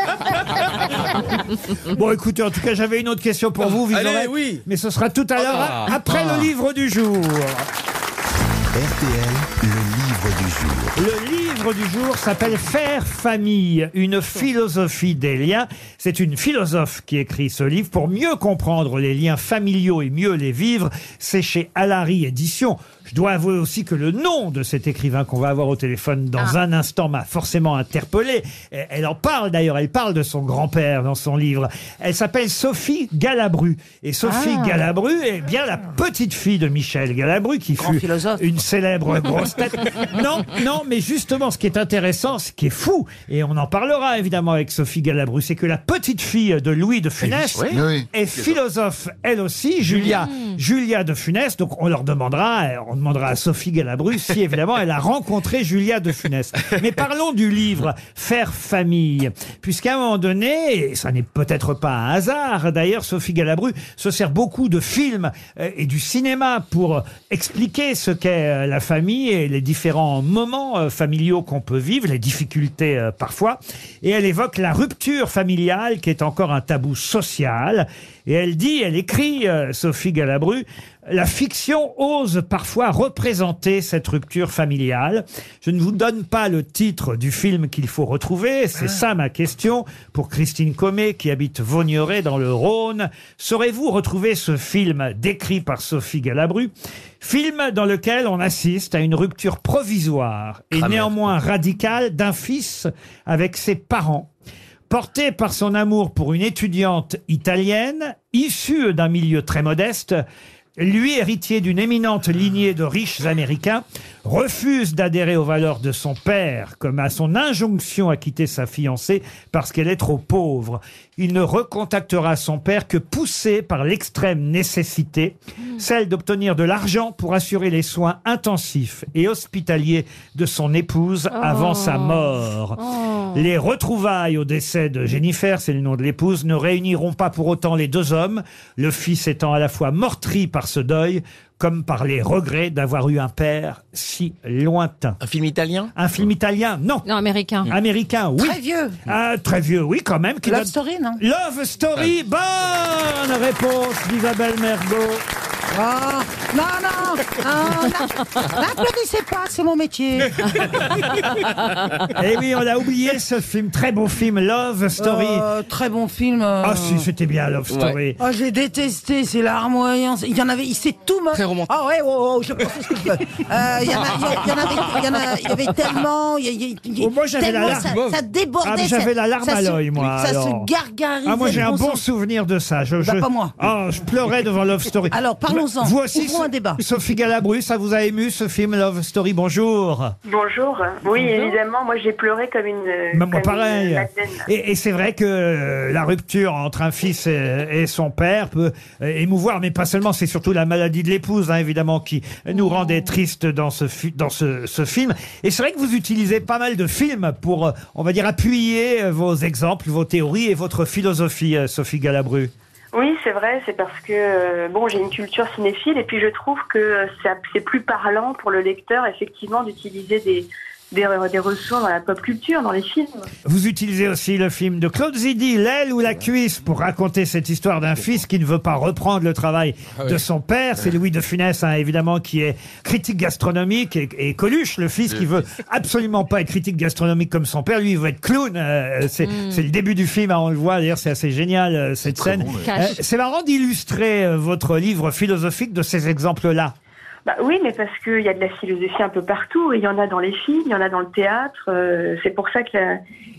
Speaker 4: ça.
Speaker 2: Bon, écoutez, en tout cas, j'avais une autre question pour vous. vous
Speaker 9: Allez,
Speaker 2: aurez-
Speaker 9: oui. Ah.
Speaker 2: Mais ce sera tout à l'heure, après le livre du jour.
Speaker 1: RTL, le livre du jour.
Speaker 2: Le livre du jour s'appelle Faire famille, une philosophie des liens. C'est une philosophe qui écrit ce livre pour mieux comprendre les liens familiaux et mieux les vivre. C'est chez Alary Édition. Je dois avouer aussi que le nom de cet écrivain qu'on va avoir au téléphone dans un instant m'a forcément interpellé. Elle elle en parle d'ailleurs, elle parle de son grand-père dans son livre. Elle s'appelle Sophie Galabru. Et Sophie Galabru est bien la petite fille de Michel Galabru qui fut
Speaker 7: philosophe.
Speaker 2: une célèbre grosse tête. Non, non, mais justement, ce qui est intéressant, ce qui est fou, et on en parlera évidemment avec Sophie Galabru, c'est que la petite fille de Louis de Funès
Speaker 14: Oui, oui.
Speaker 2: est philosophe, elle aussi, Julia, Julia de Funès. Donc on leur demandera, euh, on demandera à Sophie Galabru si évidemment elle a rencontré Julia de Funès. Mais parlons du livre Faire famille, puisqu'à un moment donné, et ça n'est peut-être pas un hasard, d'ailleurs, Sophie Galabru se sert beaucoup de films euh, et du cinéma pour expliquer ce qu'est euh, la famille et les différents moments euh, familiaux qu'on peut vivre, les difficultés euh, parfois. Et elle évoque la rupture familiale qui est encore un tabou social. Et elle dit, elle écrit, euh, Sophie Galabru, la fiction ose parfois représenter cette rupture familiale. Je ne vous donne pas le titre du film qu'il faut retrouver, c'est ça ma question. Pour Christine Comé, qui habite Vaugneray dans le Rhône, saurez-vous retrouver ce film décrit par Sophie Galabru Film dans lequel on assiste à une rupture provisoire et néanmoins radicale d'un fils avec ses parents. Porté par son amour pour une étudiante italienne, issue d'un milieu très modeste, lui, héritier d'une éminente lignée de riches américains, refuse d'adhérer aux valeurs de son père, comme à son injonction à quitter sa fiancée parce qu'elle est trop pauvre. Il ne recontactera son père que poussé par l'extrême nécessité, celle d'obtenir de l'argent pour assurer les soins intensifs et hospitaliers de son épouse avant sa mort.
Speaker 8: Oh.
Speaker 2: Les retrouvailles au décès de Jennifer, c'est le nom de l'épouse, ne réuniront pas pour autant les deux hommes, le fils étant à la fois meurtri par ce deuil comme par les regrets d'avoir eu un père si lointain. Un film italien Un film italien, non. Mmh.
Speaker 8: Non, américain.
Speaker 2: Américain, oui.
Speaker 8: Très vieux.
Speaker 2: Ah, très vieux, oui, quand même. qui
Speaker 8: Love
Speaker 2: donne-
Speaker 8: Story, non
Speaker 2: Love Story, bonne réponse d'Isabelle Mergot.
Speaker 7: Ah, non, non, ah, n'a- n'applaudissez pas, c'est mon métier.
Speaker 2: Et Eh oui, on a oublié ce film, très beau film, Love Story.
Speaker 7: Euh, très bon film.
Speaker 2: Ah si, c'était bien Love Story.
Speaker 7: Oh, j'ai détesté, c'est larmoyant. Il y en avait, il s'est tout moqué. Ah ouais, oh, oh, je pensais ce que je veux. Euh, Il y en a- il y en- il y en avait- il y en a- il y avait tellement. il y a- il y a- il y a-
Speaker 2: Oh, moi, j'avais la
Speaker 7: tellement,
Speaker 2: larme.
Speaker 7: Ça, ça débordait.
Speaker 2: Ah, mais j'avais
Speaker 7: ça-
Speaker 2: la larme
Speaker 7: ça
Speaker 2: à
Speaker 7: se-
Speaker 2: l'œil, moi,
Speaker 7: Ça
Speaker 2: alors.
Speaker 7: se gargarisait.
Speaker 2: Ah, moi j'ai
Speaker 7: le
Speaker 2: un bon
Speaker 7: sens.
Speaker 2: souvenir de ça. Je,
Speaker 7: Bah,
Speaker 2: je-
Speaker 7: pas moi.
Speaker 2: Ah, je pleurais devant Love Story.
Speaker 7: Alors, parlons-en.
Speaker 2: Vous aussi,
Speaker 7: Ouvrons
Speaker 2: So-
Speaker 7: un débat.
Speaker 2: Sophie Galabru, ça vous a ému ce film Love Story Bonjour.
Speaker 15: Bonjour. Oui,
Speaker 2: Bonjour.
Speaker 15: évidemment, moi j'ai pleuré comme une.
Speaker 2: Bah, moi,
Speaker 15: comme une
Speaker 2: pareil.
Speaker 15: euh, madeleine.
Speaker 2: Et, et c'est vrai que euh, la rupture entre un fils et, et son père peut euh, émouvoir, mais pas seulement. C'est surtout la maladie de l'épouse, hein, évidemment, qui nous rendait tristes dans ce fi- dans ce, ce film. Et c'est vrai que vous utilisez pas mal de films pour, euh, on va dire, appuyer euh, vos exemples, vos théories et votre philosophie, euh, Sophie Galabru.
Speaker 15: Oui, c'est vrai, c'est parce que euh, bon, j'ai une culture cinéphile et puis je trouve que ça- c'est plus parlant pour le lecteur, effectivement, d'utiliser des, des, des ressources dans la pop culture, dans les films.
Speaker 2: Vous utilisez aussi le film de Claude Zidi, L'aile ou la cuisse, pour raconter cette histoire d'un fils qui ne veut pas reprendre le travail de son père. C'est Louis de Funès, hein, évidemment, qui est critique gastronomique et, et Coluche, le fils qui veut absolument pas être critique gastronomique comme son père. Lui, il veut être clown. euh, c'est c'est le début du film, hein, on le voit. D'ailleurs, c'est assez génial, euh, cette scène.
Speaker 15: bon, ouais.
Speaker 2: Euh, c'est marrant d'illustrer euh, votre livre philosophique de ces exemples-là.
Speaker 15: Bah oui, mais parce qu'il y a de la philosophie un peu partout. et Il y en a dans les films, il y en a dans le théâtre. euh, c'est pour ça que, euh,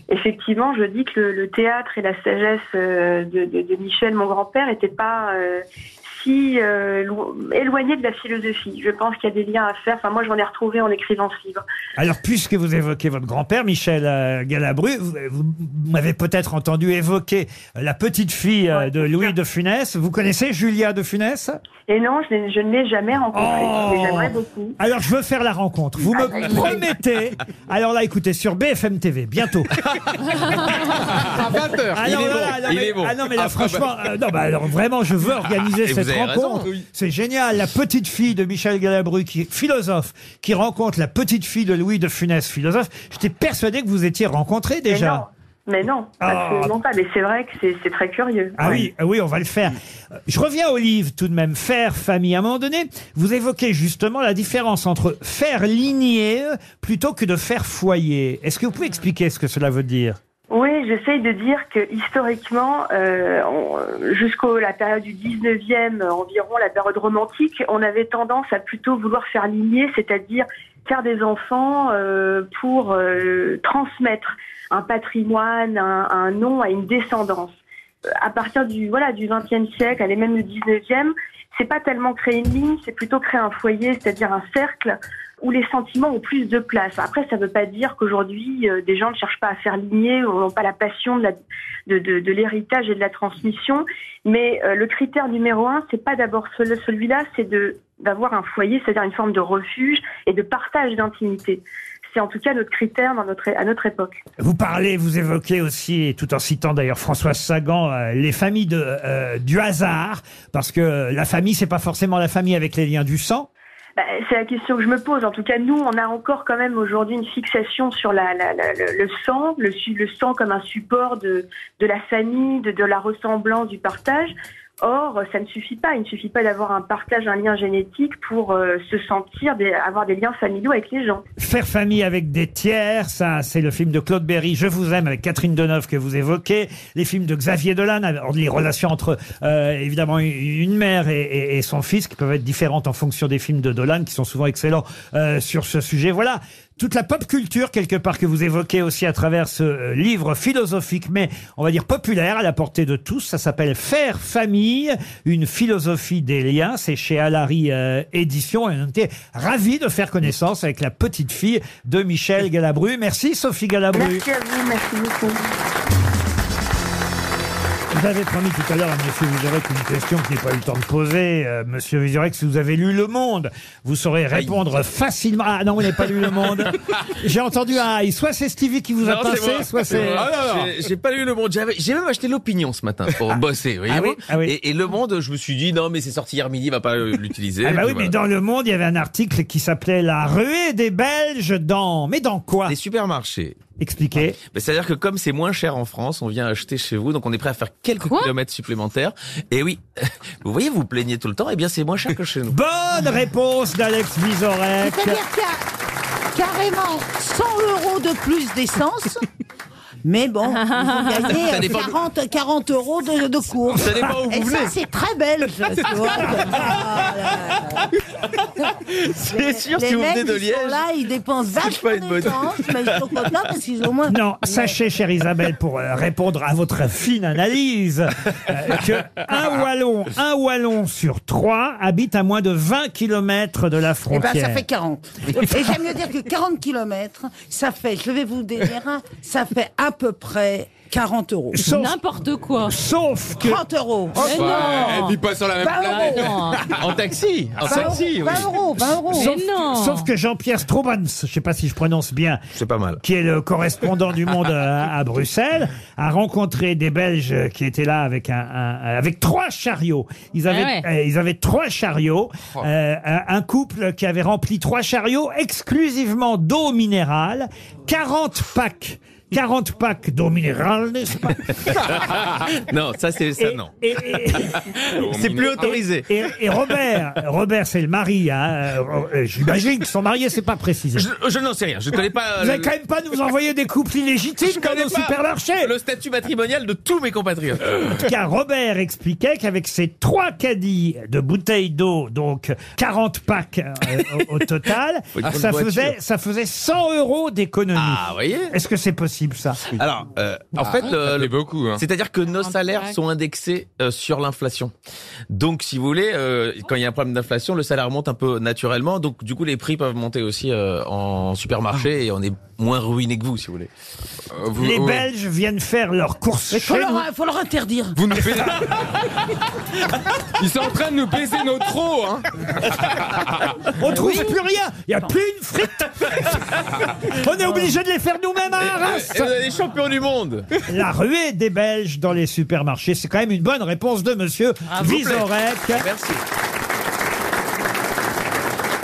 Speaker 15: effectivement, je dis que le, le théâtre et la sagesse euh, de, de- de Michel, mon grand-père, n'étaient pas euh, si euh, lo- éloignés de la philosophie. Je pense qu'il y a des liens à faire. Enfin, moi, j'en ai retrouvé en écrivant ce livre.
Speaker 2: Alors, puisque vous évoquez votre grand-père, Michel euh, Galabru, vous, vous m'avez peut-être entendu évoquer la petite fille euh, de Louis de Funès. Vous connaissez Julia de Funès
Speaker 15: Et non, je, n'ai- je ne l'ai jamais rencontré.
Speaker 2: Oh.
Speaker 15: Mais j'aimerais beaucoup.
Speaker 2: Alors, je veux faire la rencontre. Vous me
Speaker 15: Ah,
Speaker 2: promettez. Alors là, écoutez, sur BFM TV, bientôt.
Speaker 9: À 20 heures,
Speaker 2: Ah
Speaker 9: il
Speaker 2: non,
Speaker 9: est
Speaker 2: là,
Speaker 9: bon,
Speaker 2: là, non,
Speaker 9: il
Speaker 2: mais-
Speaker 9: est bon.
Speaker 2: Ah non, mais là,
Speaker 9: Ah,
Speaker 2: franchement,
Speaker 9: bah- Ah,
Speaker 2: euh, non, bah, alors, vraiment, je veux organiser
Speaker 9: et vous
Speaker 2: cette
Speaker 9: avez raison,
Speaker 2: rencontre.
Speaker 9: oui.
Speaker 2: C'est génial. La petite fille de Michel Galabru, qui est philosophe, qui rencontre la petite fille de Louis de Funès, philosophe. J'étais persuadé que vous étiez rencontrés déjà.
Speaker 15: Mais non, absolument pas. Mais c'est vrai que c'est- c'est très curieux.
Speaker 2: Ah oui, ah oui, on va le faire. Euh, Je reviens au livre tout de même, Faire famille. À un moment donné, vous évoquez justement la différence entre faire lignée euh, plutôt que de faire foyer. Est-ce que vous pouvez expliquer ce que cela veut dire
Speaker 15: Oui, j'essaye de dire que historiquement, euh, on- jusqu'au la période du 19e euh, environ, la période romantique, on avait tendance à plutôt vouloir faire lignée, c'est-à-dire faire des enfants euh, pour euh, transmettre un patrimoine, un, un nom à une descendance. Euh, À partir du voilà du 20e siècle, allez même du 19e, c'est pas tellement créer une ligne, c'est plutôt créer un foyer, c'est-à-dire un cercle, où les sentiments ont plus de place. Après, ça ne veut pas dire qu'aujourd'hui, euh, des gens ne cherchent pas à faire ligner ou n'ont pas la passion de, la- de, de- de l'héritage et de la transmission. Mais euh, le critère numéro un, c'est pas d'abord ce- celui-là, c'est de d'avoir un foyer, c'est-à-dire une forme de refuge et de partage d'intimité. C'est en tout cas notre critère dans notre, à notre époque.
Speaker 2: Vous parlez, vous évoquez aussi, et tout en citant d'ailleurs François Sagan, euh, les familles de, euh, du hasard, parce que la famille, c'est pas forcément la famille avec les liens du sang.
Speaker 15: Bah, C'est la question que je me pose. En tout cas, nous, on a encore quand même aujourd'hui une fixation sur la, la- la- le, le sang, le, su- le sang comme un support de, de la famille, de, de la ressemblance, du partage. Or, ça ne suffit pas. Il ne suffit pas d'avoir un partage, un lien génétique pour euh, se sentir, des- avoir des liens familiaux avec les gens.
Speaker 2: Faire famille avec des tiers, ça, c'est le film de Claude Berry, Je vous aime, avec Catherine Deneuve que vous évoquez, les films de Xavier Dolan, alors, les relations entre, euh, évidemment, une mère et, et- et son fils, qui peuvent être différentes en fonction des films de Dolan, qui sont souvent excellents euh, sur ce sujet. Voilà, toute la pop culture, quelque part, que vous évoquez aussi à travers ce euh, livre philosophique, mais on va dire populaire, à la portée de tous, ça s'appelle Faire famille, une philosophie des liens, c'est chez Alary euh, Édition, et on était ravis de faire connaissance avec la petite fille de Michel Galabru. Merci Sophie Galabru.
Speaker 15: Merci à vous, merci beaucoup.
Speaker 2: Vous avez promis tout à l'heure à Monsieur Vizorek une question que je n'ai pas eu le temps de poser. Euh, Monsieur Vizorek, si vous avez lu Le Monde, vous saurez répondre facilement. Ah non, vous n'avez pas lu Le Monde. J'ai entendu un aïe. Soit c'est Ah, Stevie qui vous a
Speaker 9: Non, c'est
Speaker 2: pincé,
Speaker 9: moi,
Speaker 2: soit
Speaker 9: c'est
Speaker 2: c'est...
Speaker 9: moi. Ah J'ai- J'ai pas lu Le Monde. J'avais- J'ai même acheté l'opinion ce matin pour bosser. voyez-vous.
Speaker 2: oui, ah oui.
Speaker 9: Et, et Le Monde, je me suis dit, non, mais c'est sorti hier midi, il va pas euh, l'utiliser.
Speaker 2: Ah bah
Speaker 9: Et
Speaker 2: oui,
Speaker 9: puis voilà.
Speaker 2: mais dans Le Monde, il y avait un article qui s'appelait La ruée des Belges dans... Mais dans quoi
Speaker 9: Les supermarchés.
Speaker 2: Expliquez.
Speaker 9: Mais C'est-à-dire que comme c'est moins cher en France, on vient acheter chez vous, donc on est prêt à faire quelques kilomètres supplémentaires. Et oui, vous voyez, vous plaignez tout le temps, et bien c'est moins cher que chez nous.
Speaker 2: Bonne réponse d'Alex Vizorek.
Speaker 7: C'est-à-dire qu'il y a carrément 100 euros de plus d'essence. Mais bon, ils ont gagné
Speaker 9: Ça dépend-
Speaker 7: 40, 40 euros de, de course.
Speaker 9: Ça dépend où
Speaker 7: Et
Speaker 9: vous
Speaker 7: ça,
Speaker 9: venez.
Speaker 7: c'est très belge. tu vois. Ah, là, là, là.
Speaker 9: C'est sûr,
Speaker 7: Les
Speaker 9: si vous
Speaker 7: mecs,
Speaker 9: venez de
Speaker 7: Ils sont
Speaker 9: Liège.
Speaker 7: là, ils dépensent
Speaker 9: C'est pas une
Speaker 7: vachement
Speaker 9: bonne-
Speaker 7: d'essence, mais ils sont contents parce qu'ils ont moins...
Speaker 2: Non, sachez, chère Isabelle, pour euh, répondre à votre fine analyse, euh, que un Wallon, un Wallon sur trois habite à moins de 20 kilomètres de la
Speaker 7: Eh
Speaker 2: frontière.
Speaker 7: ben, ça fait 40. Et j'aime mieux dire que 40 kilomètres, ça fait, je vais vous dire, ça fait à peu près 40 euros.
Speaker 2: Sauf-
Speaker 7: N'importe quoi.
Speaker 2: Sauf que...
Speaker 7: 30 euros. Bah, oh,
Speaker 2: Oh,
Speaker 7: Mais
Speaker 2: bah,
Speaker 7: non.
Speaker 2: elle vit pas sur la même
Speaker 7: Vingt
Speaker 2: planète.
Speaker 7: euros.
Speaker 9: En taxi, en
Speaker 2: Bah
Speaker 7: Vingt
Speaker 9: taxi,
Speaker 7: euros,
Speaker 2: oh.
Speaker 9: oui.
Speaker 7: vingt euros, vingt euros.
Speaker 2: Sauf,
Speaker 7: Mais non.
Speaker 2: sauf que Jean-Pierre Strobans, je ne sais pas si je prononce bien,
Speaker 9: C'est pas mal.
Speaker 2: qui est le correspondant du Monde euh, à, à Bruxelles, a rencontré des Belges qui étaient là avec un, un- euh, avec trois chariots. Ils avaient
Speaker 14: Ah ouais.
Speaker 2: euh, ils avaient trois chariots,
Speaker 14: Oh.
Speaker 2: euh, un un couple qui avait rempli trois chariots exclusivement d'eau minérale, 40 packs. 40 packs d'eau minérale, n'est-ce pas
Speaker 9: non, ça c'est ça
Speaker 2: Et-
Speaker 9: non.
Speaker 2: et-
Speaker 9: c'est plus autorisé.
Speaker 2: Et, et Robert, Robert, c'est le mari. Hein, euh, euh, J'imagine qu'ils sont mariés, c'est pas précisé.
Speaker 9: Ah Je, je n'en sais rien, je ne connais pas. euh,
Speaker 2: Vous n'allez
Speaker 9: le-
Speaker 2: quand même pas nous envoyer des couples illégitimes
Speaker 9: je
Speaker 2: comme
Speaker 9: connais
Speaker 2: au
Speaker 9: pas
Speaker 2: supermarché.
Speaker 9: Le statut matrimonial de tous mes compatriotes.
Speaker 2: En tout cas, Robert expliquait qu'avec ses trois caddies de bouteilles d'eau, donc 40 packs euh, au, au total,
Speaker 9: Faut une
Speaker 2: ça
Speaker 9: bonne
Speaker 2: faisait,
Speaker 9: voiture.
Speaker 2: ça faisait 100 euros d'économie.
Speaker 9: Ah, voyez.
Speaker 2: Est-ce que c'est possible ça
Speaker 9: Alors, euh, en fait,
Speaker 2: ouais.
Speaker 9: le-
Speaker 2: Ça
Speaker 9: le-
Speaker 4: Ah, beaucoup, hein.
Speaker 9: C'est-à-dire que nos salaires
Speaker 2: pack.
Speaker 9: sont indexés euh, sur l'inflation. Donc, si vous voulez, euh, quand il y a un problème d'inflation, le salaire monte un peu naturellement. Donc, du coup, les prix peuvent monter aussi euh, en supermarché et on est moins ruiné que vous, si vous voulez.
Speaker 4: Euh,
Speaker 2: Les Belges viennent faire leurs courses
Speaker 7: Mais faut
Speaker 2: chez nous.
Speaker 7: leur, faut leur interdire.
Speaker 4: Vous nous faites- Ils sont en train de nous baiser
Speaker 2: Ah.
Speaker 4: nos crocs, hein.
Speaker 2: On trouve plus rien. Il n'y a plus une frite. On est obligé de les faire nous-mêmes à Arras.
Speaker 9: Et vous êtes les champions du monde
Speaker 2: La ruée des Belges dans les supermarchés, c'est quand même une bonne réponse de monsieur
Speaker 9: Ah, vous plaît.
Speaker 2: Vizorek.
Speaker 9: Merci.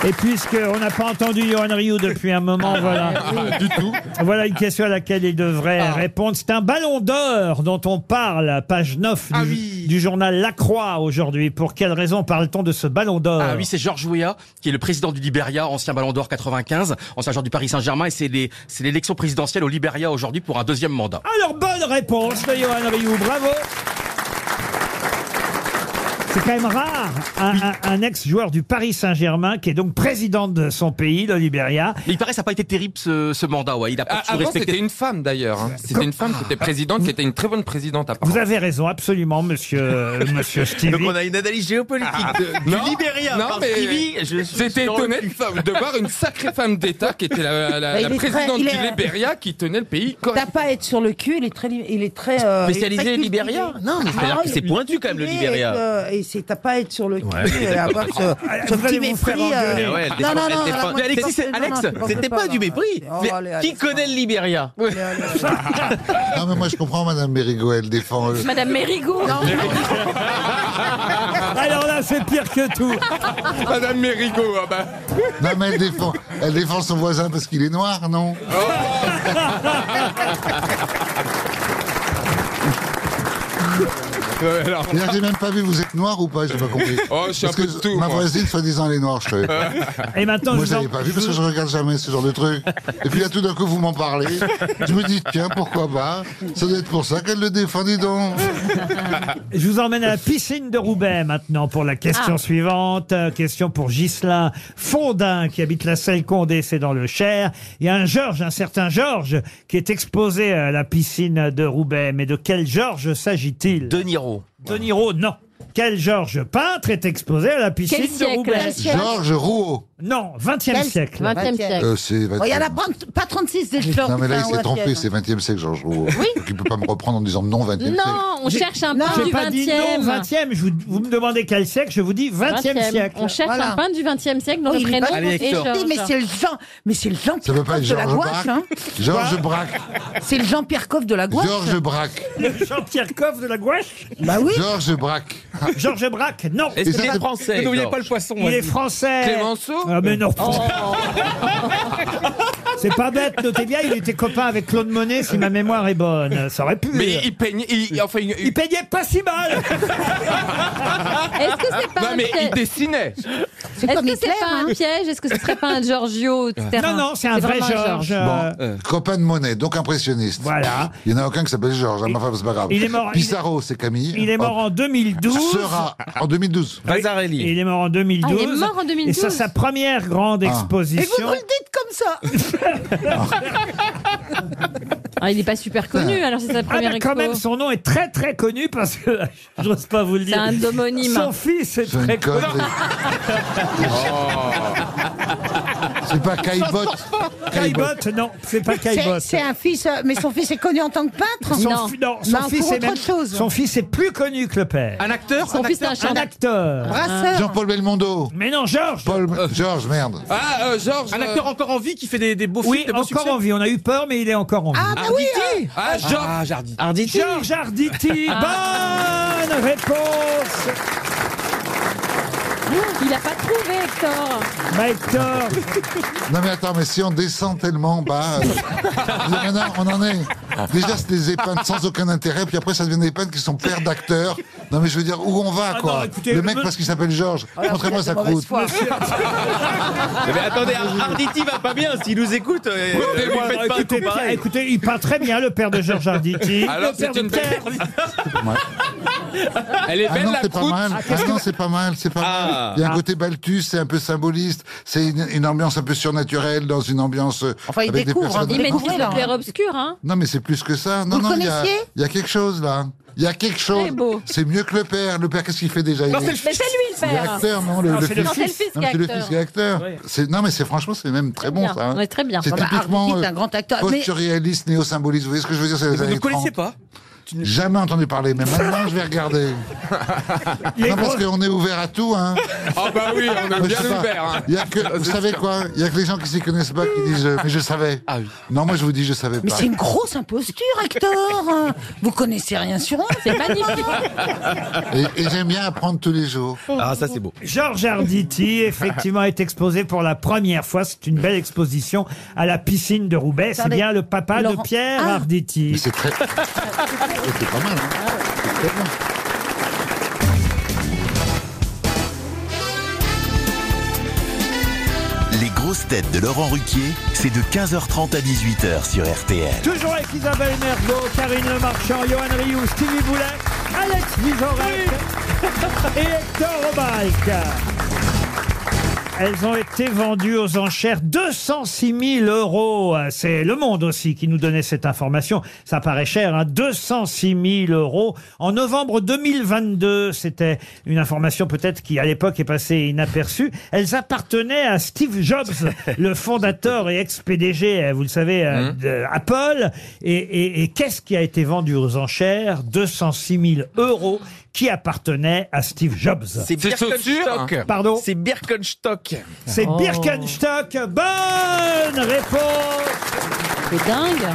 Speaker 2: Et puisque on n'a pas entendu Johan Rioux depuis un moment, voilà.
Speaker 4: Du tout.
Speaker 2: Voilà une question à laquelle il devrait répondre. C'est un ballon d'or dont on parle, à page 9 du, du journal La Croix aujourd'hui. Pour quelle raison parle-t-on de ce ballon d'or
Speaker 5: Ah oui, c'est Georges Weah, qui est le président du Liberia, ancien Ballon d'Or 95, ancien joueur du Paris Saint-Germain, et c'est les- c'est l'élection présidentielle au Liberia aujourd'hui pour un deuxième mandat.
Speaker 2: Alors, bonne réponse de Johan Rioux, bravo C'est quand même rare, un, un- un ex-joueur du Paris Saint-Germain qui est donc président de son pays, le Libéria.
Speaker 5: Mais il paraît que ça n'a pas été terrible ce, ce mandat, ouais. Il a pas
Speaker 4: Ah,
Speaker 5: toujours
Speaker 4: Avant,
Speaker 5: respecté.
Speaker 4: c'était une femme d'ailleurs. hein. C'était une femme qui était présidente, qui était une très bonne présidente à part.
Speaker 2: Vous avez raison, absolument, monsieur, euh, monsieur Stevie.
Speaker 4: Donc
Speaker 9: on a une analyse géopolitique
Speaker 4: de- du Libéria par Stevie, je suis C'était sur le étonnant cul. de femme- de voir une sacrée femme d'État qui était la, la-
Speaker 2: Bah,
Speaker 7: Mais
Speaker 4: la
Speaker 7: il est très-
Speaker 4: présidente
Speaker 7: il
Speaker 4: du
Speaker 7: est-
Speaker 4: Libéria qui tenait le pays.
Speaker 7: T'as pas à être sur le cul, il est très. li- Il est très euh,
Speaker 4: Spécialisé
Speaker 7: il est très
Speaker 4: Libéria
Speaker 7: cultivé.
Speaker 4: Non, mais c'est-à-dire
Speaker 7: Ah,
Speaker 4: que c'est
Speaker 7: il est
Speaker 4: pointu quand même, le
Speaker 7: cultivé
Speaker 4: Libéria.
Speaker 7: Et, euh, et c'est t'as pas à être sur le cul
Speaker 9: Ouais,
Speaker 7: et avoir
Speaker 2: Ah,
Speaker 9: d'accord.
Speaker 7: ce, ce
Speaker 9: Vous
Speaker 7: petit
Speaker 9: allez vous
Speaker 7: mépris.
Speaker 9: faire engueuler.
Speaker 7: euh,
Speaker 9: Ouais, elle
Speaker 7: non,
Speaker 9: défend-
Speaker 7: non,
Speaker 9: elle
Speaker 7: non,
Speaker 9: défend-
Speaker 7: la moindre
Speaker 9: Mais Alexis, c'est-
Speaker 7: défense- non,
Speaker 9: Alex,
Speaker 7: non, je pense
Speaker 9: c'était pas
Speaker 7: non,
Speaker 9: du mépris.
Speaker 7: allez, oh,
Speaker 9: Mais
Speaker 7: allez,
Speaker 9: qui
Speaker 7: Alex,
Speaker 9: connaît le Libéria
Speaker 6: Non, mais moi je comprends, Madame Mérigo, elle défend. euh,
Speaker 8: Madame Mérigo
Speaker 2: Alors là, c'est pire que tout.
Speaker 4: Madame Mérigo, ah bah.
Speaker 6: Non, mais elle défend, elle défend son voisin parce qu'il est noir, non D'ailleurs, j'ai même pas vu, vous êtes noir ou pas J'ai pas compris.
Speaker 4: Oh, je suis un
Speaker 6: Parce que
Speaker 4: peu de tout,
Speaker 6: Ma
Speaker 4: moi.
Speaker 6: voisine, soi-disant, elle est noire, je savais. pas.
Speaker 2: Et maintenant,
Speaker 6: moi,
Speaker 2: je
Speaker 6: je
Speaker 2: vous en-
Speaker 6: l'avais pas vu parce que je regarde jamais ce genre de truc. Et puis là, tout d'un coup, vous m'en parlez. Je me dis, tiens, pourquoi pas Ça doit être pour ça qu'elle le défend, dis donc.
Speaker 2: Je vous emmène à la piscine de Roubaix maintenant pour la question
Speaker 6: Ah.
Speaker 2: suivante. Euh, Question pour Ghislain Fondin qui habite la seille Condé, c'est dans le Cher. Il y a un Georges, un certain Georges, qui est exposé à la piscine de Roubaix. Mais de quel Georges s'agit-il De
Speaker 5: Niro.
Speaker 2: De Niro, non. Quel Georges peintre est exposé à la piscine
Speaker 7: Quel siècle
Speaker 2: de Roubaix
Speaker 7: Quel siècle Georges
Speaker 6: Rouault.
Speaker 2: Non, 20e
Speaker 7: Quel-
Speaker 2: siècle.
Speaker 7: 20e siècle.
Speaker 6: Euh, c'est
Speaker 7: Oh, Il y en a pas, pas 36 des fleurs.
Speaker 6: Non, mais là, il
Speaker 7: enfin,
Speaker 6: s'est
Speaker 7: ouais,
Speaker 6: trompé,
Speaker 7: Pierre.
Speaker 6: c'est 20e siècle, Georges Rouault. Donc, il peut pas me reprendre en disant non, 20e siècle.
Speaker 8: Non, on cherche un pain
Speaker 2: J'ai
Speaker 8: du
Speaker 2: pas dit non,
Speaker 8: 20e.
Speaker 2: 20e. Je vous, vous me demandez quel siècle, je vous dis 20e, siècle.
Speaker 8: On cherche
Speaker 7: Voilà.
Speaker 8: un pain du 20e siècle dont
Speaker 7: Oh,
Speaker 8: le
Speaker 7: il est
Speaker 8: prénom
Speaker 7: pas
Speaker 8: est
Speaker 7: gentil,
Speaker 8: Georges.
Speaker 7: mais c'est le Jean, mais c'est le Jean
Speaker 6: Ça peut pas être
Speaker 7: Pierre de la
Speaker 6: Georges
Speaker 7: gouache,
Speaker 6: Braque.
Speaker 7: hein.
Speaker 6: Georges Braque.
Speaker 7: C'est le Jean Pierre Coff de la gouache.
Speaker 6: Georges Braque.
Speaker 2: Le Jean-Pierre Coff de la gouache
Speaker 7: Bah oui.
Speaker 6: Georges Braque.
Speaker 2: Georges Braque, non.
Speaker 6: Est-ce Et qu'il ça, est c'est- français,
Speaker 2: Mais
Speaker 6: Georges
Speaker 2: Il est français.
Speaker 4: Clémenceau Oh.
Speaker 2: Ah, mais non. C'est pas bête, notez bien, il était copain avec Claude Monet, si ma mémoire est bonne. Ça aurait pu.
Speaker 4: Mais il peignait. Il, enfin, il, il
Speaker 2: peignait pas si mal
Speaker 8: Est-ce que c'est pas
Speaker 4: Non,
Speaker 8: un
Speaker 4: mais il
Speaker 8: piège
Speaker 4: dessinait
Speaker 8: Est-ce que c'est pas
Speaker 7: hein
Speaker 8: un piège Est-ce que ce serait pas un Giorgio etc. vraiment
Speaker 6: Bon,
Speaker 4: euh.
Speaker 6: Copain de Monet, donc impressionniste.
Speaker 2: euh, Voilà.
Speaker 6: Il n'y en a aucun qui s'appelle Georges, hein, mais enfin, c'est pas grave.
Speaker 2: il est mort-
Speaker 6: Pissarro, c'est Camille.
Speaker 2: Il est mort en 2012.
Speaker 6: Sera en 2012.
Speaker 9: Vasarely.
Speaker 2: Il est mort en 2012.
Speaker 7: Ah, il est mort en
Speaker 2: Et ça,
Speaker 7: 2012.
Speaker 2: sa première grande
Speaker 6: Ah.
Speaker 2: exposition.
Speaker 7: Et vous vous le dites comme ça.
Speaker 8: Ah, il n'est pas super connu, alors c'est sa
Speaker 2: Ah,
Speaker 8: première
Speaker 2: mais quand
Speaker 8: expo.
Speaker 2: même, son nom est très très connu parce que j'ose pas vous le
Speaker 8: C'est
Speaker 2: dire.
Speaker 8: un homonyme.
Speaker 2: Son fils est
Speaker 6: C'est une
Speaker 2: très connu. Oh.
Speaker 6: connerie. C'est pas Ah, Caillebotte.
Speaker 2: Caillebotte, non, c'est pas Caillebotte.
Speaker 7: C'est c'est un fils, euh, mais son fils est connu en tant que peintre.
Speaker 2: Son, fi- non, son
Speaker 7: Bah,
Speaker 2: fils
Speaker 7: pour
Speaker 2: est
Speaker 7: autre
Speaker 2: même-
Speaker 7: chose.
Speaker 2: son fils est plus connu que le père.
Speaker 9: Un acteur
Speaker 8: Son fils, c'est un
Speaker 2: Un
Speaker 8: chanteur.
Speaker 2: acteur.
Speaker 7: Brasseur.
Speaker 6: Jean-Paul Belmondo.
Speaker 2: Mais non, Georges.
Speaker 6: Paul... Georges, merde.
Speaker 4: Ah, euh, Georges.
Speaker 9: Un acteur encore en vie qui fait des, des beaux
Speaker 2: Oui,
Speaker 9: films, des beaux
Speaker 2: encore
Speaker 9: succès.
Speaker 2: en vie. On a eu peur, mais il est encore en vie.
Speaker 7: Ah bah oui. hein.
Speaker 4: Ah, Georges.
Speaker 9: Ah, Jardy.
Speaker 2: Georges Arditi. Bonne réponse.
Speaker 8: Il n'a pas trouvé, Hector.
Speaker 2: Bah, Hector.
Speaker 6: Non mais attends, mais si on descend tellement bas, euh, je veux dire, maintenant, on en est. Déjà, c'est des épingles sans aucun intérêt, puis après, ça devient des épingles qui sont pères d'acteurs. Non mais je veux dire, où on va,
Speaker 2: Ah
Speaker 6: quoi
Speaker 2: non, écoutez,
Speaker 6: Le
Speaker 2: le
Speaker 6: mec,
Speaker 2: me-
Speaker 6: parce qu'il s'appelle Georges,
Speaker 7: Ah, la
Speaker 6: montrez-moi
Speaker 7: fille a
Speaker 6: sa
Speaker 7: de mauvaise
Speaker 6: croûte. Ah
Speaker 7: foi.
Speaker 9: Mais attendez, Arditi va pas bien. S'il nous écoute, euh, lui
Speaker 2: Alors,
Speaker 9: faites pas un
Speaker 2: écoutez,
Speaker 9: coup pareil.
Speaker 2: écoutez, il peint très bien le père de Georges Arditi.
Speaker 4: Alors,
Speaker 2: Le père
Speaker 4: c'est
Speaker 2: de
Speaker 4: une belle-
Speaker 2: Pierre.
Speaker 4: Elle est
Speaker 6: Ah
Speaker 4: belle
Speaker 6: non,
Speaker 4: la
Speaker 6: c'est pas
Speaker 4: croûte.
Speaker 6: mal. Ah non, c'est pas mal, c'est pas mal. Il y a un côté Balthus, c'est un peu symboliste. C'est une, une ambiance un peu surnaturelle dans une ambiance euh,
Speaker 7: Enfin, il
Speaker 6: avec
Speaker 7: découvre,
Speaker 6: des personnes.
Speaker 7: hein,
Speaker 8: Il maîtrise
Speaker 7: découvrez, là,
Speaker 8: le clair-obscur, hein.
Speaker 6: Non, mais c'est plus que ça. Non,
Speaker 7: Vous le
Speaker 6: non, il y a,
Speaker 7: connaissiez
Speaker 6: il y a quelque chose là. Il y a quelque chose.
Speaker 8: Très beau.
Speaker 6: C'est mieux que le père. Le père, qu'est-ce qu'il fait déjà
Speaker 9: Non,
Speaker 6: Il
Speaker 9: c'est
Speaker 6: est-
Speaker 9: le
Speaker 8: Mais
Speaker 9: fils.
Speaker 8: c'est lui le
Speaker 6: il est
Speaker 8: père.
Speaker 6: acteur, non, le,
Speaker 2: Non,
Speaker 6: le
Speaker 2: c'est
Speaker 6: fils.
Speaker 2: le
Speaker 8: fils qui est
Speaker 6: Non, mais c'est le
Speaker 8: acteur.
Speaker 6: fils qui est acteur.
Speaker 2: Ouais.
Speaker 6: C'est- Non, mais c'est franchement, c'est même très bon
Speaker 8: bien.
Speaker 6: ça. hein.
Speaker 8: Ouais, très bien.
Speaker 6: C'est
Speaker 8: Ah bah,
Speaker 6: typiquement
Speaker 7: Arditi est
Speaker 6: euh,
Speaker 7: un grand acteur. Mais-
Speaker 6: post-surréaliste, néo-symboliste. Vous voyez ce que je veux dire c'est les
Speaker 9: Vous ne
Speaker 6: années 30.
Speaker 9: connaissez pas
Speaker 6: Jamais entendu parler, mais maintenant je vais regarder.
Speaker 2: Les
Speaker 6: non, parce
Speaker 2: grosses-
Speaker 6: qu'on est ouvert à tout, hein.
Speaker 4: Ah, bah oui, on a
Speaker 6: Moi, je
Speaker 4: bien
Speaker 6: sais pas.
Speaker 4: ouvert. hein.
Speaker 6: Il y a que, vous savez quoi Il y a que les gens qui s'y connaissent pas qui disent euh, mais je savais.
Speaker 9: Ah oui.
Speaker 6: Non, moi je vous dis je savais
Speaker 7: Mais
Speaker 6: pas.
Speaker 7: c'est une grosse imposture, Hector. Vous connaissez rien sur eux.
Speaker 8: C'est magnifique.
Speaker 6: Et, et j'aime bien apprendre tous les jours.
Speaker 9: Ah, ça c'est beau.
Speaker 2: Georges Arditi, effectivement, est exposé pour la première fois. C'est une belle exposition à la piscine de Roubaix. C'est
Speaker 7: Attendez.
Speaker 2: bien le papa de
Speaker 7: Laurent-
Speaker 2: Pierre
Speaker 7: Ah.
Speaker 6: Mais
Speaker 2: Arditi.
Speaker 6: c'est très. c'est pas mal. Hein. C'est très bien.
Speaker 1: Les grosses têtes de Laurent Ruquier, c'est de 15h30 à 18h sur RTL.
Speaker 2: Toujours avec Isabelle Mergo, Karine Le Marchand, Johan Rioux, Stevie Boulet, Alex Vizorek et Hector Obalk. Elles ont été vendues aux enchères 206 000 euros. C'est Le Monde aussi qui nous donnait cette information. Ça paraît cher, hein, 206 000 euros. En novembre 2022, c'était une information peut-être qui à l'époque est passée inaperçue. Elles appartenaient à Steve Jobs, le fondateur et ex-PDG, euh, vous le savez, euh,
Speaker 14: Mhm.
Speaker 2: de Apple. Et, et- et qu'est-ce qui a été vendu aux enchères 206 000 euros qui appartenaient à Steve Jobs.
Speaker 9: C'est Birkenstock.
Speaker 2: Pardon
Speaker 9: C'est Birkenstock.
Speaker 2: C'est
Speaker 8: Oh.
Speaker 2: Birkenstock. Bonne réponse.
Speaker 8: C'est dingue.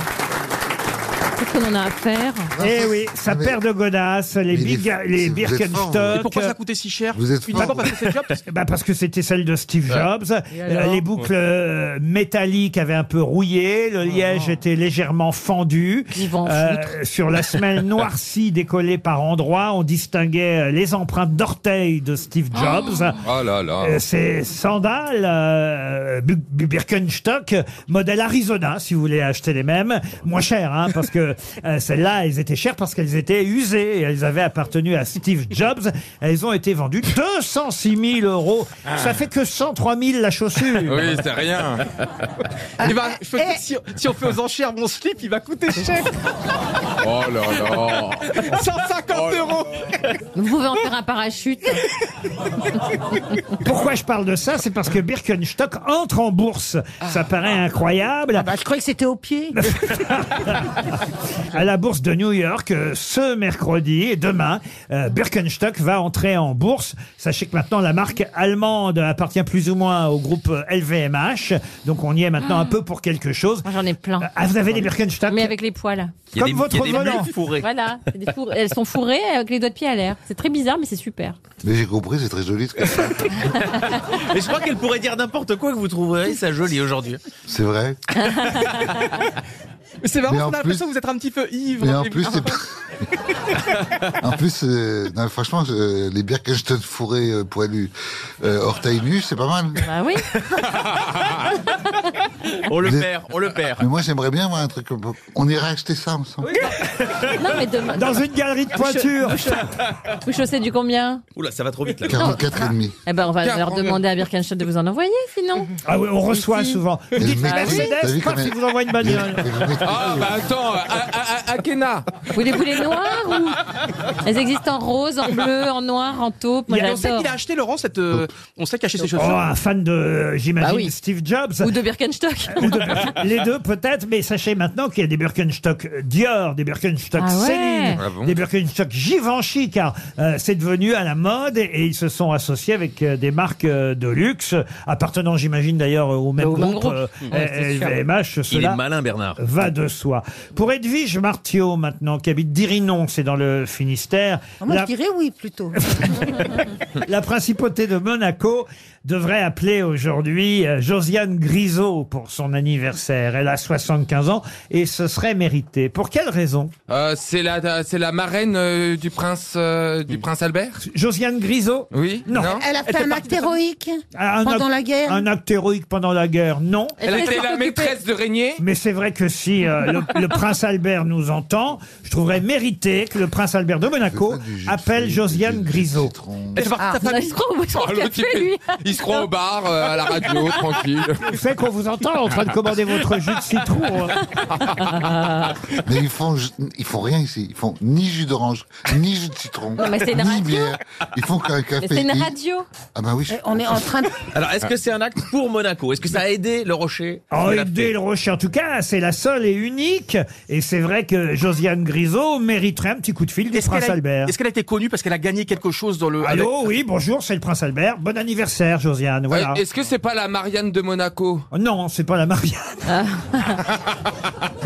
Speaker 8: Qu'est-ce qu'on en a à faire
Speaker 2: Eh oui, ça perd de godasses, les,
Speaker 8: Mais
Speaker 2: big,
Speaker 8: les-
Speaker 2: les
Speaker 8: vous êtes hein.
Speaker 2: Birkenstock.
Speaker 5: Et pourquoi ça coûtait si cher
Speaker 2: Vous êtes
Speaker 5: Uniquement parce que c'est Jobs
Speaker 2: Bah, parce que c'était celle de Steve
Speaker 5: Ouais.
Speaker 2: Jobs.
Speaker 5: Et
Speaker 2: Euh,
Speaker 5: alors
Speaker 2: les boucles euh, métalliques avaient un peu rouillé.
Speaker 5: Oh.
Speaker 2: Le liège était légèrement fendu. Euh, sur la semelle noircie décollée par endroits, on distinguait euh, les empreintes d'orteil de Steve
Speaker 5: Ah.
Speaker 2: Jobs.
Speaker 4: Oh là là.
Speaker 2: Euh, Ces sandales euh, Bu- Bu- Birkenstock, modèle Arizona, si vous voulez acheter les mêmes, moins cher, hein, parce que euh, celles-là, elles étaient chères parce qu'elles étaient usées, et elles avaient appartenu à Steve Jobs, elles ont été vendues 206 000 euros, ça fait que 103 000 la chaussure.
Speaker 4: Ah.
Speaker 2: Euh,
Speaker 4: Oui, c'est rien.
Speaker 5: Eh ben, je peux dire, si, si on fait aux enchères mon slip, il va coûter cher.
Speaker 4: Oh là là.
Speaker 5: 150 euros.
Speaker 8: Vous pouvez en faire un parachute.
Speaker 2: Pourquoi je parle de ça C'est parce que Birkenstock entre en bourse. Ça paraît incroyable. Ah bah, je croyais que c'était au pied. à la bourse de New York, euh, ce mercredi et demain, euh, Birkenstock va entrer en bourse. Sachez que maintenant, la marque allemande appartient plus ou moins au groupe euh, LVMH. Donc on y est maintenant un peu pour quelque chose.
Speaker 8: J'en ai plein.
Speaker 2: Ah, vous avez des Birkenstock
Speaker 8: Mais avec les poils.
Speaker 2: Il y a Comme des- votre il y a des volant. mules
Speaker 5: fourrées.
Speaker 8: Voilà. c'est des fourrées. Elles sont fourrées avec les doigts de pied à l'air. C'est très bizarre, mais c'est super.
Speaker 6: Mais j'ai compris, c'est très joli. ce que-
Speaker 9: Mais je crois qu'elle pourrait dire n'importe quoi que vous trouverez ça joli aujourd'hui.
Speaker 6: C'est vrai.
Speaker 5: Mais c'est marrant,
Speaker 6: Mais
Speaker 5: on
Speaker 6: en
Speaker 5: a l'impression
Speaker 6: plus-
Speaker 5: que vous êtes un petit peu ivre.
Speaker 6: Mais en
Speaker 5: Et-
Speaker 6: plus,
Speaker 5: Ah.
Speaker 6: c'est En plus, euh, non, franchement, euh, les Birkenstock fourrés euh, poilus, euh, orteil nu, c'est pas mal.
Speaker 8: Bah oui.
Speaker 9: On le
Speaker 6: Vous êtes-
Speaker 9: perd, on le perd.
Speaker 6: Mais moi, j'aimerais bien voir un truc. comme- On irait acheter ça ensemble.
Speaker 8: Non, mais demain.
Speaker 2: Dans une galerie de
Speaker 8: Vous,
Speaker 2: pointures.
Speaker 8: cha- vous chaussez du combien
Speaker 9: Oula, ça va trop vite là.
Speaker 6: 44 et demi.
Speaker 8: Eh ben, on va leur
Speaker 6: 49.
Speaker 8: demander à Birkenstock de vous en envoyer, sinon.
Speaker 2: Ah oui, on reçoit
Speaker 8: Ici.
Speaker 2: souvent. Vous
Speaker 8: Et
Speaker 2: dites
Speaker 8: le mec-
Speaker 2: Mercedes,
Speaker 8: Ah oui.
Speaker 2: paf, il vous envoie une bagnole.
Speaker 4: Ah bah attends, à- à- à- Akena.
Speaker 8: Voulez-vous les noirs ou Elles existent en rose, en bleu, en noir, en taupe. Moi,
Speaker 5: Il a- on sait
Speaker 8: j'adore.
Speaker 5: qu'il a acheté Laurent cette. euh, on sait qu'il a acheté ses
Speaker 2: Oh,
Speaker 5: chaussures.
Speaker 2: un fan de, euh, j'imagine,
Speaker 5: Bah oui.
Speaker 2: Steve Jobs.
Speaker 8: Ou de Birkenstock.
Speaker 2: Ou de- les deux peut-être, mais sachez maintenant qu'il y a des Birkenstock Dior, des Birkenstock
Speaker 8: Ah ouais.
Speaker 2: Céline,
Speaker 8: Ah bon
Speaker 2: des Birkenstock Givenchy, car euh, c'est devenu à la mode et, et ils se sont associés avec euh, des marques euh, de luxe, appartenant j'imagine d'ailleurs au même
Speaker 9: Au
Speaker 2: groupe,
Speaker 9: même groupe.
Speaker 2: euh,
Speaker 9: Ouais, c'est sûr.
Speaker 2: LVMH.
Speaker 9: Il
Speaker 2: Cela
Speaker 9: est malin, Bernard.
Speaker 2: va de soi. Pour Edwige Martiot maintenant, qui habite Dirinon, c'est dans le Finistère.
Speaker 7: Ah, Moi,
Speaker 2: la-
Speaker 7: je dirais oui, plutôt.
Speaker 2: la principauté de Monaco devrait appeler aujourd'hui euh, Josiane Grisot pour son anniversaire. Elle a 75 ans et ce serait mérité. Pour quelle raison
Speaker 4: Euh, c'est la, c'est la marraine euh, du prince, euh, du prince Albert.
Speaker 2: Josiane Grisot
Speaker 4: Oui.
Speaker 2: Non.
Speaker 7: Elle a fait un acte héroïque
Speaker 2: Un
Speaker 7: pendant
Speaker 2: ac-
Speaker 7: la guerre.
Speaker 2: Un acte héroïque pendant la guerre, non.
Speaker 4: Elle a été la maîtresse de régner.
Speaker 2: Mais c'est vrai que si euh, le, le prince Albert nous entend, je trouverais mérité que le prince Albert de Monaco appelle Josiane Grisot.
Speaker 8: Ah, il se croit au- il se croit
Speaker 4: Oh,
Speaker 8: au
Speaker 4: l'autre,
Speaker 8: café,
Speaker 4: il fait-
Speaker 8: lui.
Speaker 4: Il se croit au bar, euh, à la radio, tranquille.
Speaker 2: Vous savez qu'on vous entend en train de commander votre jus de citron. hein.
Speaker 6: Mais ils font, ju- ils font rien ici. Ils font ni jus d'orange, ni jus de citron,
Speaker 8: Non, mais c'est une
Speaker 6: ni
Speaker 8: radio.
Speaker 6: bière. Ils font qu'un
Speaker 8: Mais
Speaker 6: café.
Speaker 8: c'est une
Speaker 6: Ils-
Speaker 8: radio.
Speaker 6: Ah bah oui. je-
Speaker 7: Eh, On est en train de...
Speaker 9: Alors, est-ce que c'est un acte pour Monaco Est-ce que ça a aidé le rocher
Speaker 2: Oh,
Speaker 9: Ça l'a
Speaker 2: Aidé
Speaker 9: fait.
Speaker 2: le Rocher, en tout cas, c'est la seule et unique. Et c'est vrai que Josiane Grisot mériterait un petit coup de fil du
Speaker 5: Est-ce qu'elle
Speaker 2: Prince
Speaker 5: a-
Speaker 2: Albert.
Speaker 5: Est-ce qu'elle a été connue parce qu'elle a gagné quelque chose dans le.
Speaker 2: Allô, oui, bonjour, c'est le Prince Albert. Bon anniversaire, Josiane. Voilà. Oh
Speaker 4: Euh, Est-ce que c'est pas la Marianne de Monaco
Speaker 2: Non, c'est pas la Marianne. Ah.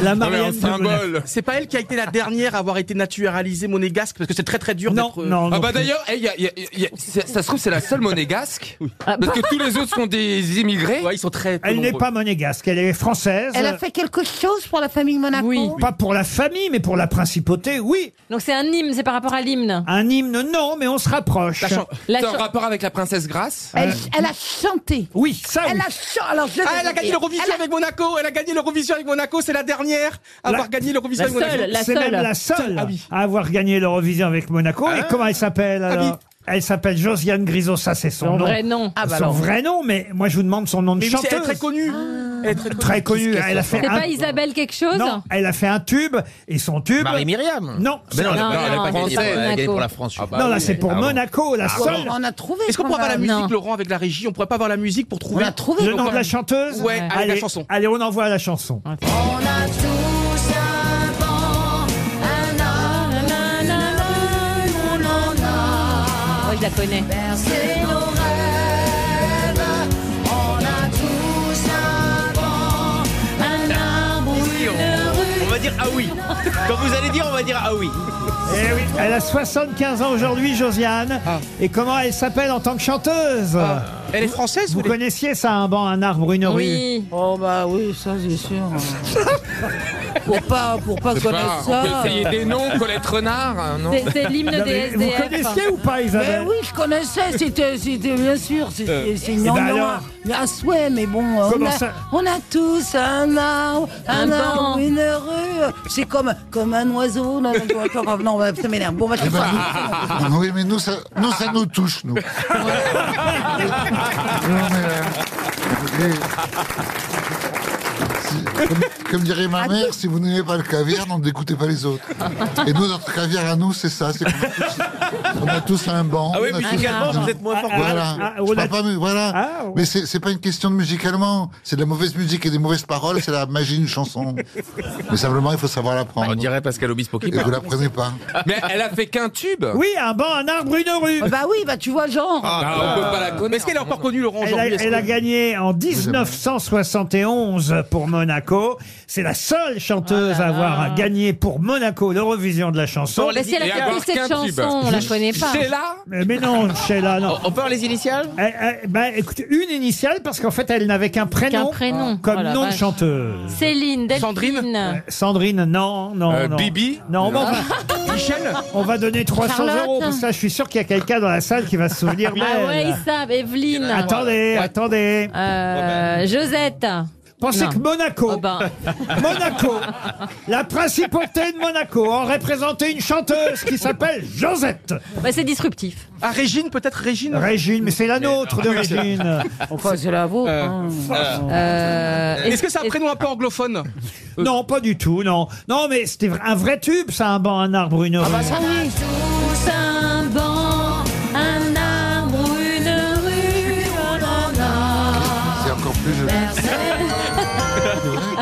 Speaker 2: la Marianne de Monaco.
Speaker 5: C'est pas elle qui a été la dernière à avoir été naturalisée monégasque parce que c'est très très dur d'être. euh,
Speaker 2: non,
Speaker 4: Ah bah d'ailleurs, eh, y a- y a- y a- c'est- ça se trouve c'est la seule monégasque, parce que tous les autres sont des immigrés.
Speaker 5: ils sont très.
Speaker 2: Elle n'est pas monégasque, elle est française.
Speaker 7: Elle a fait quelque chose pour la famille Monaco
Speaker 2: Pas pour la famille, mais pour la principauté, oui.
Speaker 8: Donc c'est un hymne, c'est par rapport à l'hymne.
Speaker 2: Un hymne, non, mais on se rapproche.
Speaker 4: La chan-
Speaker 8: La
Speaker 4: T'as
Speaker 8: chan-
Speaker 4: un rapport avec la princesse Grace
Speaker 7: Elle, elle a chanté.
Speaker 2: Oui, ça.
Speaker 7: Elle a chanté. Alors, je vais
Speaker 5: Ah, elle a
Speaker 7: vous
Speaker 5: gagné
Speaker 7: dire.
Speaker 5: l'Eurovision avec Monaco. Elle a gagné l'Eurovision avec Monaco. C'est la dernière.
Speaker 14: première à avoir gagné l'Eurovision avec Monaco.
Speaker 2: C'est même la seule
Speaker 14: Ah oui.
Speaker 2: à avoir gagné l'Eurovision avec Monaco. Et comment elle s'appelle alors Elle s'appelle Josiane Grisot, ça c'est son,
Speaker 8: Son
Speaker 2: nom.
Speaker 8: vrai nom. Ah, bah
Speaker 2: son
Speaker 8: alors.
Speaker 2: vrai nom, mais moi je vous demande son nom de
Speaker 14: Mais oui,
Speaker 2: chanteuse.
Speaker 14: c'est- elle est très connue.
Speaker 7: Ah.
Speaker 14: Elle est très connue.
Speaker 2: Très connue.
Speaker 14: Qu'est-ce
Speaker 2: Elle
Speaker 14: qu'elle
Speaker 2: a fait
Speaker 8: C'est
Speaker 2: un...
Speaker 8: pas Isabelle quelque chose
Speaker 2: Non, elle a fait un tube et son tube.
Speaker 9: Marie Myriam.
Speaker 2: Non.
Speaker 9: Mais Ah, ben non, elle a-
Speaker 8: Non,
Speaker 9: elle a
Speaker 8: non,
Speaker 9: pas gagné pour-
Speaker 8: c'est
Speaker 9: elle a gagné
Speaker 8: Monaco.
Speaker 9: pour la France. je
Speaker 14: Bah
Speaker 9: crois.
Speaker 2: non, là c'est pour
Speaker 9: Ah bon.
Speaker 2: Monaco, la
Speaker 9: Ah bon.
Speaker 2: seule.
Speaker 7: On a trouvé.
Speaker 14: Est-ce qu'on pourrait
Speaker 7: quand
Speaker 14: avoir la
Speaker 7: même.
Speaker 14: musique,
Speaker 7: Non.
Speaker 14: Laurent, avec la régie On pourrait pas avoir la musique pour trouver
Speaker 7: On a trouvé.
Speaker 2: Le
Speaker 14: Donc, euh,
Speaker 2: nom
Speaker 14: on-
Speaker 2: de la chanteuse
Speaker 14: Ouais, avec
Speaker 2: allez,
Speaker 14: la chanson.
Speaker 2: Allez, on envoie la chanson.
Speaker 3: On a tous un vent, un arbre, on en a.
Speaker 8: Moi, je Oh, la connais.
Speaker 3: Bercer nos rêves, on a tous un vent, un arbre, une
Speaker 9: On va dire ah oui. Quand vous allez dire, on va dire ah oui.
Speaker 2: Eh oui, elle a 75 ans aujourd'hui, Josiane. Et comment elle s'appelle en tant que chanteuse
Speaker 14: Ah. Elle est française
Speaker 2: Vous
Speaker 14: ou elle est-
Speaker 2: connaissiez ça, un banc, un arbre, une rue
Speaker 8: Oui.
Speaker 7: Oh bah oui, ça c'est sûr. pour pas, pour pas connaître ça.
Speaker 9: des noms, Colette
Speaker 4: hein,
Speaker 9: Renard, non
Speaker 8: C'est- C'est l'hymne
Speaker 2: Non,
Speaker 8: des
Speaker 2: mais Vous
Speaker 8: SDF.
Speaker 2: connaissiez ou pas,
Speaker 7: hein. Mais
Speaker 2: Isabelle
Speaker 7: oui, je connaissais, c'était, c'était bien sûr, c'était, c'est
Speaker 2: ben
Speaker 7: gnan
Speaker 2: alors
Speaker 7: à souhait, mais bon, on
Speaker 2: Comment
Speaker 7: a,
Speaker 2: ça
Speaker 7: on a tous un arbre, un,
Speaker 8: Un
Speaker 7: arbre,
Speaker 8: banc.
Speaker 7: une rue, c'est comme, comme un oiseau, non, non, non, non, bah, ça m'énerve, bon, bah, je
Speaker 6: Eh
Speaker 7: sais
Speaker 6: ben,
Speaker 7: pas.
Speaker 2: ah,
Speaker 6: nous- non, oui, mais nous, ça, nous, ça nous touche, nous. Non, mais, euh, si- comme, comme dirait ma mère, si vous n'aimez pas le caviar, non, n'écoutez pas les autres. Et nous, notre caviar à nous, c'est ça. c'est qu'on a tous- on, a tous un banc.
Speaker 9: Ah oui,
Speaker 6: on a tous
Speaker 9: musicalement,
Speaker 6: un-
Speaker 9: vous êtes moins fort que
Speaker 6: Voilà.
Speaker 2: Ah, ah,
Speaker 6: Je
Speaker 2: on a-
Speaker 6: parle pas, mais voilà.
Speaker 2: Ah, ouais.
Speaker 6: Mais c'est c'est pas une question de musicalement. C'est de la mauvaise musique et des mauvaises paroles. C'est la magie d'une chanson. Mais simplement, il faut savoir
Speaker 9: Bah, On
Speaker 6: l'apprendre.
Speaker 9: dirait Pascal Obispo qui
Speaker 6: Et vous
Speaker 9: parle.
Speaker 6: l'apprenez pas.
Speaker 4: Mais elle a fait qu'un tube.
Speaker 2: Oui, ah. un banc, un arbre, une rue. Ah,
Speaker 7: Ah Bah oui, bah tu vois, genre.
Speaker 4: Bah, on peut pas la
Speaker 14: Mais
Speaker 4: connaître.
Speaker 14: est-ce qu'elle est encore connue, Laurent
Speaker 2: Elle a,
Speaker 14: aujourd'hui est-ce
Speaker 2: elle a
Speaker 14: que-
Speaker 2: gagné en 1971 pour Monaco. C'est la seule
Speaker 8: Ah
Speaker 2: chanteuse à avoir gagné pour Monaco l'Eurovision de la chanson.
Speaker 8: Mais si elle
Speaker 4: Et
Speaker 8: a
Speaker 4: avoir
Speaker 8: fait cette
Speaker 4: qu'un tube.
Speaker 8: chanson, on la connaît pas.
Speaker 4: C'est là
Speaker 2: Mais mais non, Sheila, non.
Speaker 9: On peut avoir les initiales
Speaker 2: Eh, eh, bah, écoutez, une initiale parce qu'en fait elle n'avait qu'un prénom, Ah.
Speaker 8: Qu'un prénom.
Speaker 2: comme
Speaker 8: Oh la
Speaker 2: nom de
Speaker 8: vache.
Speaker 2: chanteuse.
Speaker 8: Céline, Delphine.
Speaker 14: Sandrine
Speaker 2: Sandrine, non, non,
Speaker 4: Euh,
Speaker 2: non.
Speaker 4: Bibi Ah.
Speaker 2: Non, mais on va,
Speaker 8: Ah.
Speaker 14: Michel
Speaker 2: on va donner 300
Speaker 8: Charlotte
Speaker 2: euros parce que là, je suis sûr qu'il y a quelqu'un dans la salle qui va se souvenir
Speaker 8: Ah ouais,
Speaker 2: d'elle.
Speaker 8: ils savent. Evelyne.
Speaker 2: Attendez, attendez.
Speaker 4: ben.
Speaker 8: Euh, Josette.
Speaker 2: Pensez
Speaker 8: Non.
Speaker 2: que Monaco,
Speaker 8: Oh ben.
Speaker 2: Monaco, la principauté de Monaco, aurait présenté une chanteuse qui s'appelle Josette.
Speaker 8: Bah, c'est disruptif.
Speaker 14: Ah, Régine, peut-être Régine
Speaker 2: Régine, mais c'est la nôtre de Régine.
Speaker 7: Enfin, c'est la vôtre. hein.
Speaker 8: Euh,
Speaker 14: Est-ce que c'est un prénom un peu anglophone
Speaker 2: Euh, Non, pas du tout, non. Non, mais c'était vra- un vrai tube, ça, un banc, un arbre, une
Speaker 8: Ah, bah,
Speaker 2: rue.
Speaker 3: Tous un banc, un arbre, une rue, oh on en a.
Speaker 6: C'est encore plus joli.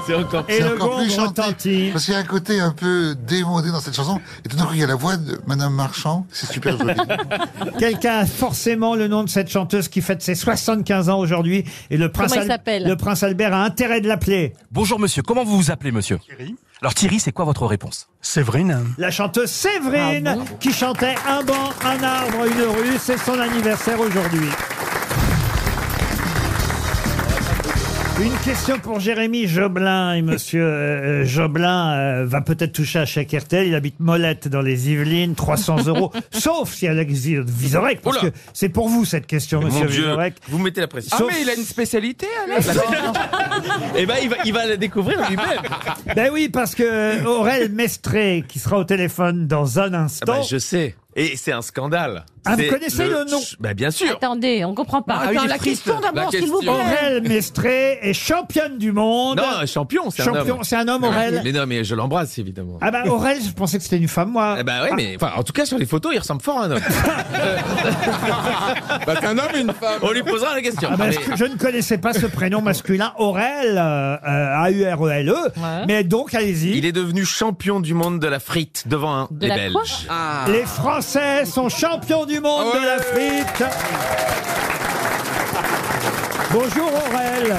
Speaker 9: C'est encore
Speaker 2: Et
Speaker 6: C'est
Speaker 2: le
Speaker 6: encore
Speaker 2: gong
Speaker 6: plus chanté.
Speaker 2: retentit.
Speaker 6: Parce qu'il y a un côté un peu démodé dans cette chanson. Et tout d'un coup, il y a la voix de Madame Marchand. C'est super joli.
Speaker 2: Quelqu'un a forcément le nom de cette chanteuse qui fête ses 75 ans aujourd'hui. Et le prince,
Speaker 8: Comment elle
Speaker 2: Al-
Speaker 8: s'appelle
Speaker 2: le prince Albert a intérêt de l'appeler.
Speaker 5: Bonjour monsieur, comment vous vous appelez monsieur Thierry. Alors Thierry, c'est quoi votre réponse Séverine.
Speaker 2: La chanteuse Séverine
Speaker 9: Ah
Speaker 2: qui chantait Un banc, un arbre, une rue. C'est son anniversaire aujourd'hui. Une question pour Jérémy Joblin. Et monsieur euh, Joblin euh, va peut-être toucher à chèque RTL. Il habite Molette dans les Yvelines, 300 euros. sauf si Alex Vizorek, parce
Speaker 4: Oula.
Speaker 2: que c'est pour vous cette question,
Speaker 9: Mon
Speaker 2: monsieur
Speaker 9: Dieu,
Speaker 2: Vizorek.
Speaker 9: vous mettez la pression.
Speaker 4: Ah,
Speaker 2: Sauf-
Speaker 4: mais il a une spécialité, alors
Speaker 9: Eh ben, il va, il va la découvrir lui-même. Ah, bah,
Speaker 2: Ben oui, parce que Aurel Mestré, qui sera au téléphone dans un
Speaker 9: Ah
Speaker 2: instant.
Speaker 9: bah, je sais. Et c'est un scandale.
Speaker 2: Ah, vous
Speaker 9: C'est
Speaker 2: connaissez le nom
Speaker 9: Bah, bien sûr.
Speaker 8: Attendez, on comprend
Speaker 9: Ah
Speaker 8: pas.
Speaker 7: Bah,
Speaker 2: Ah
Speaker 7: Attends, la question
Speaker 4: Ah, La
Speaker 7: d'abord, s'il vous
Speaker 4: question.
Speaker 7: plaît.
Speaker 2: Aurel Mestré est championne du monde.
Speaker 9: Non, un champion, c'est un
Speaker 2: Champion,
Speaker 9: homme. Ah,
Speaker 2: c'est un homme, Aurel.
Speaker 9: Mais non, mais je l'embrasse, évidemment.
Speaker 2: Ah bah Aurel, je pensais que c'était une femme, moi.
Speaker 9: Eh ben oui, mais enfin, en tout cas sur les photos, il ressemble fort à un homme.
Speaker 4: Bah, c'est un homme et une femme.
Speaker 9: On lui posera la question.
Speaker 2: Ah bah,
Speaker 9: Ah,
Speaker 2: je-
Speaker 9: mais-
Speaker 2: je ne connaissais pas ce prénom masculin, Aurel, euh, euh, A-U-R-E-L-E.
Speaker 8: Ouais.
Speaker 2: E, Mais donc, allez-y.
Speaker 9: Il est devenu champion du monde de la frite devant un,
Speaker 8: De
Speaker 9: les
Speaker 8: la
Speaker 9: Belges. Ah.
Speaker 8: quoi
Speaker 2: Les Français sont champions du monde de la frite. Bonjour Aurel.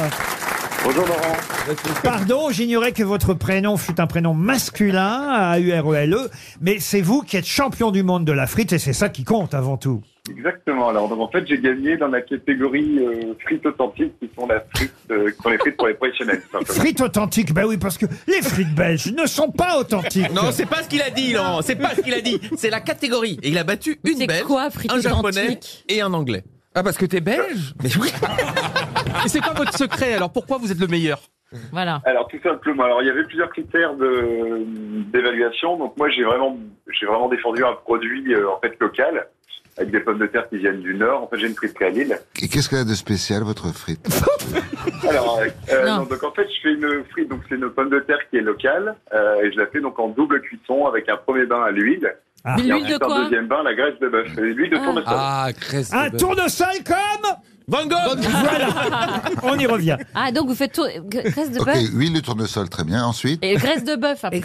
Speaker 10: Bonjour Laurent.
Speaker 2: Pardon, j'ignorais que votre prénom fût un prénom masculin, A-U-R-E-L-E, E mais c'est vous qui êtes champion du monde de la frite et c'est ça qui compte avant tout.
Speaker 10: Exactement. Alors, donc, en fait, j'ai gagné dans la catégorie euh, frites authentiques, qui sont, la frite, euh, qui sont les frites pour les professionnels. tout simplement.
Speaker 2: Frites authentiques, ben oui, parce que les frites belges ne sont pas authentiques.
Speaker 9: Non, c'est pas ce qu'il a dit, non. C'est pas ce qu'il a dit. C'est la catégorie. Et il a battu une
Speaker 8: C'est
Speaker 9: belge,
Speaker 8: quoi, frites
Speaker 9: un japonais
Speaker 8: authentiques
Speaker 9: et un anglais.
Speaker 4: Ah, parce que t'es belge
Speaker 9: Mais oui.
Speaker 14: Et c'est quoi votre secret alors Pourquoi vous êtes le meilleur
Speaker 8: Voilà.
Speaker 10: Alors tout simplement, alors il y avait plusieurs critères de- d'évaluation. Donc moi j'ai vraiment j'ai vraiment défendu un produit euh, en fait local avec des pommes de terre qui viennent du nord. En fait j'ai une friterie à Lille.
Speaker 6: Et Qu'est-ce qu'elle a de spécial, votre frite
Speaker 10: Alors euh, euh, non, donc en fait je fais une frite donc c'est une pomme de terre qui est locale euh, et je la fais donc en double cuisson avec un premier bain à l'huile.
Speaker 2: Ah.
Speaker 10: Et
Speaker 2: Mais l'huile
Speaker 10: ensuite,
Speaker 2: de quoi
Speaker 10: un deuxième bain, la graisse de bœuf. Et L'huile de
Speaker 2: Ah.
Speaker 10: tournesol.
Speaker 2: Ah,
Speaker 10: graisse
Speaker 2: Un tournesol comme
Speaker 10: Van Gogh
Speaker 2: Voilà On y revient.
Speaker 8: Ah, donc vous faites tour- gra- graisse de
Speaker 6: Ok,
Speaker 8: bœuf
Speaker 6: huile de tournesol, très bien. Ensuite
Speaker 8: et graisse de bœuf après.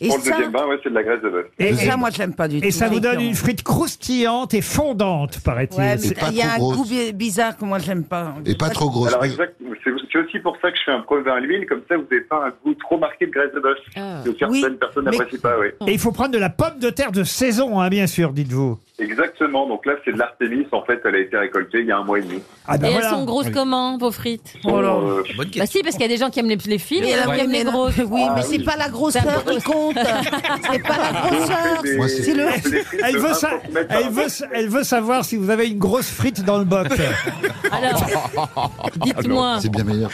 Speaker 7: Et
Speaker 10: Pour le
Speaker 7: ça-
Speaker 10: deuxième bain, ouais, c'est de la graisse de bœuf.
Speaker 7: Et ça, moi, j'aime pas du tout.
Speaker 2: Et ça vous donne une frite croustillante et fondante, paraît-il.
Speaker 7: Ouais, mais il y a un goût bi- bizarre que moi, j'aime pas.
Speaker 10: Alors exact, c'est c'est aussi pour ça que je fais un preuve à l'huile, comme ça vous n'avez pas un goût trop marqué de graisse de bœuf.
Speaker 2: Ah.
Speaker 10: Que certaines personnes n'apprécient pas, oui.
Speaker 2: Et il faut prendre de la pomme de terre de saison, hein, bien sûr, dites-vous.
Speaker 10: Exactement, donc là c'est de l'artémis, en fait elle a été récoltée il y a un mois et demi.
Speaker 2: Ah
Speaker 14: ben
Speaker 8: et elles sont grosses comment, vos frites
Speaker 14: Oh
Speaker 10: Bon, euh,
Speaker 8: Bah si, parce qu'il y a des gens qui aiment les, les fines
Speaker 7: Oui,
Speaker 8: et
Speaker 7: là,
Speaker 8: d'autres
Speaker 7: oui,
Speaker 8: qui aiment
Speaker 7: mais
Speaker 8: les
Speaker 7: non.
Speaker 8: grosses.
Speaker 7: Oui, mais c'est pas la grosseur qui compte. C'est pas la grosseur.
Speaker 2: Moi, c'est-
Speaker 7: C'est le.
Speaker 2: Elle veut, sa- elle, veut, elle veut savoir si vous avez une grosse frite dans le boc.
Speaker 8: dites-moi.
Speaker 6: Ah C'est bien meilleur.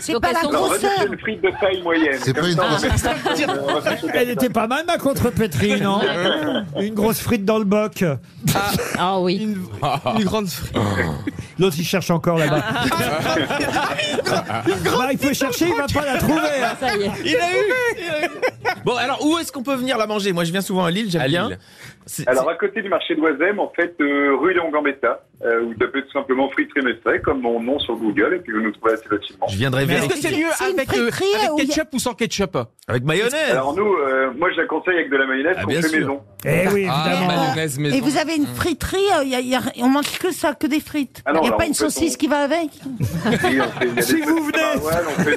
Speaker 8: C'est
Speaker 7: pas la Ah
Speaker 10: Alors, on va dire que c'est une frite de taille moyenne.
Speaker 6: C'est
Speaker 10: Comme
Speaker 6: pas une-
Speaker 10: ça, on va- on va faire-
Speaker 2: Elle était pas mal, ma contrepétrie, non Une grosse frite dans le boc.
Speaker 8: Ah oui.
Speaker 14: Une, une grande frite.
Speaker 2: L'autre, il cherche encore là-bas. Bah, il peut chercher, il va pas la trouver. hein.
Speaker 9: Il a eu Bon, alors où est-ce qu'on peut venir la manger Moi, je viens souvent à Lille, j'aime bien.
Speaker 10: Alors à côté du marché d'Oisem, en fait, euh, rue Léon Gambetta, euh, vous tapez tout simplement frite trimestrée comme mon nom sur Google et puis vous nous trouvez assez facilement.
Speaker 9: Je viendrai
Speaker 14: Mais est-ce que c'est mieux avec, euh, avec ketchup ou sans ketchup
Speaker 9: Avec mayonnaise
Speaker 10: Alors nous, euh, moi je la conseille avec de la mayonnaise qu'on fait maison.
Speaker 2: Eh oui,
Speaker 14: Ah,
Speaker 7: évidemment.
Speaker 9: mayonnaise
Speaker 7: Et vous avez une friterie, euh, y a- y a- on mange que ça, que des frites.
Speaker 10: Ah
Speaker 7: Il
Speaker 10: non,
Speaker 7: n'y a
Speaker 10: là,
Speaker 7: pas
Speaker 10: on
Speaker 7: une
Speaker 10: fait son-
Speaker 7: saucisse qui va avec
Speaker 10: Oui, on fait- il y a des
Speaker 2: Si vous
Speaker 10: frites de
Speaker 2: venez.
Speaker 10: maroilles, on fait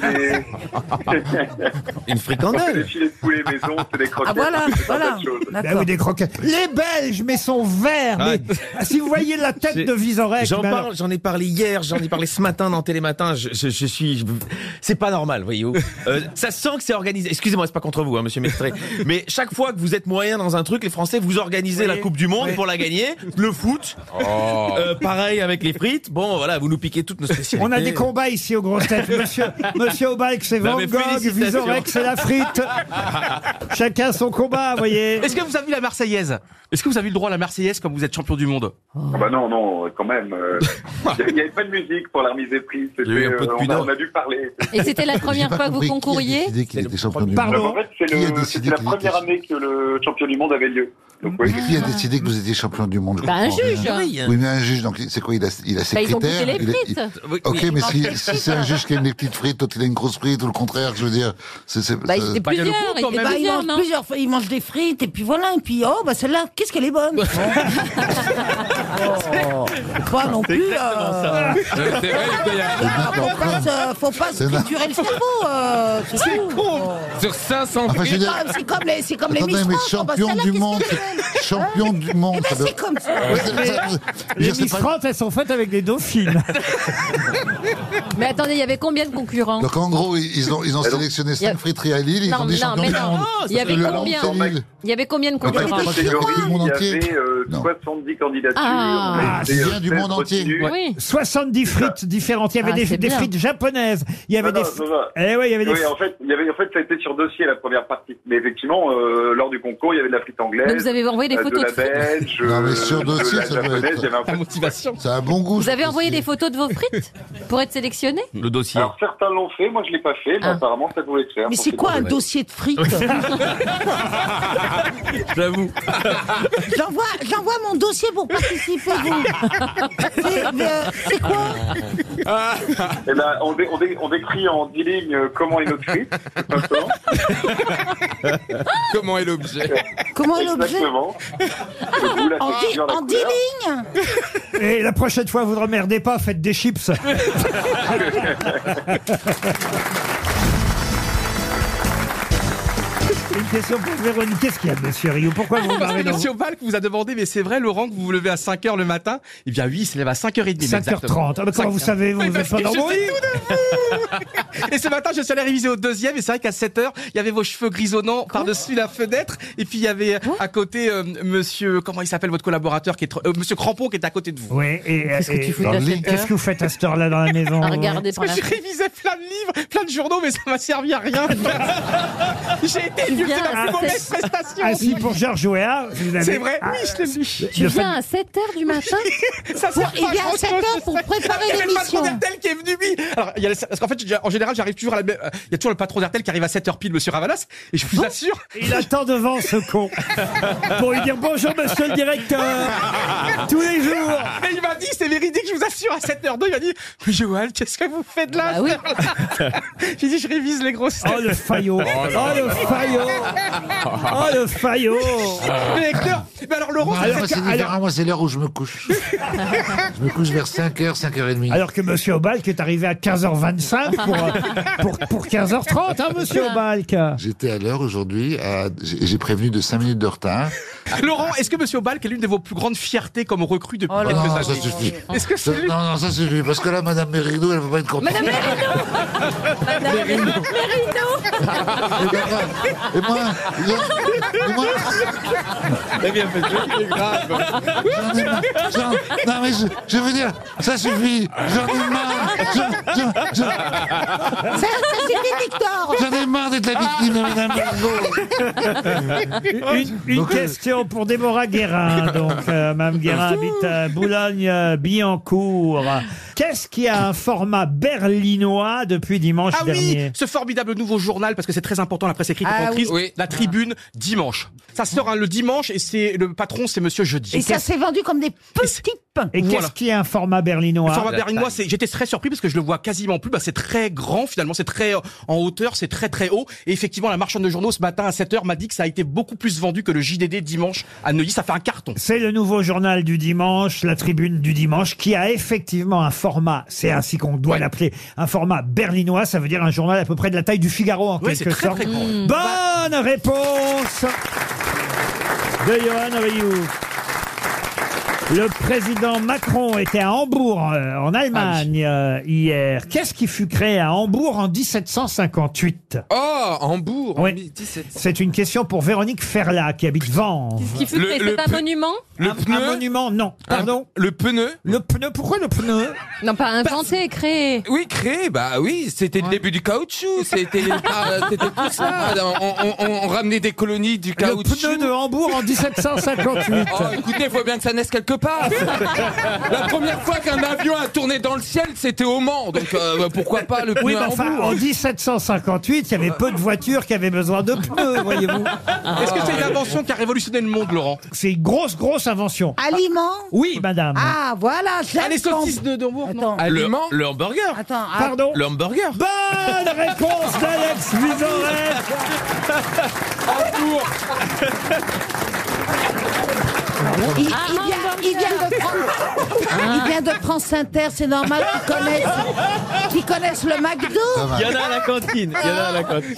Speaker 10: des-
Speaker 9: Une
Speaker 10: on fait des
Speaker 9: fricandelle
Speaker 10: filets de poulet maison, c'est des
Speaker 2: Ah,
Speaker 10: croquettes.
Speaker 7: voilà,
Speaker 10: c'est pas
Speaker 7: voilà.
Speaker 10: mal de choses.
Speaker 2: Bah oui, des croquettes. Les Belges, mais sont verts. mais- Ah, si vous voyez la tête
Speaker 9: J'ai-
Speaker 2: de Vizorek.
Speaker 9: J'en
Speaker 2: mais alors-
Speaker 9: parle, j'en ai parlé hier, j'en ai parlé ce matin dans Télématin. Je, je- je suis, je- c'est pas normal, voyez-vous. Euh, ça sent que c'est organisé. Excusez-moi, c'est pas contre vous, hein, Monsieur Mestré, mais chaque fois que vous êtes moyen dans un truc, les Français vous organisez la Coupe du Monde pour la gagner, le foot.
Speaker 4: Oh.
Speaker 9: Euh, pareil avec les frites. Bon, voilà, vous nous piquez toutes nos spécialités.
Speaker 2: On a des combats ici aux grosses têtes. Monsieur, monsieur Obalk, c'est
Speaker 9: Non,
Speaker 2: Van
Speaker 9: mais
Speaker 2: Gogh,
Speaker 9: félicitations.
Speaker 2: Vizorek, c'est la frite.
Speaker 14: Ah.
Speaker 2: Chacun son combat, vous voyez.
Speaker 14: Est-ce que vous avez vu la Marseillaise Est-ce que vous avez eu le droit à la Marseillaise quand vous êtes champion du monde
Speaker 10: Ah bah non, non, quand même. euh, Il n'y avait pas de musique pour la remise des prix. C'était,
Speaker 9: Il y a eu un peu de
Speaker 10: euh, on, a,
Speaker 9: pudeur.
Speaker 10: on a dû parler.
Speaker 8: Et c'était la
Speaker 10: J'ai
Speaker 8: première
Speaker 10: pas
Speaker 8: fois que vous
Speaker 10: compris qui a
Speaker 8: concouriez
Speaker 6: L'idée qu'il était champion du
Speaker 10: Alors,
Speaker 6: monde.
Speaker 10: en fait, c'est
Speaker 6: Qui a
Speaker 10: le-
Speaker 6: décidé
Speaker 10: c'était la
Speaker 6: qu'il était-
Speaker 10: première année que le champion du monde avait lieu. Donc, ouais,
Speaker 6: Qui a décidé que vous étiez champion du monde je
Speaker 8: Ben,
Speaker 10: Bah, un
Speaker 6: comprends
Speaker 10: juge,
Speaker 6: rien.
Speaker 10: hein.
Speaker 6: Oui, mais un juge, donc c'est quoi Il a, il a ses
Speaker 8: Bah, ils ont goûté
Speaker 6: critères.
Speaker 8: les
Speaker 6: il a-
Speaker 8: frites.
Speaker 6: il-
Speaker 8: Oui,
Speaker 6: Ok,
Speaker 8: oui.
Speaker 6: mais
Speaker 8: Ils ont
Speaker 6: si,
Speaker 8: mangé les
Speaker 6: si
Speaker 8: frites.
Speaker 6: c'est un juge qui aime les petites frites, l'autre il a une grosse frite, ou le contraire, je veux dire. c'est- c'est-
Speaker 8: Ben,
Speaker 7: Bah,
Speaker 6: ça-
Speaker 7: ils étaient
Speaker 6: Bah, il y a le
Speaker 7: plusieurs,
Speaker 6: goût,
Speaker 7: ils
Speaker 6: quand
Speaker 7: étaient
Speaker 6: même.
Speaker 7: bah, ils mangent plusieurs fois, ils mangent des frites, et puis voilà, et puis oh, bah celle-là, qu'est-ce qu'elle est bonne Oh. Pas non plus. euh, Ah, Faut pas se- faut pas se
Speaker 6: C'est vrai.
Speaker 7: triturer le cerveau. euh, C'est
Speaker 8: Oh.
Speaker 7: con
Speaker 4: Sur 500
Speaker 6: Enfin, je veux dire-
Speaker 7: C'est comme les, c'est comme les
Speaker 6: Attendez,
Speaker 7: Miss
Speaker 6: mais
Speaker 7: France, oh, bah,
Speaker 6: champion
Speaker 7: celle-là,
Speaker 6: du
Speaker 7: qu'est-ce
Speaker 6: monde,
Speaker 7: qu'elle est belle
Speaker 6: champion du monde.
Speaker 7: Eh ben,
Speaker 6: ça doit-
Speaker 7: c'est comme ça.
Speaker 6: Ouais, c'est-
Speaker 2: Mais-
Speaker 6: ça- je veux
Speaker 2: Les
Speaker 6: dire, c'est
Speaker 2: Miss
Speaker 6: pas-
Speaker 2: France, elles sont faites avec des dauphines.
Speaker 8: Mais attendez, il y avait combien de concurrents
Speaker 6: Donc en gros, ils ils ont, ils ont sélectionné
Speaker 8: Il y a-
Speaker 6: 5 friteries à Lille, ils
Speaker 8: Non,
Speaker 6: ont des
Speaker 8: mais non,
Speaker 6: champions
Speaker 8: mais
Speaker 6: du
Speaker 8: non.
Speaker 6: monde.
Speaker 8: Il y avait
Speaker 6: Parce que le
Speaker 8: combien
Speaker 6: Lens, c'est Lille.
Speaker 8: Il y avait combien de
Speaker 10: Dans chaque
Speaker 8: concurrents
Speaker 10: catégorie,
Speaker 6: du monde
Speaker 10: il y avait euh, 70 candidatures.
Speaker 8: Ah.
Speaker 10: on était,
Speaker 6: Bien
Speaker 10: euh,
Speaker 6: du
Speaker 10: 16
Speaker 6: monde entier.
Speaker 10: retenues.
Speaker 2: 70 frites différentes. Il y avait
Speaker 8: Ah,
Speaker 2: des,
Speaker 8: c'est
Speaker 2: des
Speaker 8: bien.
Speaker 2: frites japonaises. Il y avait
Speaker 10: Non,
Speaker 2: des.
Speaker 10: non,
Speaker 2: fri-
Speaker 10: non, non.
Speaker 2: Eh ouais, il y avait des.
Speaker 10: Oui, en fait, il y avait, en fait, ça a été sur dossier la première partie. Mais effectivement, euh, lors du concours, il y avait de la frite anglaise.
Speaker 8: Donc, vous avez envoyé des
Speaker 10: euh,
Speaker 8: photos
Speaker 10: de la
Speaker 8: de frites
Speaker 10: belge.
Speaker 6: Non, mais
Speaker 10: euh,
Speaker 6: sur
Speaker 10: de
Speaker 6: dossier,
Speaker 10: la
Speaker 6: ça doit
Speaker 10: japonaise,
Speaker 6: être-
Speaker 10: il y avait un peu-
Speaker 14: motivation.
Speaker 6: C'est un bon goût.
Speaker 8: Vous avez envoyé des photos de vos frites pour être sélectionné
Speaker 9: Le dossier.
Speaker 10: Alors certains l'ont fait, moi je l'ai pas fait, hein, mais apparemment ça pouvait se faire.
Speaker 7: Ah. Mais
Speaker 10: Donc,
Speaker 7: c'est quoi un
Speaker 10: pas vrai.
Speaker 7: dossier de frites
Speaker 9: J'avoue.
Speaker 7: J'envoie j'envoie mon dossier pour participer. vous. C'est euh, c'est quoi
Speaker 10: Eh ben, on, dé- on, dé- on décrit en 10 lignes euh, comment est notre frite, tout simplement.
Speaker 4: Comment est l'objet
Speaker 7: Comment est l'objet Ah,
Speaker 10: Exactement. Le goût, la
Speaker 7: En dix-
Speaker 10: texture, la
Speaker 7: en 10
Speaker 10: couleur.
Speaker 7: lignes
Speaker 2: Et la prochaine fois, vous ne remerdez pas, faites des chips. Une question pour Véronique. Qu'est-ce qu'il y a, monsieur Rio Pourquoi vous vous
Speaker 14: Parce
Speaker 2: marrez
Speaker 14: que
Speaker 2: dans-
Speaker 14: Ah, monsieur Valk vous a demandé, mais c'est vrai, Laurent, que vous vous levez à 5h le matin Eh bien, oui, il se lève à 5h30.
Speaker 2: 5h30. Ah, bah, comment vous savez, vous, vous êtes pas dans mon lit.
Speaker 14: Et ce matin, je suis allé réviser au deuxième, et c'est vrai qu'à 7h, il y avait vos cheveux grisonnants par-dessus la fenêtre, et puis il y avait à côté euh, monsieur, comment il s'appelle votre collaborateur, qui est, tr- euh, monsieur Crampon, qui est à côté de vous.
Speaker 2: Oui, et
Speaker 14: Qu'est-ce que
Speaker 2: et-
Speaker 14: tu fous de la
Speaker 2: et-
Speaker 14: fenêtre
Speaker 2: Qu'est-ce que vous faites à cette heure-là dans la maison euh vous
Speaker 14: Parce que j'ai révisé plein de livres, plein de journaux, mais ça m'a servi à rien. j'ai été nul, c'est ma plus mauvaise prestation.
Speaker 2: Ah si, pour Georges Ouéa, vous avez...
Speaker 14: C'est vrai, oui, je l'ai
Speaker 2: le
Speaker 14: lu.
Speaker 8: Tu
Speaker 2: fait-
Speaker 8: viens à 7h du matin
Speaker 14: Ça sert
Speaker 8: pour-
Speaker 7: eh
Speaker 8: Il
Speaker 14: pas à
Speaker 8: vient à
Speaker 14: grand-chose,
Speaker 8: 7h pour
Speaker 14: ça.
Speaker 8: préparer
Speaker 14: Il y avait le patron
Speaker 8: l'émission.
Speaker 14: d'RTL qui est venu, lui. Alors, il y a le- parce qu'en fait, j'ai- en général, j'arrive toujours à la même- euh, Il y a toujours le patron d'RTL qui arrive à 7h pile, monsieur Ravalas, et je vous assure.
Speaker 2: Il attend devant ce con pour lui dire bonjour monsieur le directeur tous les jours.
Speaker 14: Et il m'a dit, c'est véridique, je vous assure, à 7h02, il m'a dit, mais Joël, qu'est-ce que vous faites
Speaker 8: Bah
Speaker 14: là à cette heure-là J'ai dit, je révise les grosses
Speaker 2: Oh le faillot Oh, le faillot Oh le faillot
Speaker 14: Mais Hector, mais alors Laurent,
Speaker 6: Alors, moi,
Speaker 2: c'est
Speaker 6: c'est
Speaker 2: que- alors-
Speaker 6: différent. Moi, c'est l'heure où je me couche. Je me couche vers 5h, 5h30.
Speaker 2: Alors que monsieur Obalk est arrivé à 15h25 pour, euh, pour, pour 15h30, hein, monsieur Obalk
Speaker 6: J'étais à l'heure aujourd'hui. à- J'ai j'ai prévenu de 5 minutes de retard.
Speaker 14: Laurent, est-ce que monsieur Balk est l'une de vos plus grandes fiertés comme recrue depuis
Speaker 6: Oh
Speaker 14: quelques
Speaker 6: non,
Speaker 14: années
Speaker 6: ça suffit.
Speaker 14: Est-ce que c'est
Speaker 6: Ça-
Speaker 14: lui
Speaker 6: Non, non, ça suffit. Parce que là, Madame Mérino, elle va pas être contente.
Speaker 8: Madame Mérino Madame Mérino
Speaker 6: Et moi, et moi, J'en ai marre. J'en- Non mais je, je veux dire, ça suffit. J'en ai marre. Je- je- je-
Speaker 7: Ça, ça suffit, Victor
Speaker 6: J'en ai marre d'être la victime de Madame
Speaker 13: Oh.
Speaker 6: euh, Margot.
Speaker 2: Une, une
Speaker 13: euh,
Speaker 2: question pour Déborah Guérin. Donc, euh, Mme Guérin habite à Boulogne-Billancourt. Qu'est-ce qui a un format berlinois depuis dimanche
Speaker 14: Ah oui,
Speaker 2: dernier
Speaker 14: ce formidable nouveau journal, parce que c'est très important, la presse écrite
Speaker 2: Ah
Speaker 14: et
Speaker 2: oui.
Speaker 14: reprise,
Speaker 2: Oui.
Speaker 14: la tribune, dimanche. Ça sort hein, le dimanche et c'est le patron, c'est monsieur jeudi.
Speaker 7: Et ça s'est vendu comme des petits pains.
Speaker 2: Et
Speaker 14: Voilà.
Speaker 2: qu'est-ce qui est un format berlinois
Speaker 14: Le format berlinois, c'est- j'étais très surpris parce que je le vois quasiment plus. Bah, c'est très grand finalement, c'est très euh, en hauteur, c'est très très haut. Et effectivement, la marchande de journaux ce matin à 7h m'a dit que ça a été beaucoup plus vendu que le JDD dimanche à Neuilly. Ça fait un carton.
Speaker 2: C'est le nouveau journal du dimanche, la tribune du dimanche, qui a effectivement un format, c'est ainsi qu'on doit l'appeler, un format berlinois, ça veut dire un journal à peu près de la taille du Figaro en
Speaker 14: Oui, c'est
Speaker 2: quelque
Speaker 14: très,
Speaker 2: sorte.
Speaker 14: très grand.
Speaker 2: Bonne
Speaker 4: Bah.
Speaker 2: réponse de Johan Rioux. Le président Macron était à Hambourg, euh, en Allemagne,
Speaker 4: Ah
Speaker 2: euh, hier. Qu'est-ce qui fut créé à Hambourg en 1758
Speaker 4: Oh, Hambourg en
Speaker 2: Oui.
Speaker 4: 1700.
Speaker 2: C'est une question pour Véronique Ferla, qui habite Vanves.
Speaker 8: Qui fut
Speaker 4: Le-
Speaker 8: créé,
Speaker 4: le
Speaker 8: c'est un
Speaker 4: pe-
Speaker 8: monument
Speaker 4: Le
Speaker 2: un,
Speaker 4: pneu
Speaker 2: un monument, non. Pardon
Speaker 4: Le pneu
Speaker 2: Le pneu, pourquoi le pneu
Speaker 8: Non, pas inventé, créé.
Speaker 4: Oui, créé, bah oui, c'était le début du caoutchouc, c'était ah, c'était tout ça. On, on- on- on ramenait des colonies du caoutchouc.
Speaker 2: pneu de Hambourg en 1758.
Speaker 4: Oh, écoutez, faut bien que ça naisse quelque part. La première fois qu'un avion a tourné dans le ciel, c'était au Mans, donc euh, pourquoi pas le pneu
Speaker 2: Oui, mais
Speaker 4: à
Speaker 2: enfin,
Speaker 4: Hambourg
Speaker 2: en 1758, il y avait peu de voitures qui avaient besoin de pneus, voyez-vous.
Speaker 14: Est-ce que c'est une invention qui a révolutionné le monde, Laurent
Speaker 2: C'est une grosse, grosse invention.
Speaker 7: Aliment
Speaker 2: Oui, madame.
Speaker 7: Ah, voilà, je
Speaker 14: Ah, les saucisses de Hambourg, non
Speaker 9: Le, le hamburger.
Speaker 7: Attends, ah,
Speaker 2: Pardon Bah
Speaker 9: Le hamburger.
Speaker 2: Bonne réponse d'Alex Vizorek
Speaker 7: il, il
Speaker 8: Ah,
Speaker 7: vient, il vient de prendre, il vient de prendre Saint-Terre, c'est normal qu'ils connaissent, qu'ils connaissent le McDo. Ah,
Speaker 9: Il y en a à la cantine. Il y en a à la cantine.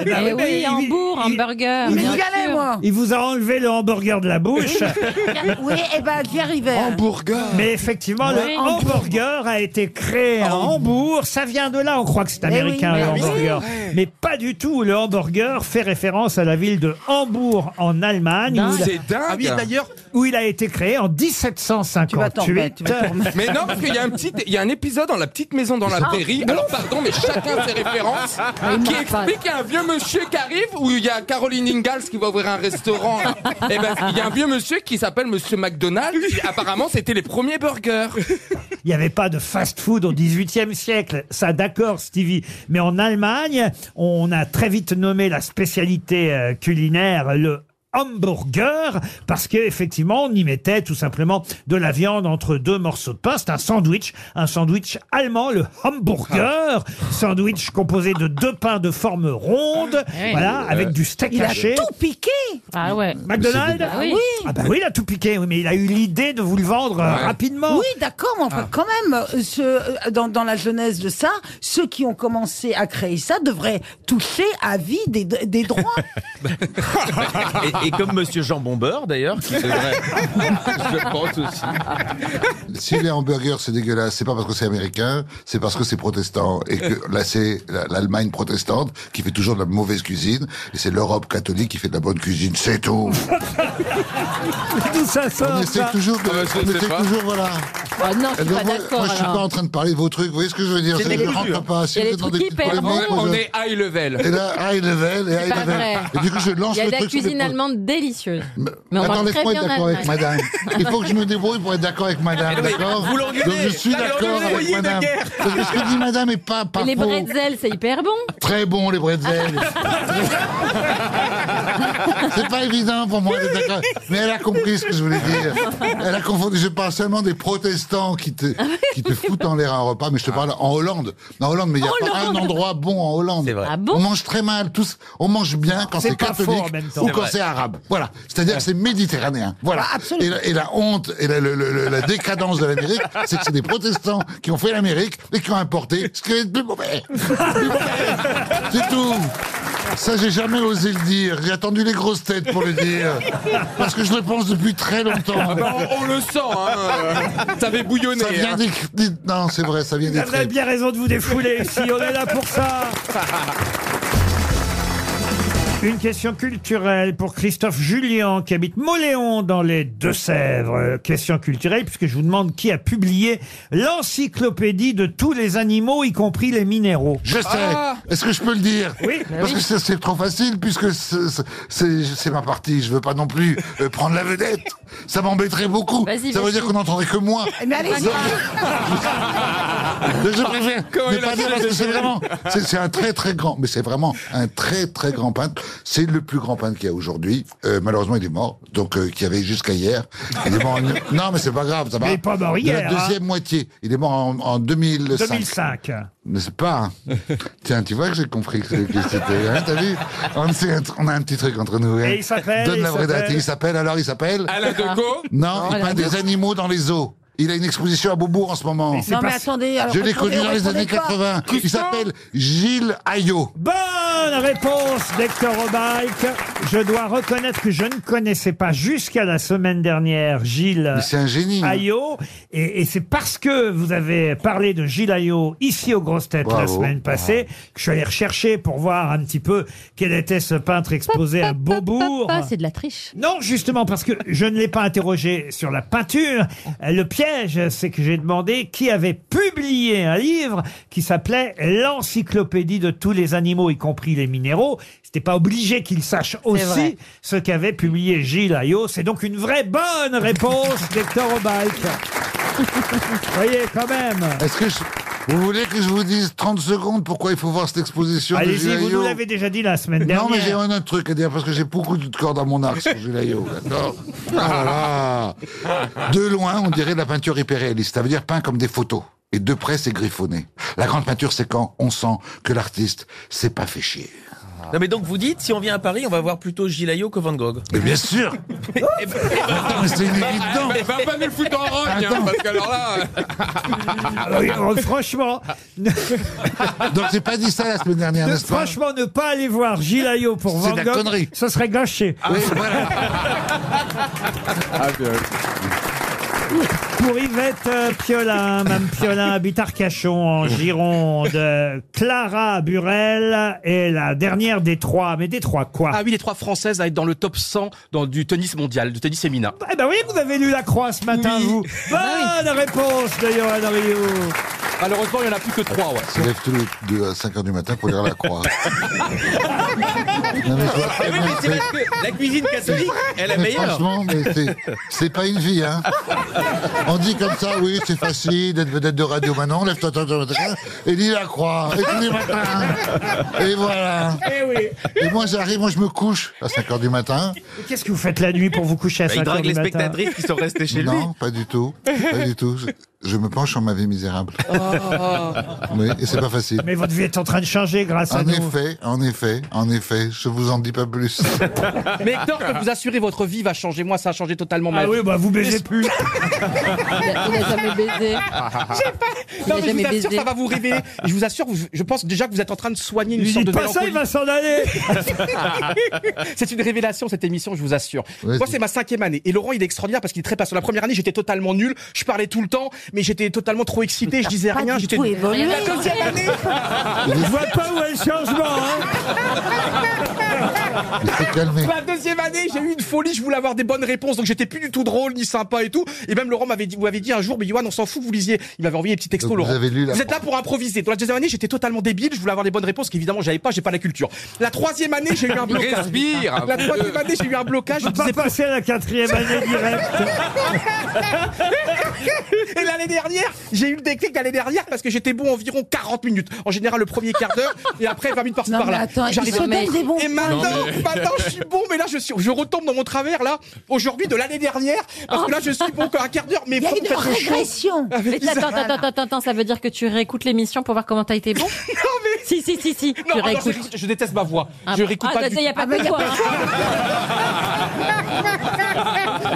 Speaker 8: Eh
Speaker 2: mais
Speaker 8: oui,
Speaker 2: il-
Speaker 8: Hambourg, hamburger.
Speaker 7: Mais
Speaker 8: bien
Speaker 7: j'y allais,
Speaker 8: sûr.
Speaker 7: moi.
Speaker 2: Il vous a enlevé le hamburger de la bouche,
Speaker 7: Oui, et ben j'y arrivais.
Speaker 2: mais effectivement,
Speaker 8: Oui.
Speaker 2: le hamburger a été créé à Hambourg. Ça vient de là, on croit que c'est américain,
Speaker 7: Eh oui,
Speaker 2: le
Speaker 7: mais oui.
Speaker 2: hamburger. Mais pas du tout. Le hamburger fait référence à la ville de Hambourg, en Allemagne. où il a-
Speaker 4: C'est dingue.
Speaker 14: Ah oui, et d'ailleurs,
Speaker 2: où il a été créé en
Speaker 7: Tu vas t'en-
Speaker 2: 1758.
Speaker 7: tu vas t'en remettre.
Speaker 4: Mais non, parce qu'il y a un petit, il y a un épisode dans La Petite Maison dans la
Speaker 2: Ah.
Speaker 4: Prairie. Alors pardon, mais chacun ses références. Qui explique qu'il y a un vieux monsieur qui arrive où il y a Caroline Ingalls qui va ouvrir un restaurant. Et ben, il y a un vieux monsieur qui s'appelle Monsieur McDonald's. Et apparemment, c'était les premiers burgers.
Speaker 2: Il n'y avait pas de fast-food au XVIIIe siècle. Ça, d'accord, Stevie. Mais en Allemagne, on a très vite nommé la spécialité euh, culinaire le hamburger parce qu'effectivement, on y mettait tout simplement de la viande entre deux morceaux de pain. C'est un sandwich, un sandwich allemand, le hamburger, sandwich composé de deux pains de forme ronde,
Speaker 16: Eh.
Speaker 2: voilà, avec du steak
Speaker 16: Il a
Speaker 2: haché.
Speaker 16: tout
Speaker 7: piqué
Speaker 8: Ah ouais.
Speaker 2: McDonald's
Speaker 7: Ah oui.
Speaker 2: Ah bah oui, il a tout piqué, oui, mais il a eu l'idée de vous le vendre euh, rapidement.
Speaker 7: Oui, d'accord, mais enfin,
Speaker 2: Ah.
Speaker 7: quand même, euh, ce, euh, dans, dans la jeunesse de ça, ceux qui ont commencé à créer ça devraient toucher à vie des, des droits.
Speaker 9: et, et comme Monsieur Jean Bombeur, d'ailleurs, qui devrait- je pense aussi.
Speaker 6: Si les hamburgers c'est dégueulasse, c'est pas parce que c'est américain, c'est parce que c'est protestant et que là c'est la- l'Allemagne protestante qui fait toujours de la mauvaise cuisine et c'est l'Europe catholique qui fait de la bonne cuisine, c'est tout.
Speaker 2: D'où ça sort
Speaker 6: On essaie
Speaker 2: ça
Speaker 6: toujours de,
Speaker 2: Ah, je
Speaker 6: on
Speaker 2: sais
Speaker 6: essaie
Speaker 2: pas.
Speaker 6: toujours voilà.
Speaker 8: Ah non, je suis pas
Speaker 6: Donc, Euh, moi,
Speaker 8: d'accord.
Speaker 6: moi, je suis pas
Speaker 8: alors.
Speaker 6: en train de parler de vos trucs, vous voyez ce que je veux dire
Speaker 8: C'est
Speaker 6: Je
Speaker 8: des
Speaker 6: ne
Speaker 8: trucs
Speaker 6: rentre
Speaker 8: durs.
Speaker 6: pas. Si
Speaker 8: Il y a
Speaker 6: vous
Speaker 8: des
Speaker 6: êtes dans
Speaker 8: trucs
Speaker 6: des petites
Speaker 8: hyper
Speaker 6: polémiques,
Speaker 8: durs.
Speaker 6: moi,
Speaker 8: On
Speaker 6: je-
Speaker 8: est
Speaker 4: high level.
Speaker 6: Et là, high level, et
Speaker 8: C'est
Speaker 6: high
Speaker 8: pas vrai.
Speaker 6: level. Et du coup, je lance
Speaker 8: Il y a
Speaker 6: le
Speaker 8: de la
Speaker 6: truc. sur les
Speaker 8: cuisine
Speaker 6: potes.
Speaker 8: allemande délicieuse. Mais on
Speaker 6: Attends,
Speaker 8: mange très
Speaker 6: laisse-moi être
Speaker 8: bien en
Speaker 6: d'accord avec
Speaker 8: Allemagne.
Speaker 6: madame. Il faut que je me débrouille pour être d'accord avec madame,
Speaker 8: Mais non, mais
Speaker 6: d'accord
Speaker 8: vous
Speaker 6: Donc
Speaker 8: l'engueulez.
Speaker 6: je suis
Speaker 8: Là, mais on est
Speaker 6: d'accord avec
Speaker 8: envoyé de
Speaker 6: madame.
Speaker 8: guerre.
Speaker 6: Parce que ce que dit madame est pas, pas
Speaker 8: Et les
Speaker 6: faux.
Speaker 8: bretzels, c'est hyper bon.
Speaker 6: Très bon, les bretzels. C'est pas évident pour moi d'être d'accord. Mais elle a compris ce que je voulais dire. Elle a confondu. Je parle seulement des protestants qui te,
Speaker 2: Ah
Speaker 6: qui te foutent en l'air un repas, mais je te parle en Hollande. En Hollande, mais il n'y a pas un
Speaker 8: Hollande.
Speaker 6: endroit bon en Hollande. on mange très mal. Tous, on mange bien quand
Speaker 2: Ah C'est
Speaker 6: c'est,
Speaker 2: pas faux en
Speaker 6: catholique
Speaker 2: même temps. Ah,
Speaker 6: ou
Speaker 2: C'est
Speaker 6: quand
Speaker 2: vrai.
Speaker 6: c'est arabe. Voilà. C'est-à-dire que c'est méditerranéen. Voilà. et, la, et la honte et la, le- le- le- la décadence de l'Amérique, c'est que c'est des protestants qui ont fait l'Amérique et qui ont importé ce qui est le plus mauvais. C'est tout. Ça, j'ai jamais osé le dire. J'ai attendu les grosses têtes pour le dire. Parce que je le pense depuis très longtemps.
Speaker 4: Ah bah, on, on le sent, hein. euh, T'avais bouillonné.
Speaker 6: Ça vient
Speaker 4: hein.
Speaker 6: des... des- Non, c'est vrai, ça vient des
Speaker 2: Vous avez
Speaker 6: tripes.
Speaker 2: bien raison de vous défouler ici, on est là pour ça. Une question culturelle pour Christophe Julien qui habite Moléon dans les Deux-Sèvres. Euh, Question culturelle puisque je vous demande qui a publié l'encyclopédie de tous les animaux, y compris les minéraux.
Speaker 6: Je sais. Est-ce que je peux le dire
Speaker 2: Oui.
Speaker 6: Parce que ça, c'est trop facile, puisque c'est- c'est- c'est c'est ma partie. Je veux pas non plus euh, prendre la vedette. Ça m'embêterait beaucoup.
Speaker 16: Vas-y,
Speaker 6: Ça veut
Speaker 16: vas-y.
Speaker 6: dire qu'on n'entendrait que moi.
Speaker 2: Eh,
Speaker 16: Mais allez,
Speaker 6: Donc- Mais je préfère ne pas dire parce que c'est vraiment. C'est c'est un très très grand, mais c'est vraiment un très très grand peintre. C'est le plus grand peintre qu'il y a aujourd'hui. Euh, malheureusement, il est mort, donc euh, qu'il y avait jusqu'à hier. Il est mort. en- Non, mais c'est pas grave, ça va.
Speaker 2: Mais il est pas mort
Speaker 6: De
Speaker 2: hier,
Speaker 6: la
Speaker 2: hein.
Speaker 6: deuxième moitié. Il est mort en, en 2005.
Speaker 2: 2005.
Speaker 6: N'est-ce pas hein. Tiens, tu vois que j'ai compris que c'était. que c'était, Hein, T'as vu on, sait un tr- on a un petit truc entre nous. hein.
Speaker 2: Et il s'appelle,
Speaker 6: Donne
Speaker 2: il
Speaker 6: la vraie date.
Speaker 2: s'appelle Oh,
Speaker 6: Il s'appelle alors, il s'appelle
Speaker 4: Alain Decaux
Speaker 6: Non, il
Speaker 7: Alain
Speaker 6: peint des
Speaker 7: Decaux.
Speaker 6: animaux dans les zoos. Il a une exposition à Beaubourg en ce moment.
Speaker 7: Non, mais attendez. alors,
Speaker 6: Je l'ai
Speaker 7: attendez,
Speaker 6: connu dans les
Speaker 7: répondez
Speaker 6: années
Speaker 7: pas.
Speaker 6: 80. Il s'appelle Gilles Ayot.
Speaker 2: Bonne réponse d'Hector Obalk. Je dois reconnaître que je ne connaissais pas jusqu'à la semaine dernière Gilles
Speaker 6: c'est un génie, hein.
Speaker 2: Ayot. Et, et c'est parce que vous avez parlé de Gilles Ayot ici aux grosses têtes la
Speaker 6: Bravo.
Speaker 2: semaine passée que je suis allé rechercher pour voir un petit peu quel était ce peintre exposé à Beaubourg.
Speaker 8: Ah, c'est de la triche.
Speaker 2: Non, justement, parce que je ne l'ai pas interrogé sur la peinture. Euh, Le piège, c'est que j'ai demandé qui avait publié un livre qui s'appelait L'encyclopédie de tous les animaux, y compris les minéraux. C'était pas obligé qu'il sache
Speaker 16: vrai.
Speaker 2: aussi ce qu'avait publié Gilles Ayot. C'est donc une vraie bonne réponse d'Hector Obalk. voyez, quand même.
Speaker 6: Est-ce que je- vous voulez que je vous dise 30 secondes pourquoi il faut voir cette exposition de
Speaker 2: Allez-y,
Speaker 6: Gilles
Speaker 2: vous nous
Speaker 6: Ayot
Speaker 2: l'avez déjà dit la semaine dernière.
Speaker 6: Non, mais j'ai un autre truc à dire parce que j'ai beaucoup de cordes à mon arc sur Gilles Ayot, d'accord Ah là là. De loin, on dirait de la peinture hyperréaliste. Ça veut dire peint comme des photos. Et de près, c'est griffonné. La grande peinture, c'est quand on sent que l'artiste s'est pas fait chier.
Speaker 9: Non, mais donc vous dites, si on vient à Paris, on va voir plutôt Gilayo que Van Gogh. Eh ben,
Speaker 6: Mais bien sûr Attends, mais c'est une évidence
Speaker 4: Mais va pas nous le foutre en rogne, hein,
Speaker 6: Attends.
Speaker 4: parce que alors là.
Speaker 2: Ah oui, alors, franchement.
Speaker 6: Donc j'ai pas dit ça la semaine dernière,
Speaker 2: Ne-
Speaker 6: n'est-ce pas
Speaker 2: Franchement, ne pas aller voir Gilles Ayot pour
Speaker 6: C'est
Speaker 2: Van
Speaker 6: de la
Speaker 2: Gogh,
Speaker 6: connerie. Ah.
Speaker 2: ce serait gâché.
Speaker 4: Ah,
Speaker 6: Oui, voilà.
Speaker 2: Pour Yvette euh, Piolin, Mme Piolin habite Arcachon en Gironde. Euh, Clara Burel est la dernière des trois. Mais des trois quoi
Speaker 14: Ah oui, les trois françaises à être dans le top 100 dans du tennis mondial, du tennis féminin. Eh ben
Speaker 2: Eh ben oui, vous avez lu la croix ce matin, vous. Bonne réponse de Johan Rioux.
Speaker 14: Malheureusement, il n'y en a plus que trois, ouais.
Speaker 6: se lève tous les deux à 5h du matin pour lire la croix. Non, mais je vois très
Speaker 9: oui,
Speaker 6: bien
Speaker 9: mais
Speaker 6: que
Speaker 9: c'est
Speaker 6: c'est-
Speaker 9: parce que la cuisine catholique, elle est
Speaker 6: Mais
Speaker 9: meilleure.
Speaker 6: Franchement, mais c'est- c'est pas une vie, hein. On dit comme ça, oui, c'est facile d'être vedette de radio maintenant, lève-toi, toi, toi, toi, toi, et lis la croix, et tous les matins. Et voilà.
Speaker 2: Eh oui.
Speaker 6: Et moi, j'arrive, moi, je me couche à 5h du matin.
Speaker 2: Et Qu'est-ce que vous faites la nuit pour vous coucher à
Speaker 9: Bah,
Speaker 2: 5 heures du matin
Speaker 6: Non, pas du tout. Pas du tout. Je, je me penche sur ma vie misérable.
Speaker 7: Oh.
Speaker 6: Oui, et c'est pas facile.
Speaker 2: Mais votre vie est en train de changer grâce à
Speaker 6: En
Speaker 2: nous.
Speaker 6: effet, en effet, en effet, je vous en dis pas plus.
Speaker 14: Mais Hector, que vous assurez, votre vie va changer. Moi, ça a changé totalement ma
Speaker 6: Ah
Speaker 14: vie.
Speaker 6: oui, bah, vous baisez
Speaker 2: plus.
Speaker 14: il
Speaker 16: a jamais baisé.
Speaker 14: Non,
Speaker 16: Il a
Speaker 14: mais je
Speaker 16: jamais
Speaker 14: vous assure,
Speaker 16: baisé.
Speaker 14: ça va vous révéler. Je vous assure, vous- je pense déjà que vous êtes en train de soigner une
Speaker 2: Lui
Speaker 14: sorte de
Speaker 2: dites pas ça,
Speaker 14: mélancolie.
Speaker 2: il va s'en aller.
Speaker 14: c'est une révélation cette émission, je vous assure. Moi, c'est ma cinquième année. Et Laurent, il est extraordinaire parce qu'il est très patient. La première année, j'étais totalement nul. Je parlais tout le temps, mais j'étais totalement trop excité. Je disais
Speaker 16: pas
Speaker 14: rien.
Speaker 16: du
Speaker 14: J'étais.
Speaker 16: tout évolué.
Speaker 14: La deuxième année.
Speaker 2: Je vois pas où est le changement. hein.
Speaker 14: Ma deuxième année, j'ai eu une folie, je voulais avoir des bonnes réponses, donc j'étais plus du tout drôle, ni sympa et tout. Et même Laurent m'avait dit, vous m'avez dit un jour, mais Johan, on s'en fout, vous lisiez. Il m'avait envoyé des petits textos,
Speaker 6: Donc vous
Speaker 14: Laurent.
Speaker 6: avez lu la
Speaker 14: êtes là pour improviser. Dans la deuxième année, j'étais totalement débile, je voulais avoir les bonnes réponses, qu'évidemment, j'avais pas, j'ai pas la culture. La troisième année, j'ai eu un blocage.
Speaker 4: Respire,
Speaker 14: La troisième année, j'ai eu un blocage. Je
Speaker 2: On va
Speaker 14: disais,
Speaker 2: passer à la quatrième année directe.
Speaker 14: Et l'année dernière, j'ai eu le déclic l'année dernière parce que j'étais bon environ 40 minutes. En général, le premier quart d'heure et après 20 minutes par-ci
Speaker 7: Non, mais
Speaker 14: par-là.
Speaker 7: attends, ils
Speaker 14: J'arrive-
Speaker 7: sont donc des bons.
Speaker 14: Et maintenant,
Speaker 7: Non, mais-
Speaker 14: maintenant, je suis bon, mais là, je, suis, je retombe dans mon travers là aujourd'hui de l'année dernière parce que là, je suis bon qu'à un quart d'heure. Mais
Speaker 7: Il y a
Speaker 14: vous,
Speaker 7: une
Speaker 14: faites des choses.
Speaker 7: régression.
Speaker 14: Avec
Speaker 8: Mais attends,
Speaker 14: Isabelle.
Speaker 8: attends, attends, attends, attends, ça veut dire que tu réécoutes l'émission pour voir comment t'as été bon Si, si, si, si,
Speaker 14: Non,
Speaker 8: tu
Speaker 14: ah non,
Speaker 8: réécoutes.
Speaker 14: je, je déteste ma voix.
Speaker 8: Ah
Speaker 14: je
Speaker 8: bon.
Speaker 14: réécoute
Speaker 8: Ah,
Speaker 14: pas.
Speaker 8: bah,
Speaker 14: du
Speaker 8: ça, y a
Speaker 14: tout.
Speaker 8: pas Ah, bah, de y a quoi, pas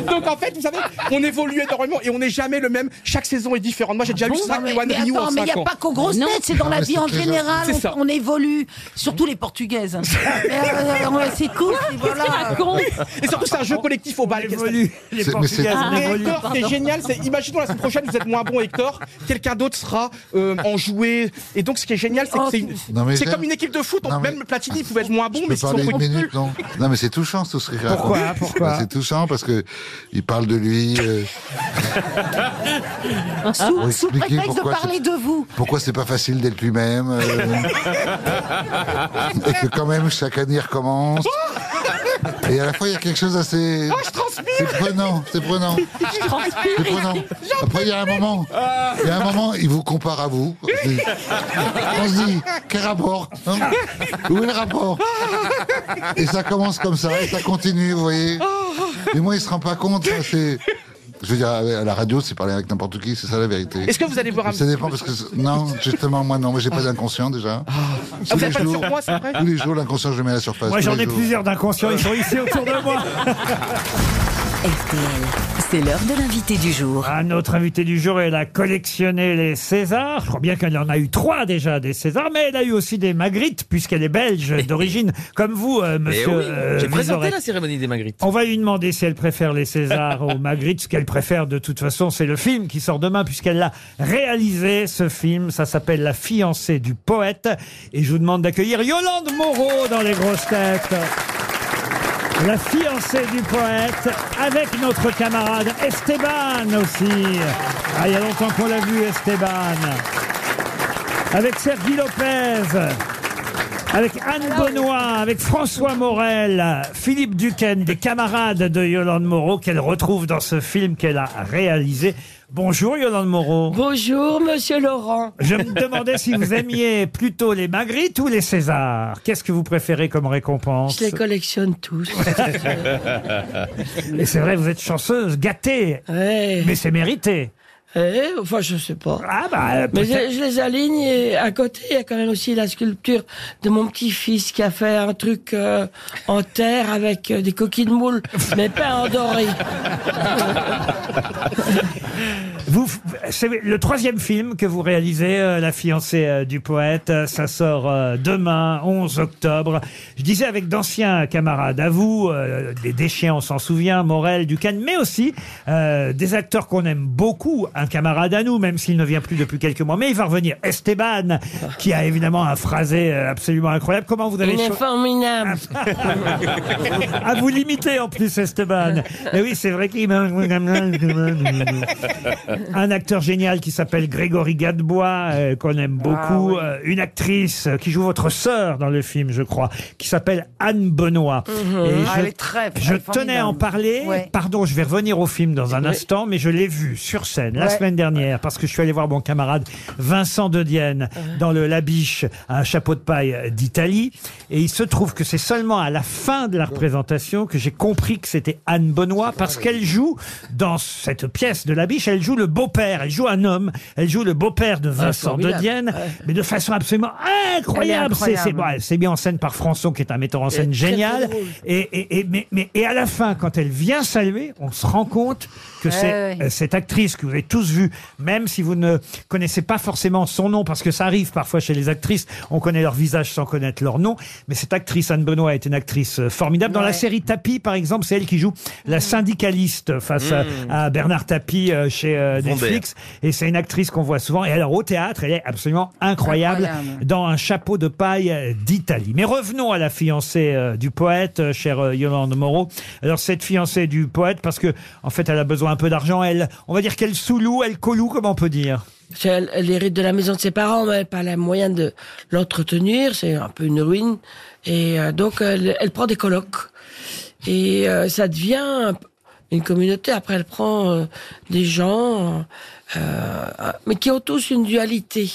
Speaker 14: Donc en fait, vous savez, on évolue énormément et on n'est jamais le même. Chaque saison est différente. Moi, j'ai déjà
Speaker 7: Ah Bon,
Speaker 14: vu
Speaker 7: non,
Speaker 14: 5
Speaker 7: mais,
Speaker 14: Johan
Speaker 7: mais
Speaker 14: Rioux
Speaker 7: attends,
Speaker 14: en
Speaker 7: mais il n'y
Speaker 14: cinq
Speaker 7: a
Speaker 14: ans.
Speaker 7: pas qu'aux grosses têtes, c'est
Speaker 6: Ah,
Speaker 7: dans la vie en général,
Speaker 14: C'est
Speaker 7: on-
Speaker 14: ça.
Speaker 7: on, évolue, surtout les Portugaises. Mais, euh, ouais, c'est cool, et voilà.
Speaker 14: Et surtout, c'est un jeu collectif au bal.
Speaker 2: Évolue.
Speaker 6: les C'est- mais c'est- Portugaises,
Speaker 14: Ah,
Speaker 6: on
Speaker 14: et
Speaker 6: évolue.
Speaker 14: Hector, c'est
Speaker 6: Pardon.
Speaker 14: génial. C'est, imaginons la semaine prochaine, vous êtes moins bon, Hector. Quelqu'un d'autre sera euh, enjoué. Et donc, ce qui est génial,
Speaker 7: Oh,
Speaker 14: c'est que c'est, une-
Speaker 6: Non, mais
Speaker 14: c'est
Speaker 6: j'aime.
Speaker 14: comme une équipe de foot. on-
Speaker 6: Non, mais-
Speaker 14: Même Platini pouvait être moins bon,
Speaker 6: Je
Speaker 14: mais
Speaker 6: peux
Speaker 14: si son
Speaker 6: parler une
Speaker 14: coach-
Speaker 6: minute, non Non, mais c'est touchant tout ce qu'il raconte.
Speaker 2: Pourquoi, pourquoi
Speaker 6: Ben, C'est touchant parce que il parle de lui. euh,
Speaker 7: Sous,
Speaker 6: pour
Speaker 7: sous
Speaker 6: expliquer
Speaker 7: prétexte de
Speaker 6: pourquoi
Speaker 7: parler de
Speaker 6: c'est-
Speaker 7: vous.
Speaker 6: Pourquoi c'est pas facile d'être lui-même euh, et que quand même chaque année il recommence. Et à la fois il y a quelque chose assez.
Speaker 16: Oh, je transpire
Speaker 6: C'est prenant, c'est prenant.
Speaker 16: Je transpire.
Speaker 6: C'est prenant. Après il y a un moment,
Speaker 14: Ah.
Speaker 6: il y a un moment il vous compare à vous. On se dit quel rapport hein Où est le rapport Et ça commence comme ça et ça continue, vous voyez. Mais moi il se rend pas compte. ça, c'est- Je veux dire, à la radio, c'est parler avec n'importe qui, c'est ça la vérité.
Speaker 14: Est-ce que vous allez boire un
Speaker 6: Ça
Speaker 14: petit
Speaker 6: dépend
Speaker 14: peu Ah.
Speaker 6: parce que c'est- non, justement moi non, moi j'ai pas d'inconscient déjà. Tous
Speaker 14: vous
Speaker 6: les
Speaker 14: avez pas de
Speaker 6: jours-
Speaker 14: surpoids, c'est vrai
Speaker 6: Tous les jours l'inconscient je le mets à la surface.
Speaker 2: Moi
Speaker 6: tous
Speaker 2: j'en
Speaker 6: les
Speaker 2: ai
Speaker 6: jours.
Speaker 2: plusieurs d'inconscients, ils sont ici autour de moi.
Speaker 3: C'est l'heure de l'invité du jour.
Speaker 2: Ah, notre invité du jour, elle a collectionné les Césars. Je crois bien qu'elle en a eu trois déjà des Césars, mais elle a eu aussi des Magritte, puisqu'elle est belge d'origine, comme vous, euh,
Speaker 9: Mais
Speaker 2: monsieur.
Speaker 9: Eh oui,
Speaker 2: euh,
Speaker 9: j'ai présenté
Speaker 2: Vizorek.
Speaker 9: la cérémonie des Magritte.
Speaker 6: Oh.
Speaker 2: On va lui demander si elle préfère les Césars aux Magritte. Ce qu'elle préfère, de toute façon, c'est le film qui sort demain, puisqu'elle l'a réalisé, ce film. Ça s'appelle La fiancée du poète. Et je vous demande d'accueillir Yolande Moreau dans les grosses têtes. La fiancée du poète, avec notre camarade Esteban aussi. Ah, il y a longtemps qu'on l'a vu, Esteban. Avec Sergi Lopez. Avec Anne Benoît, avec François Morel, Philippe Duquesne, des camarades de Yolande Moreau qu'elle retrouve dans ce film qu'elle a réalisé. Bonjour Yolande Moreau.
Speaker 16: Bonjour, monsieur Laurent.
Speaker 2: Je me demandais si vous aimiez plutôt les Magritte ou les Césars. Qu'est-ce que vous préférez comme récompense
Speaker 16: Je les collectionne tous.
Speaker 2: Et c'est vrai, vous êtes chanceuse, gâtée. Mais c'est mérité.
Speaker 16: Eh, enfin, je sais pas.
Speaker 2: Ah bah,
Speaker 16: Mais
Speaker 2: peut-être-
Speaker 16: je, je les aligne et à côté, il y a quand même aussi la sculpture de mon petit-fils qui a fait un truc euh, en terre avec euh, des coquilles de moules, mais pas en doré.
Speaker 2: Vous, c'est le troisième film que vous réalisez, euh, La fiancée euh, du poète. Euh, Ça sort euh, demain, 11 octobre. Je disais avec d'anciens camarades à vous, euh, des déchéants, on s'en souvient, Morel, Ducane, mais aussi euh, des acteurs qu'on aime beaucoup, un un camarade à nous, même s'il ne vient plus depuis quelques mois. Mais il va revenir. Esteban, qui a évidemment un phrasé euh, absolument incroyable. Comment vous avez
Speaker 16: Il est
Speaker 2: cho- Ah,
Speaker 16: formidable.
Speaker 2: à vous limiter en plus, Esteban. Et oui, c'est vrai qu'il un acteur génial qui s'appelle Grégory Gadebois, euh, qu'on aime
Speaker 7: Ah
Speaker 2: beaucoup. Euh, Une actrice euh, qui joue votre sœur dans le film, je crois, qui s'appelle Anne Benoît. Et
Speaker 7: Ah,
Speaker 2: je-
Speaker 7: elle est très- elle est
Speaker 2: Je tenais
Speaker 7: formidable.
Speaker 2: à en parler.
Speaker 7: Ouais.
Speaker 2: Pardon, je vais revenir au film dans un
Speaker 7: Oui.
Speaker 2: instant, mais je l'ai vu sur scène la
Speaker 7: Ouais.
Speaker 2: semaine dernière parce que je suis allé voir mon camarade Vincent de Dienne
Speaker 17: Ah.
Speaker 2: dans le Labiche, un chapeau de paille d'Italie. Et il se trouve que c'est seulement à la fin de la représentation que j'ai compris que c'était Anne Benoît parce qu'elle joue dans cette pièce de Labiche, elle joue le beau-père, elle joue un homme, elle joue le beau-père de Vincent de
Speaker 17: Ah, formidable.
Speaker 2: Dienne, mais de façon absolument incroyable. C'est- C'est
Speaker 17: incroyable.
Speaker 2: bon, elle s'est mis en scène par Françon, qui est un metteur en scène
Speaker 17: très, très
Speaker 2: génial.
Speaker 17: drôle.
Speaker 2: Et, et- et- mais, mais- et à la fin, quand elle vient saluer, on se rend compte que
Speaker 17: Ouais,
Speaker 2: c'est
Speaker 17: ouais.
Speaker 2: euh, cette actrice que vous avez tous vue, même si vous ne connaissez pas forcément son nom, parce que ça arrive parfois chez les actrices, on connaît leur visage sans connaître leur nom. Mais cette actrice, Anne Benoît, est une actrice euh, formidable. Dans la
Speaker 17: Ouais. Mm.
Speaker 2: série Tapi, par exemple, c'est elle qui joue la syndicaliste face à-
Speaker 17: Mmh.
Speaker 2: à, Bernard Tapi euh, chez euh,
Speaker 17: Vondère.
Speaker 2: Netflix. Et c'est une actrice qu'on voit souvent. Et alors, au théâtre, elle est absolument incroyable,
Speaker 17: Incroyable.
Speaker 2: dans un chapeau de paille euh, d'Italie. Mais revenons à la fiancée euh, du poète, euh, chère euh, Yolande Moreau. Alors, cette fiancée du poète, parce que, en fait, elle a besoin un peu d'argent, elle, on va dire qu'elle sous-loue, elle coloue, comment on peut dire
Speaker 16: Parce qu'elle- Elle hérite de la maison de ses parents, mais elle n'a pas les moyens de l'entretenir. C'est un peu une ruine. Et euh, donc, elle, elle prend des colocs. Et euh, ça devient un- une communauté. Après, elle prend euh, des gens, euh, mais qui ont tous une dualité.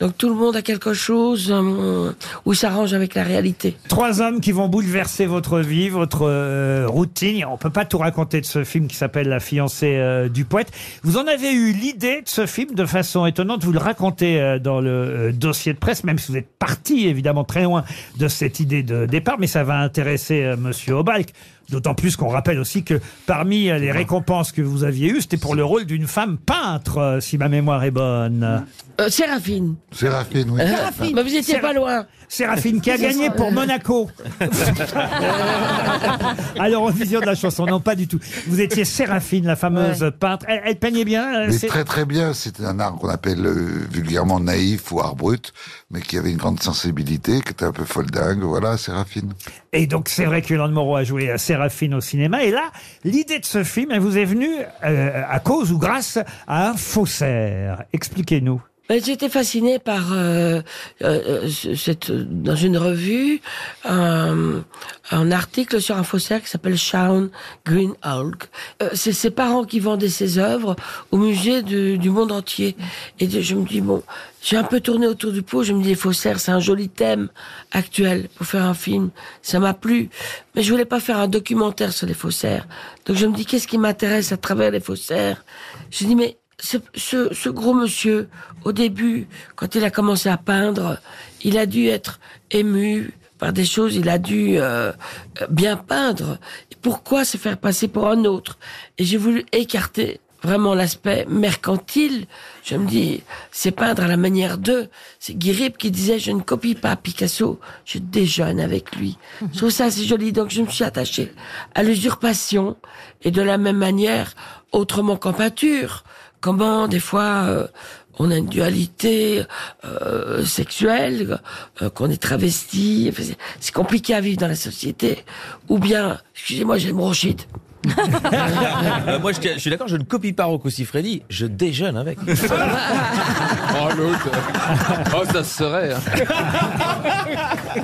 Speaker 16: Donc, tout le monde a quelque chose euh, où il s'arrange avec la réalité.
Speaker 2: Trois hommes qui vont bouleverser votre vie, votre euh, routine. On peut pas tout raconter de ce film qui s'appelle La fiancée euh, du poète. Vous en avez eu l'idée de ce film de façon étonnante. Vous le racontez euh, dans le euh, dossier de presse, même si vous êtes parti évidemment très loin de cette idée de départ, mais ça va intéresser euh, Monsieur Obalk. D'autant plus qu'on rappelle aussi que parmi euh, les récompenses que vous aviez eues, c'était pour le rôle d'une femme peintre, euh, si ma mémoire est bonne.
Speaker 16: Euh, Séraphine.
Speaker 6: Séraphine, oui.
Speaker 16: Séraphine. Mais vous étiez
Speaker 2: Séra-
Speaker 16: pas loin.
Speaker 2: Séraphine qui a gagné pour Monaco. Alors, en vision de la chanson, non, pas du tout. Vous étiez Séraphine, la fameuse peintre. Elle, elle peignait bien. euh,
Speaker 6: Mais
Speaker 2: c'est-
Speaker 6: très très bien, c'était un art qu'on appelle euh, vulgairement naïf ou art brut, mais qui avait une grande sensibilité, qui était un peu folle dingue, voilà, Séraphine.
Speaker 2: Et donc, c'est vrai que Yolande Moreau a joué à Séraphine au cinéma. Et là, l'idée de ce film, elle vous est venue euh, à cause ou grâce à un faussaire. Expliquez-nous.
Speaker 16: Ben, J'étais fascinée par euh, euh, euh, cette, dans une revue un- un article sur un faussaire qui s'appelle Shaun Greenhalgh. Euh, C'est ses parents qui vendaient ses œuvres au musée du, du monde entier. Et de- je me dis bon, j'ai un peu tourné autour du pot. Je me dis les faussaires, c'est un joli thème actuel pour faire un film. Ça m'a plu, mais je voulais pas faire un documentaire sur les faussaires. Donc je me dis qu'est-ce qui m'intéresse à travers les faussaires. Je dis mais ce, ce- ce gros monsieur, au début, quand il a commencé à peindre, il a dû être ému par des choses, il a dû euh, euh, bien peindre. Et pourquoi se faire passer pour un autre Et j'ai voulu écarter vraiment l'aspect mercantile. Je me dis, c'est peindre à la manière d'eux. C'est Guirib qui disait, je ne copie pas Picasso, je déjeune avec lui. Je trouve ça assez joli, donc je me suis attachée à l'usurpation. Et de la même manière, autrement qu'en peinture, comment des fois euh, on a une dualité euh, sexuelle, euh, qu'on est travesti, Enfin, c'est- c'est compliqué à vivre dans la société, ou bien, excusez-moi, j'ai une bronchite.
Speaker 9: Euh, moi, je, tiens- je suis d'accord, je ne copie pas Rocco Siffredi, je déjeune avec.
Speaker 4: Oh l'autre. Oh ça se serait. hein.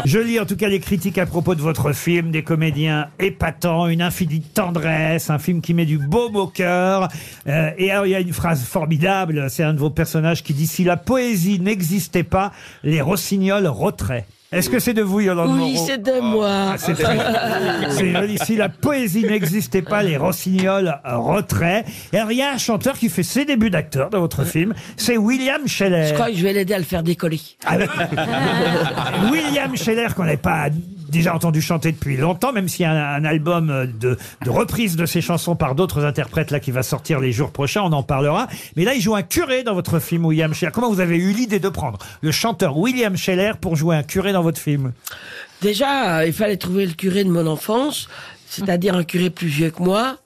Speaker 2: Je lis en tout cas les critiques à propos de votre film, des comédiens épatants, une infinie tendresse, un film qui met du beau au cœur. Euh, et alors il y a une phrase formidable, c'est un de vos personnages qui dit si la poésie n'existait pas, les rossignols roteraient. Est-ce que c'est de vous, Yolande
Speaker 16: Oui,
Speaker 2: Moreau
Speaker 16: c'est de moi.
Speaker 2: Ah, c'est très- c'est joli. Si la poésie n'existait pas, les rossignols retraits. Et alors, il y a un chanteur qui fait ses débuts d'acteur dans votre film, c'est William Scheller.
Speaker 16: Je crois que je vais l'aider à le faire décoller.
Speaker 2: Ah ben- William Scheller, qu'on n'avait pas déjà entendu chanter depuis longtemps, même s'il y a un, un album euh, de, de reprise de ses chansons par d'autres interprètes là qui va sortir les jours prochains, on en parlera. Mais là, il joue un curé dans votre film, William Scheller. Comment vous avez eu l'idée de prendre le chanteur William Scheller pour jouer un curé dans votre film
Speaker 16: Déjà, euh, il fallait trouver le curé de mon enfance, c'est-à-dire un curé plus vieux que moi.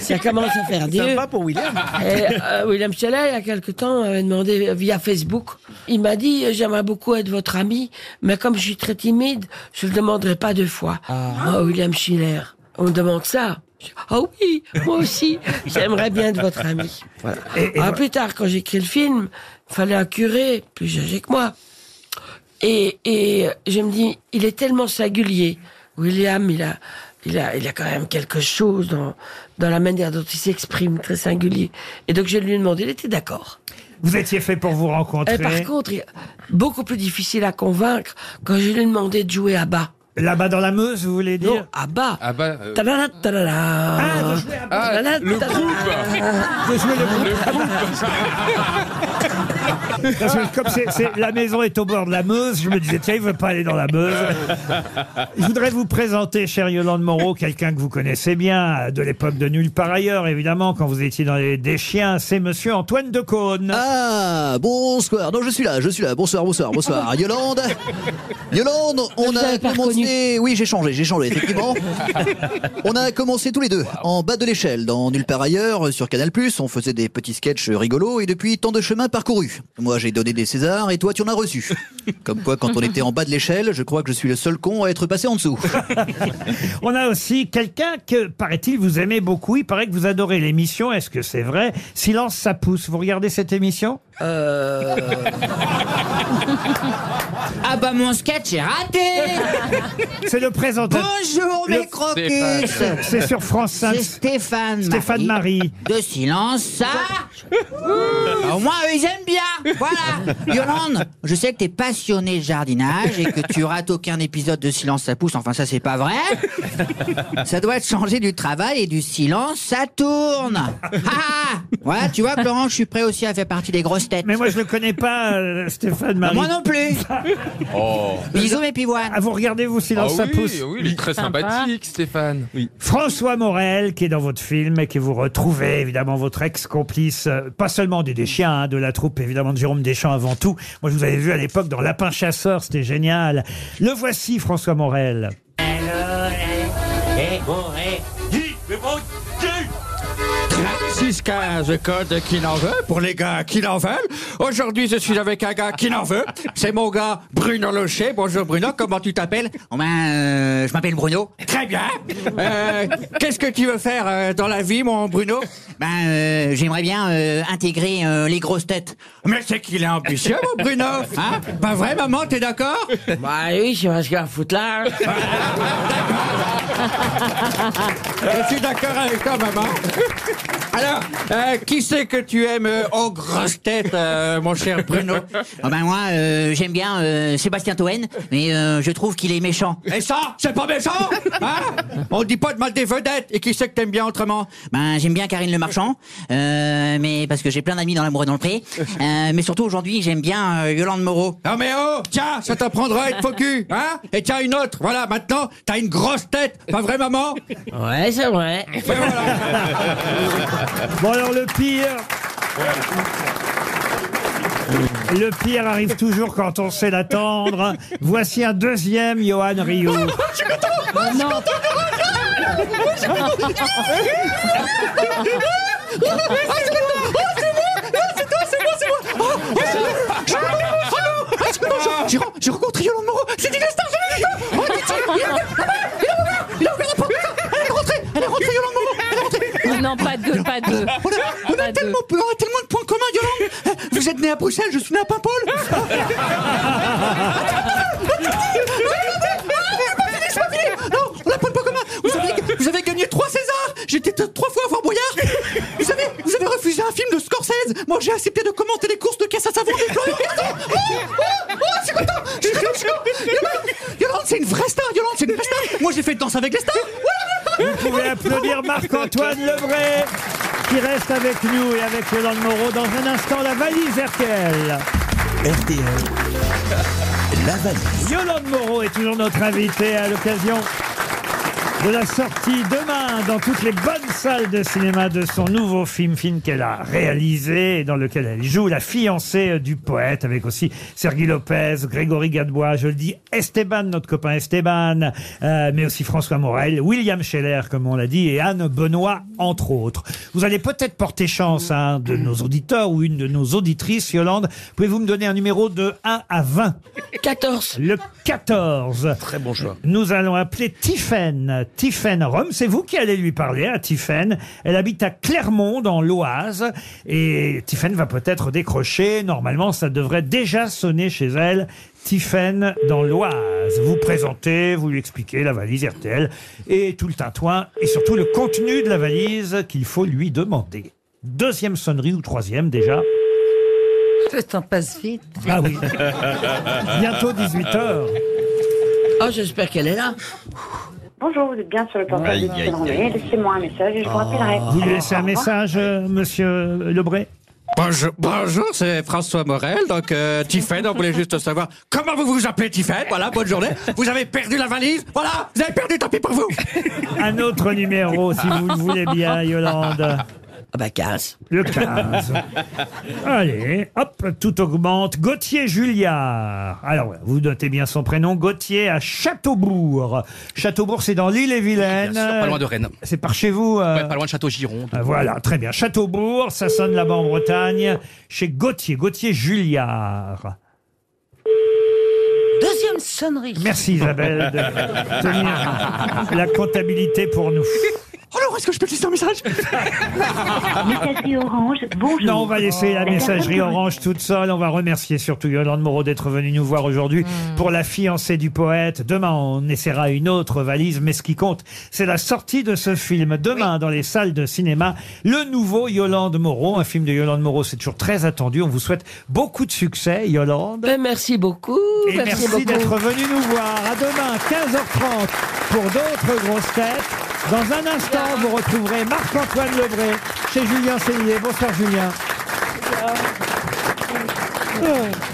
Speaker 16: Ça commence à faire Dieu.
Speaker 14: Sympa pour William.
Speaker 16: Et, euh, William Scheller, il y a quelque temps, avait demandé euh, via Facebook. Il m'a dit euh, J'aimerais beaucoup être votre ami, mais comme je suis très timide, je ne le demanderai pas deux fois.
Speaker 14: Ah.
Speaker 16: Oh, William Schiller, on me demande ça. Je- Ah oui, moi aussi, j'aimerais bien être votre ami. Voilà.
Speaker 2: Et- et
Speaker 16: Ah,
Speaker 2: voilà.
Speaker 16: plus tard, quand j'ai écrit le film, il fallait un curé plus âgé que moi. Et, et je me dis, il est tellement singulier. William, il a, il a, il a quand même quelque chose dans, dans la manière dont il s'exprime, très singulier. Et donc je lui ai demandé, il était d'accord.
Speaker 2: Vous étiez fait pour vous rencontrer.
Speaker 16: Et par contre, il- beaucoup plus difficile à convaincre quand je lui ai demandé de jouer à bas.
Speaker 2: Là-bas dans la Meuse, vous voulez dire Ah,
Speaker 16: Non, à bas.
Speaker 4: Ah bah. euh,
Speaker 16: Tadada, tadada. Tadada,
Speaker 4: le
Speaker 16: tadada.
Speaker 4: groupe.
Speaker 2: Je jouais le
Speaker 4: Le groupe.
Speaker 2: Parce que comme c'est- c'est- la maison est au bord de la Meuse, je me disais, tiens, il veut pas aller dans la Meuse. Je voudrais vous présenter, cher Yolande Moreau, quelqu'un que vous connaissez bien, euh, de l'époque de Nulle par ailleurs, évidemment, quand vous étiez dans les, des chiens, c'est monsieur Antoine Decaune.
Speaker 17: Ah, bonsoir. Non, je suis là, je suis là. Bonsoir, bonsoir, bonsoir. Yolande. Yolande, on a commencé. Oui, j'ai changé, j'ai changé, effectivement. On a commencé tous les deux, en bas de l'échelle, dans Nulle part ailleurs, euh, sur Canal. On faisait des petits sketchs rigolos et depuis tant de chemins parcourus. Moi, j'ai donné des Césars et toi, tu en as reçu. Comme quoi, quand on était en bas de l'échelle, je crois que je suis le seul con à être passé en dessous.
Speaker 2: On a aussi quelqu'un que, paraît-il, vous aimez beaucoup. Il paraît que vous adorez l'émission. Est-ce que c'est vrai Silence, ça pousse. Vous regardez cette émission
Speaker 17: Euh.
Speaker 18: Ah bah mon sketch est raté
Speaker 2: C'est le présentateur.
Speaker 18: Bonjour
Speaker 2: Le-
Speaker 18: mes croquis
Speaker 2: C'est- C'est sur France 5.
Speaker 18: C'est Stéphane
Speaker 2: Stéphane Marie.
Speaker 18: De silence, ça Au moins eux, ils aiment bien Voilà Yolande, je sais que t'es passionné de jardinage et que tu rates aucun épisode de Silence ça pousse, enfin ça c'est pas vrai Ça doit te changer du travail et du silence, ça tourne Ah Voilà, tu vois Florent, je suis prêt aussi à faire partie des grosses têtes. Bah,
Speaker 2: Mais moi je le connais pas, euh, Stéphane Marie.
Speaker 18: Moi non plus
Speaker 4: Oh.
Speaker 18: Bisous mes pivoines
Speaker 2: Ah, vous regardez, vous, Silence,
Speaker 4: Ah
Speaker 2: ça
Speaker 4: oui,
Speaker 2: pousse.
Speaker 4: oui, il est très Sympa. sympathique, Stéphane. Oui.
Speaker 2: François Morel, qui est dans votre film et que vous retrouvez, évidemment, votre ex-complice, euh, pas seulement des, des chiens, hein, de la troupe, évidemment, de Jérôme Deschamps avant tout. Moi, je vous avais vu à l'époque dans Lapin Chasseur, c'était génial. Le voici, François Morel.
Speaker 13: Eh, oh, eh. Hi, mais bon Dieu! 36 15 code qui n'en veut pour les gars qui n'en veulent. Aujourd'hui, je suis avec un gars qui n'en veut. C'est mon gars Bruno Locher. Bonjour Bruno, comment tu t'appelles
Speaker 18: Oh, ben, euh,
Speaker 13: Je m'appelle Bruno. Très bien. Euh, Qu'est-ce que tu veux faire euh, dans la vie, mon Bruno
Speaker 18: Ben, euh, j'aimerais bien euh, intégrer euh, les grosses têtes.
Speaker 13: Mais c'est qu'il est ambitieux, mon Bruno. Hein Pas vrai, maman, t'es d'accord
Speaker 16: Bah oui, je sais pas ce qu'il y a à foutre là.
Speaker 13: Je suis d'accord avec toi, maman. Alors, euh, qui c'est que tu aimes euh, aux grosses têtes, euh, mon cher Bruno
Speaker 18: Ah ben moi, euh, j'aime bien euh, Sébastien Toen, mais euh, je trouve qu'il est méchant.
Speaker 13: Et ça, c'est pas méchant hein On dit pas de mal des vedettes. Et qui c'est que t'aimes bien autrement
Speaker 18: Ben j'aime bien Karine Le Marchand, euh, mais parce que j'ai plein d'amis dans l'amour et dans le pré. Euh, mais surtout aujourd'hui, j'aime bien euh, Yolande Moreau.
Speaker 13: Non mais oh, tiens, ça t'apprendra à être faux cul, hein Et tiens, une autre, voilà, maintenant, t'as une grosse tête, pas vrai maman
Speaker 16: Ouais, c'est vrai.
Speaker 2: Bon, alors, le pire. Le pire arrive toujours quand on sait l'attendre. Voici un deuxième, Johan Rio.
Speaker 13: J'ai re- j'ai rencontré Yolande Moreau, c'est une star, je l'ai vu. Oh, dit-il, il a ouvert la porte, il a ouvert, il a ouvert la porte, elle est rentrée, elle est rentrée Yolande Moreau, elle est rentrée.
Speaker 8: Non, pas deux, pas deux.
Speaker 13: On a, on a tellement, on a tellement de points communs, Yolande. Eh, Vous êtes né à Bruxelles, je suis né à Paimpol. Non, on a pas de points communs. Vous avez, vous avez gagné trois Césars. J'étais t- trois fois à Fort Boyard. Vous avez, vous avez refusé un film de Scorsese. Moi, j'ai accepté de commenter les courses de caisse à savon des Florian Gazan. Oh, oh, oh, je suis content. Je suis content, je suis content. Yolande, Yolande, c'est une vraie star. Yolande, c'est une vraie star. Moi, j'ai fait danse avec les stars.
Speaker 2: Vous pouvez applaudir Marc-Antoine Lebray qui reste avec nous et avec Yolande Moreau dans un instant la valise RTL. RTL. La valise. Yolande Moreau est toujours notre invitée à l'occasion de la sortie demain dans toutes les bonnes salles de cinéma de son nouveau film, film qu'elle a réalisé et dans lequel elle joue la fiancée du poète avec aussi Sergi Lopez, Grégory Gadebois, je le dis, Esteban, notre copain Esteban, euh, mais aussi François Morel, William Scheller, comme on l'a dit, et Anne Benoît, entre autres. Vous allez peut-être porter chance à un de nos auditeurs ou une de nos auditrices, Yolande. Pouvez-vous me donner un numéro de 1 à 20 14. Le 14. Très bon choix. Nous allons appeler Tiffaine. Tiffaine Rome, c'est vous qui allez lui parler à Tiffaine. Elle habite à Clermont, dans l'Oise. Et Tiffaine va peut-être décrocher. Normalement, ça devrait déjà sonner chez elle. Tiffaine dans l'Oise. Vous présentez, vous lui expliquez la valise RTL et tout le tintouin et surtout le contenu de la valise qu'il faut lui demander. Deuxième sonnerie ou troisième déjà.
Speaker 7: T'en passes vite.
Speaker 2: Ah oui. Bientôt 18 heures.
Speaker 16: Oh, j'espère qu'elle est là.
Speaker 15: Bonjour, vous êtes bien sur le portable
Speaker 2: Aïe,
Speaker 15: de Monsieur
Speaker 2: aïe,
Speaker 15: Landry.
Speaker 2: aïe. Ah.
Speaker 15: Laissez-moi un message et je vous rappellerai.
Speaker 2: Vous lui laissez un message, euh, monsieur Lebray
Speaker 13: Bonjour, bonjour, c'est François Morel. Donc, euh, Tiffaine, on voulait juste savoir comment vous vous appelez Tiffaine. Voilà, bonne journée. Vous avez perdu la valise. Voilà, vous avez perdu, tant pis pour vous.
Speaker 2: Un autre numéro, si vous le voulez bien, Yolande. Ah bah 15. Le 15. Allez, hop, tout augmente. Gauthier Julliard. Alors, ouais, vous notez bien son prénom. Gauthier à Châteaubourg. Châteaubourg, c'est dans l'île-et-Vilaine.
Speaker 14: Bien sûr, pas loin de Rennes.
Speaker 2: C'est par chez vous euh,
Speaker 14: Ouais, pas loin de Château-Giron.
Speaker 2: Ah, Voilà, très bien. Châteaubourg, ça sonne là-bas en Bretagne. Chez Gauthier, Gauthier Julliard.
Speaker 7: Deuxième sonnerie.
Speaker 2: Merci Isabelle de tenir la comptabilité pour nous.
Speaker 13: Alors, est-ce que je peux te laisser un message
Speaker 2: Messagerie Orange, bonjour. Non, on va laisser la
Speaker 13: La personne
Speaker 2: messagerie
Speaker 13: que vous-
Speaker 2: Orange toute seule. On va remercier surtout Yolande Moreau d'être venue nous voir aujourd'hui pour la fiancée du poète. Demain, on essaiera une autre valise, mais ce qui compte, c'est la sortie de ce film. Demain, dans les salles de cinéma, le nouveau Yolande Moreau. Un film de Yolande Moreau, c'est toujours très attendu. On vous souhaite beaucoup de succès, Yolande.
Speaker 16: Ben, merci beaucoup.
Speaker 2: Et merci,
Speaker 16: beaucoup.
Speaker 2: d'être venu nous voir. À demain, 15h30, pour d'autres grosses têtes. Dans un instant, vous retrouverez Marc-Antoine Lebré chez Julien Cellier. Bonsoir, Julien. Oh.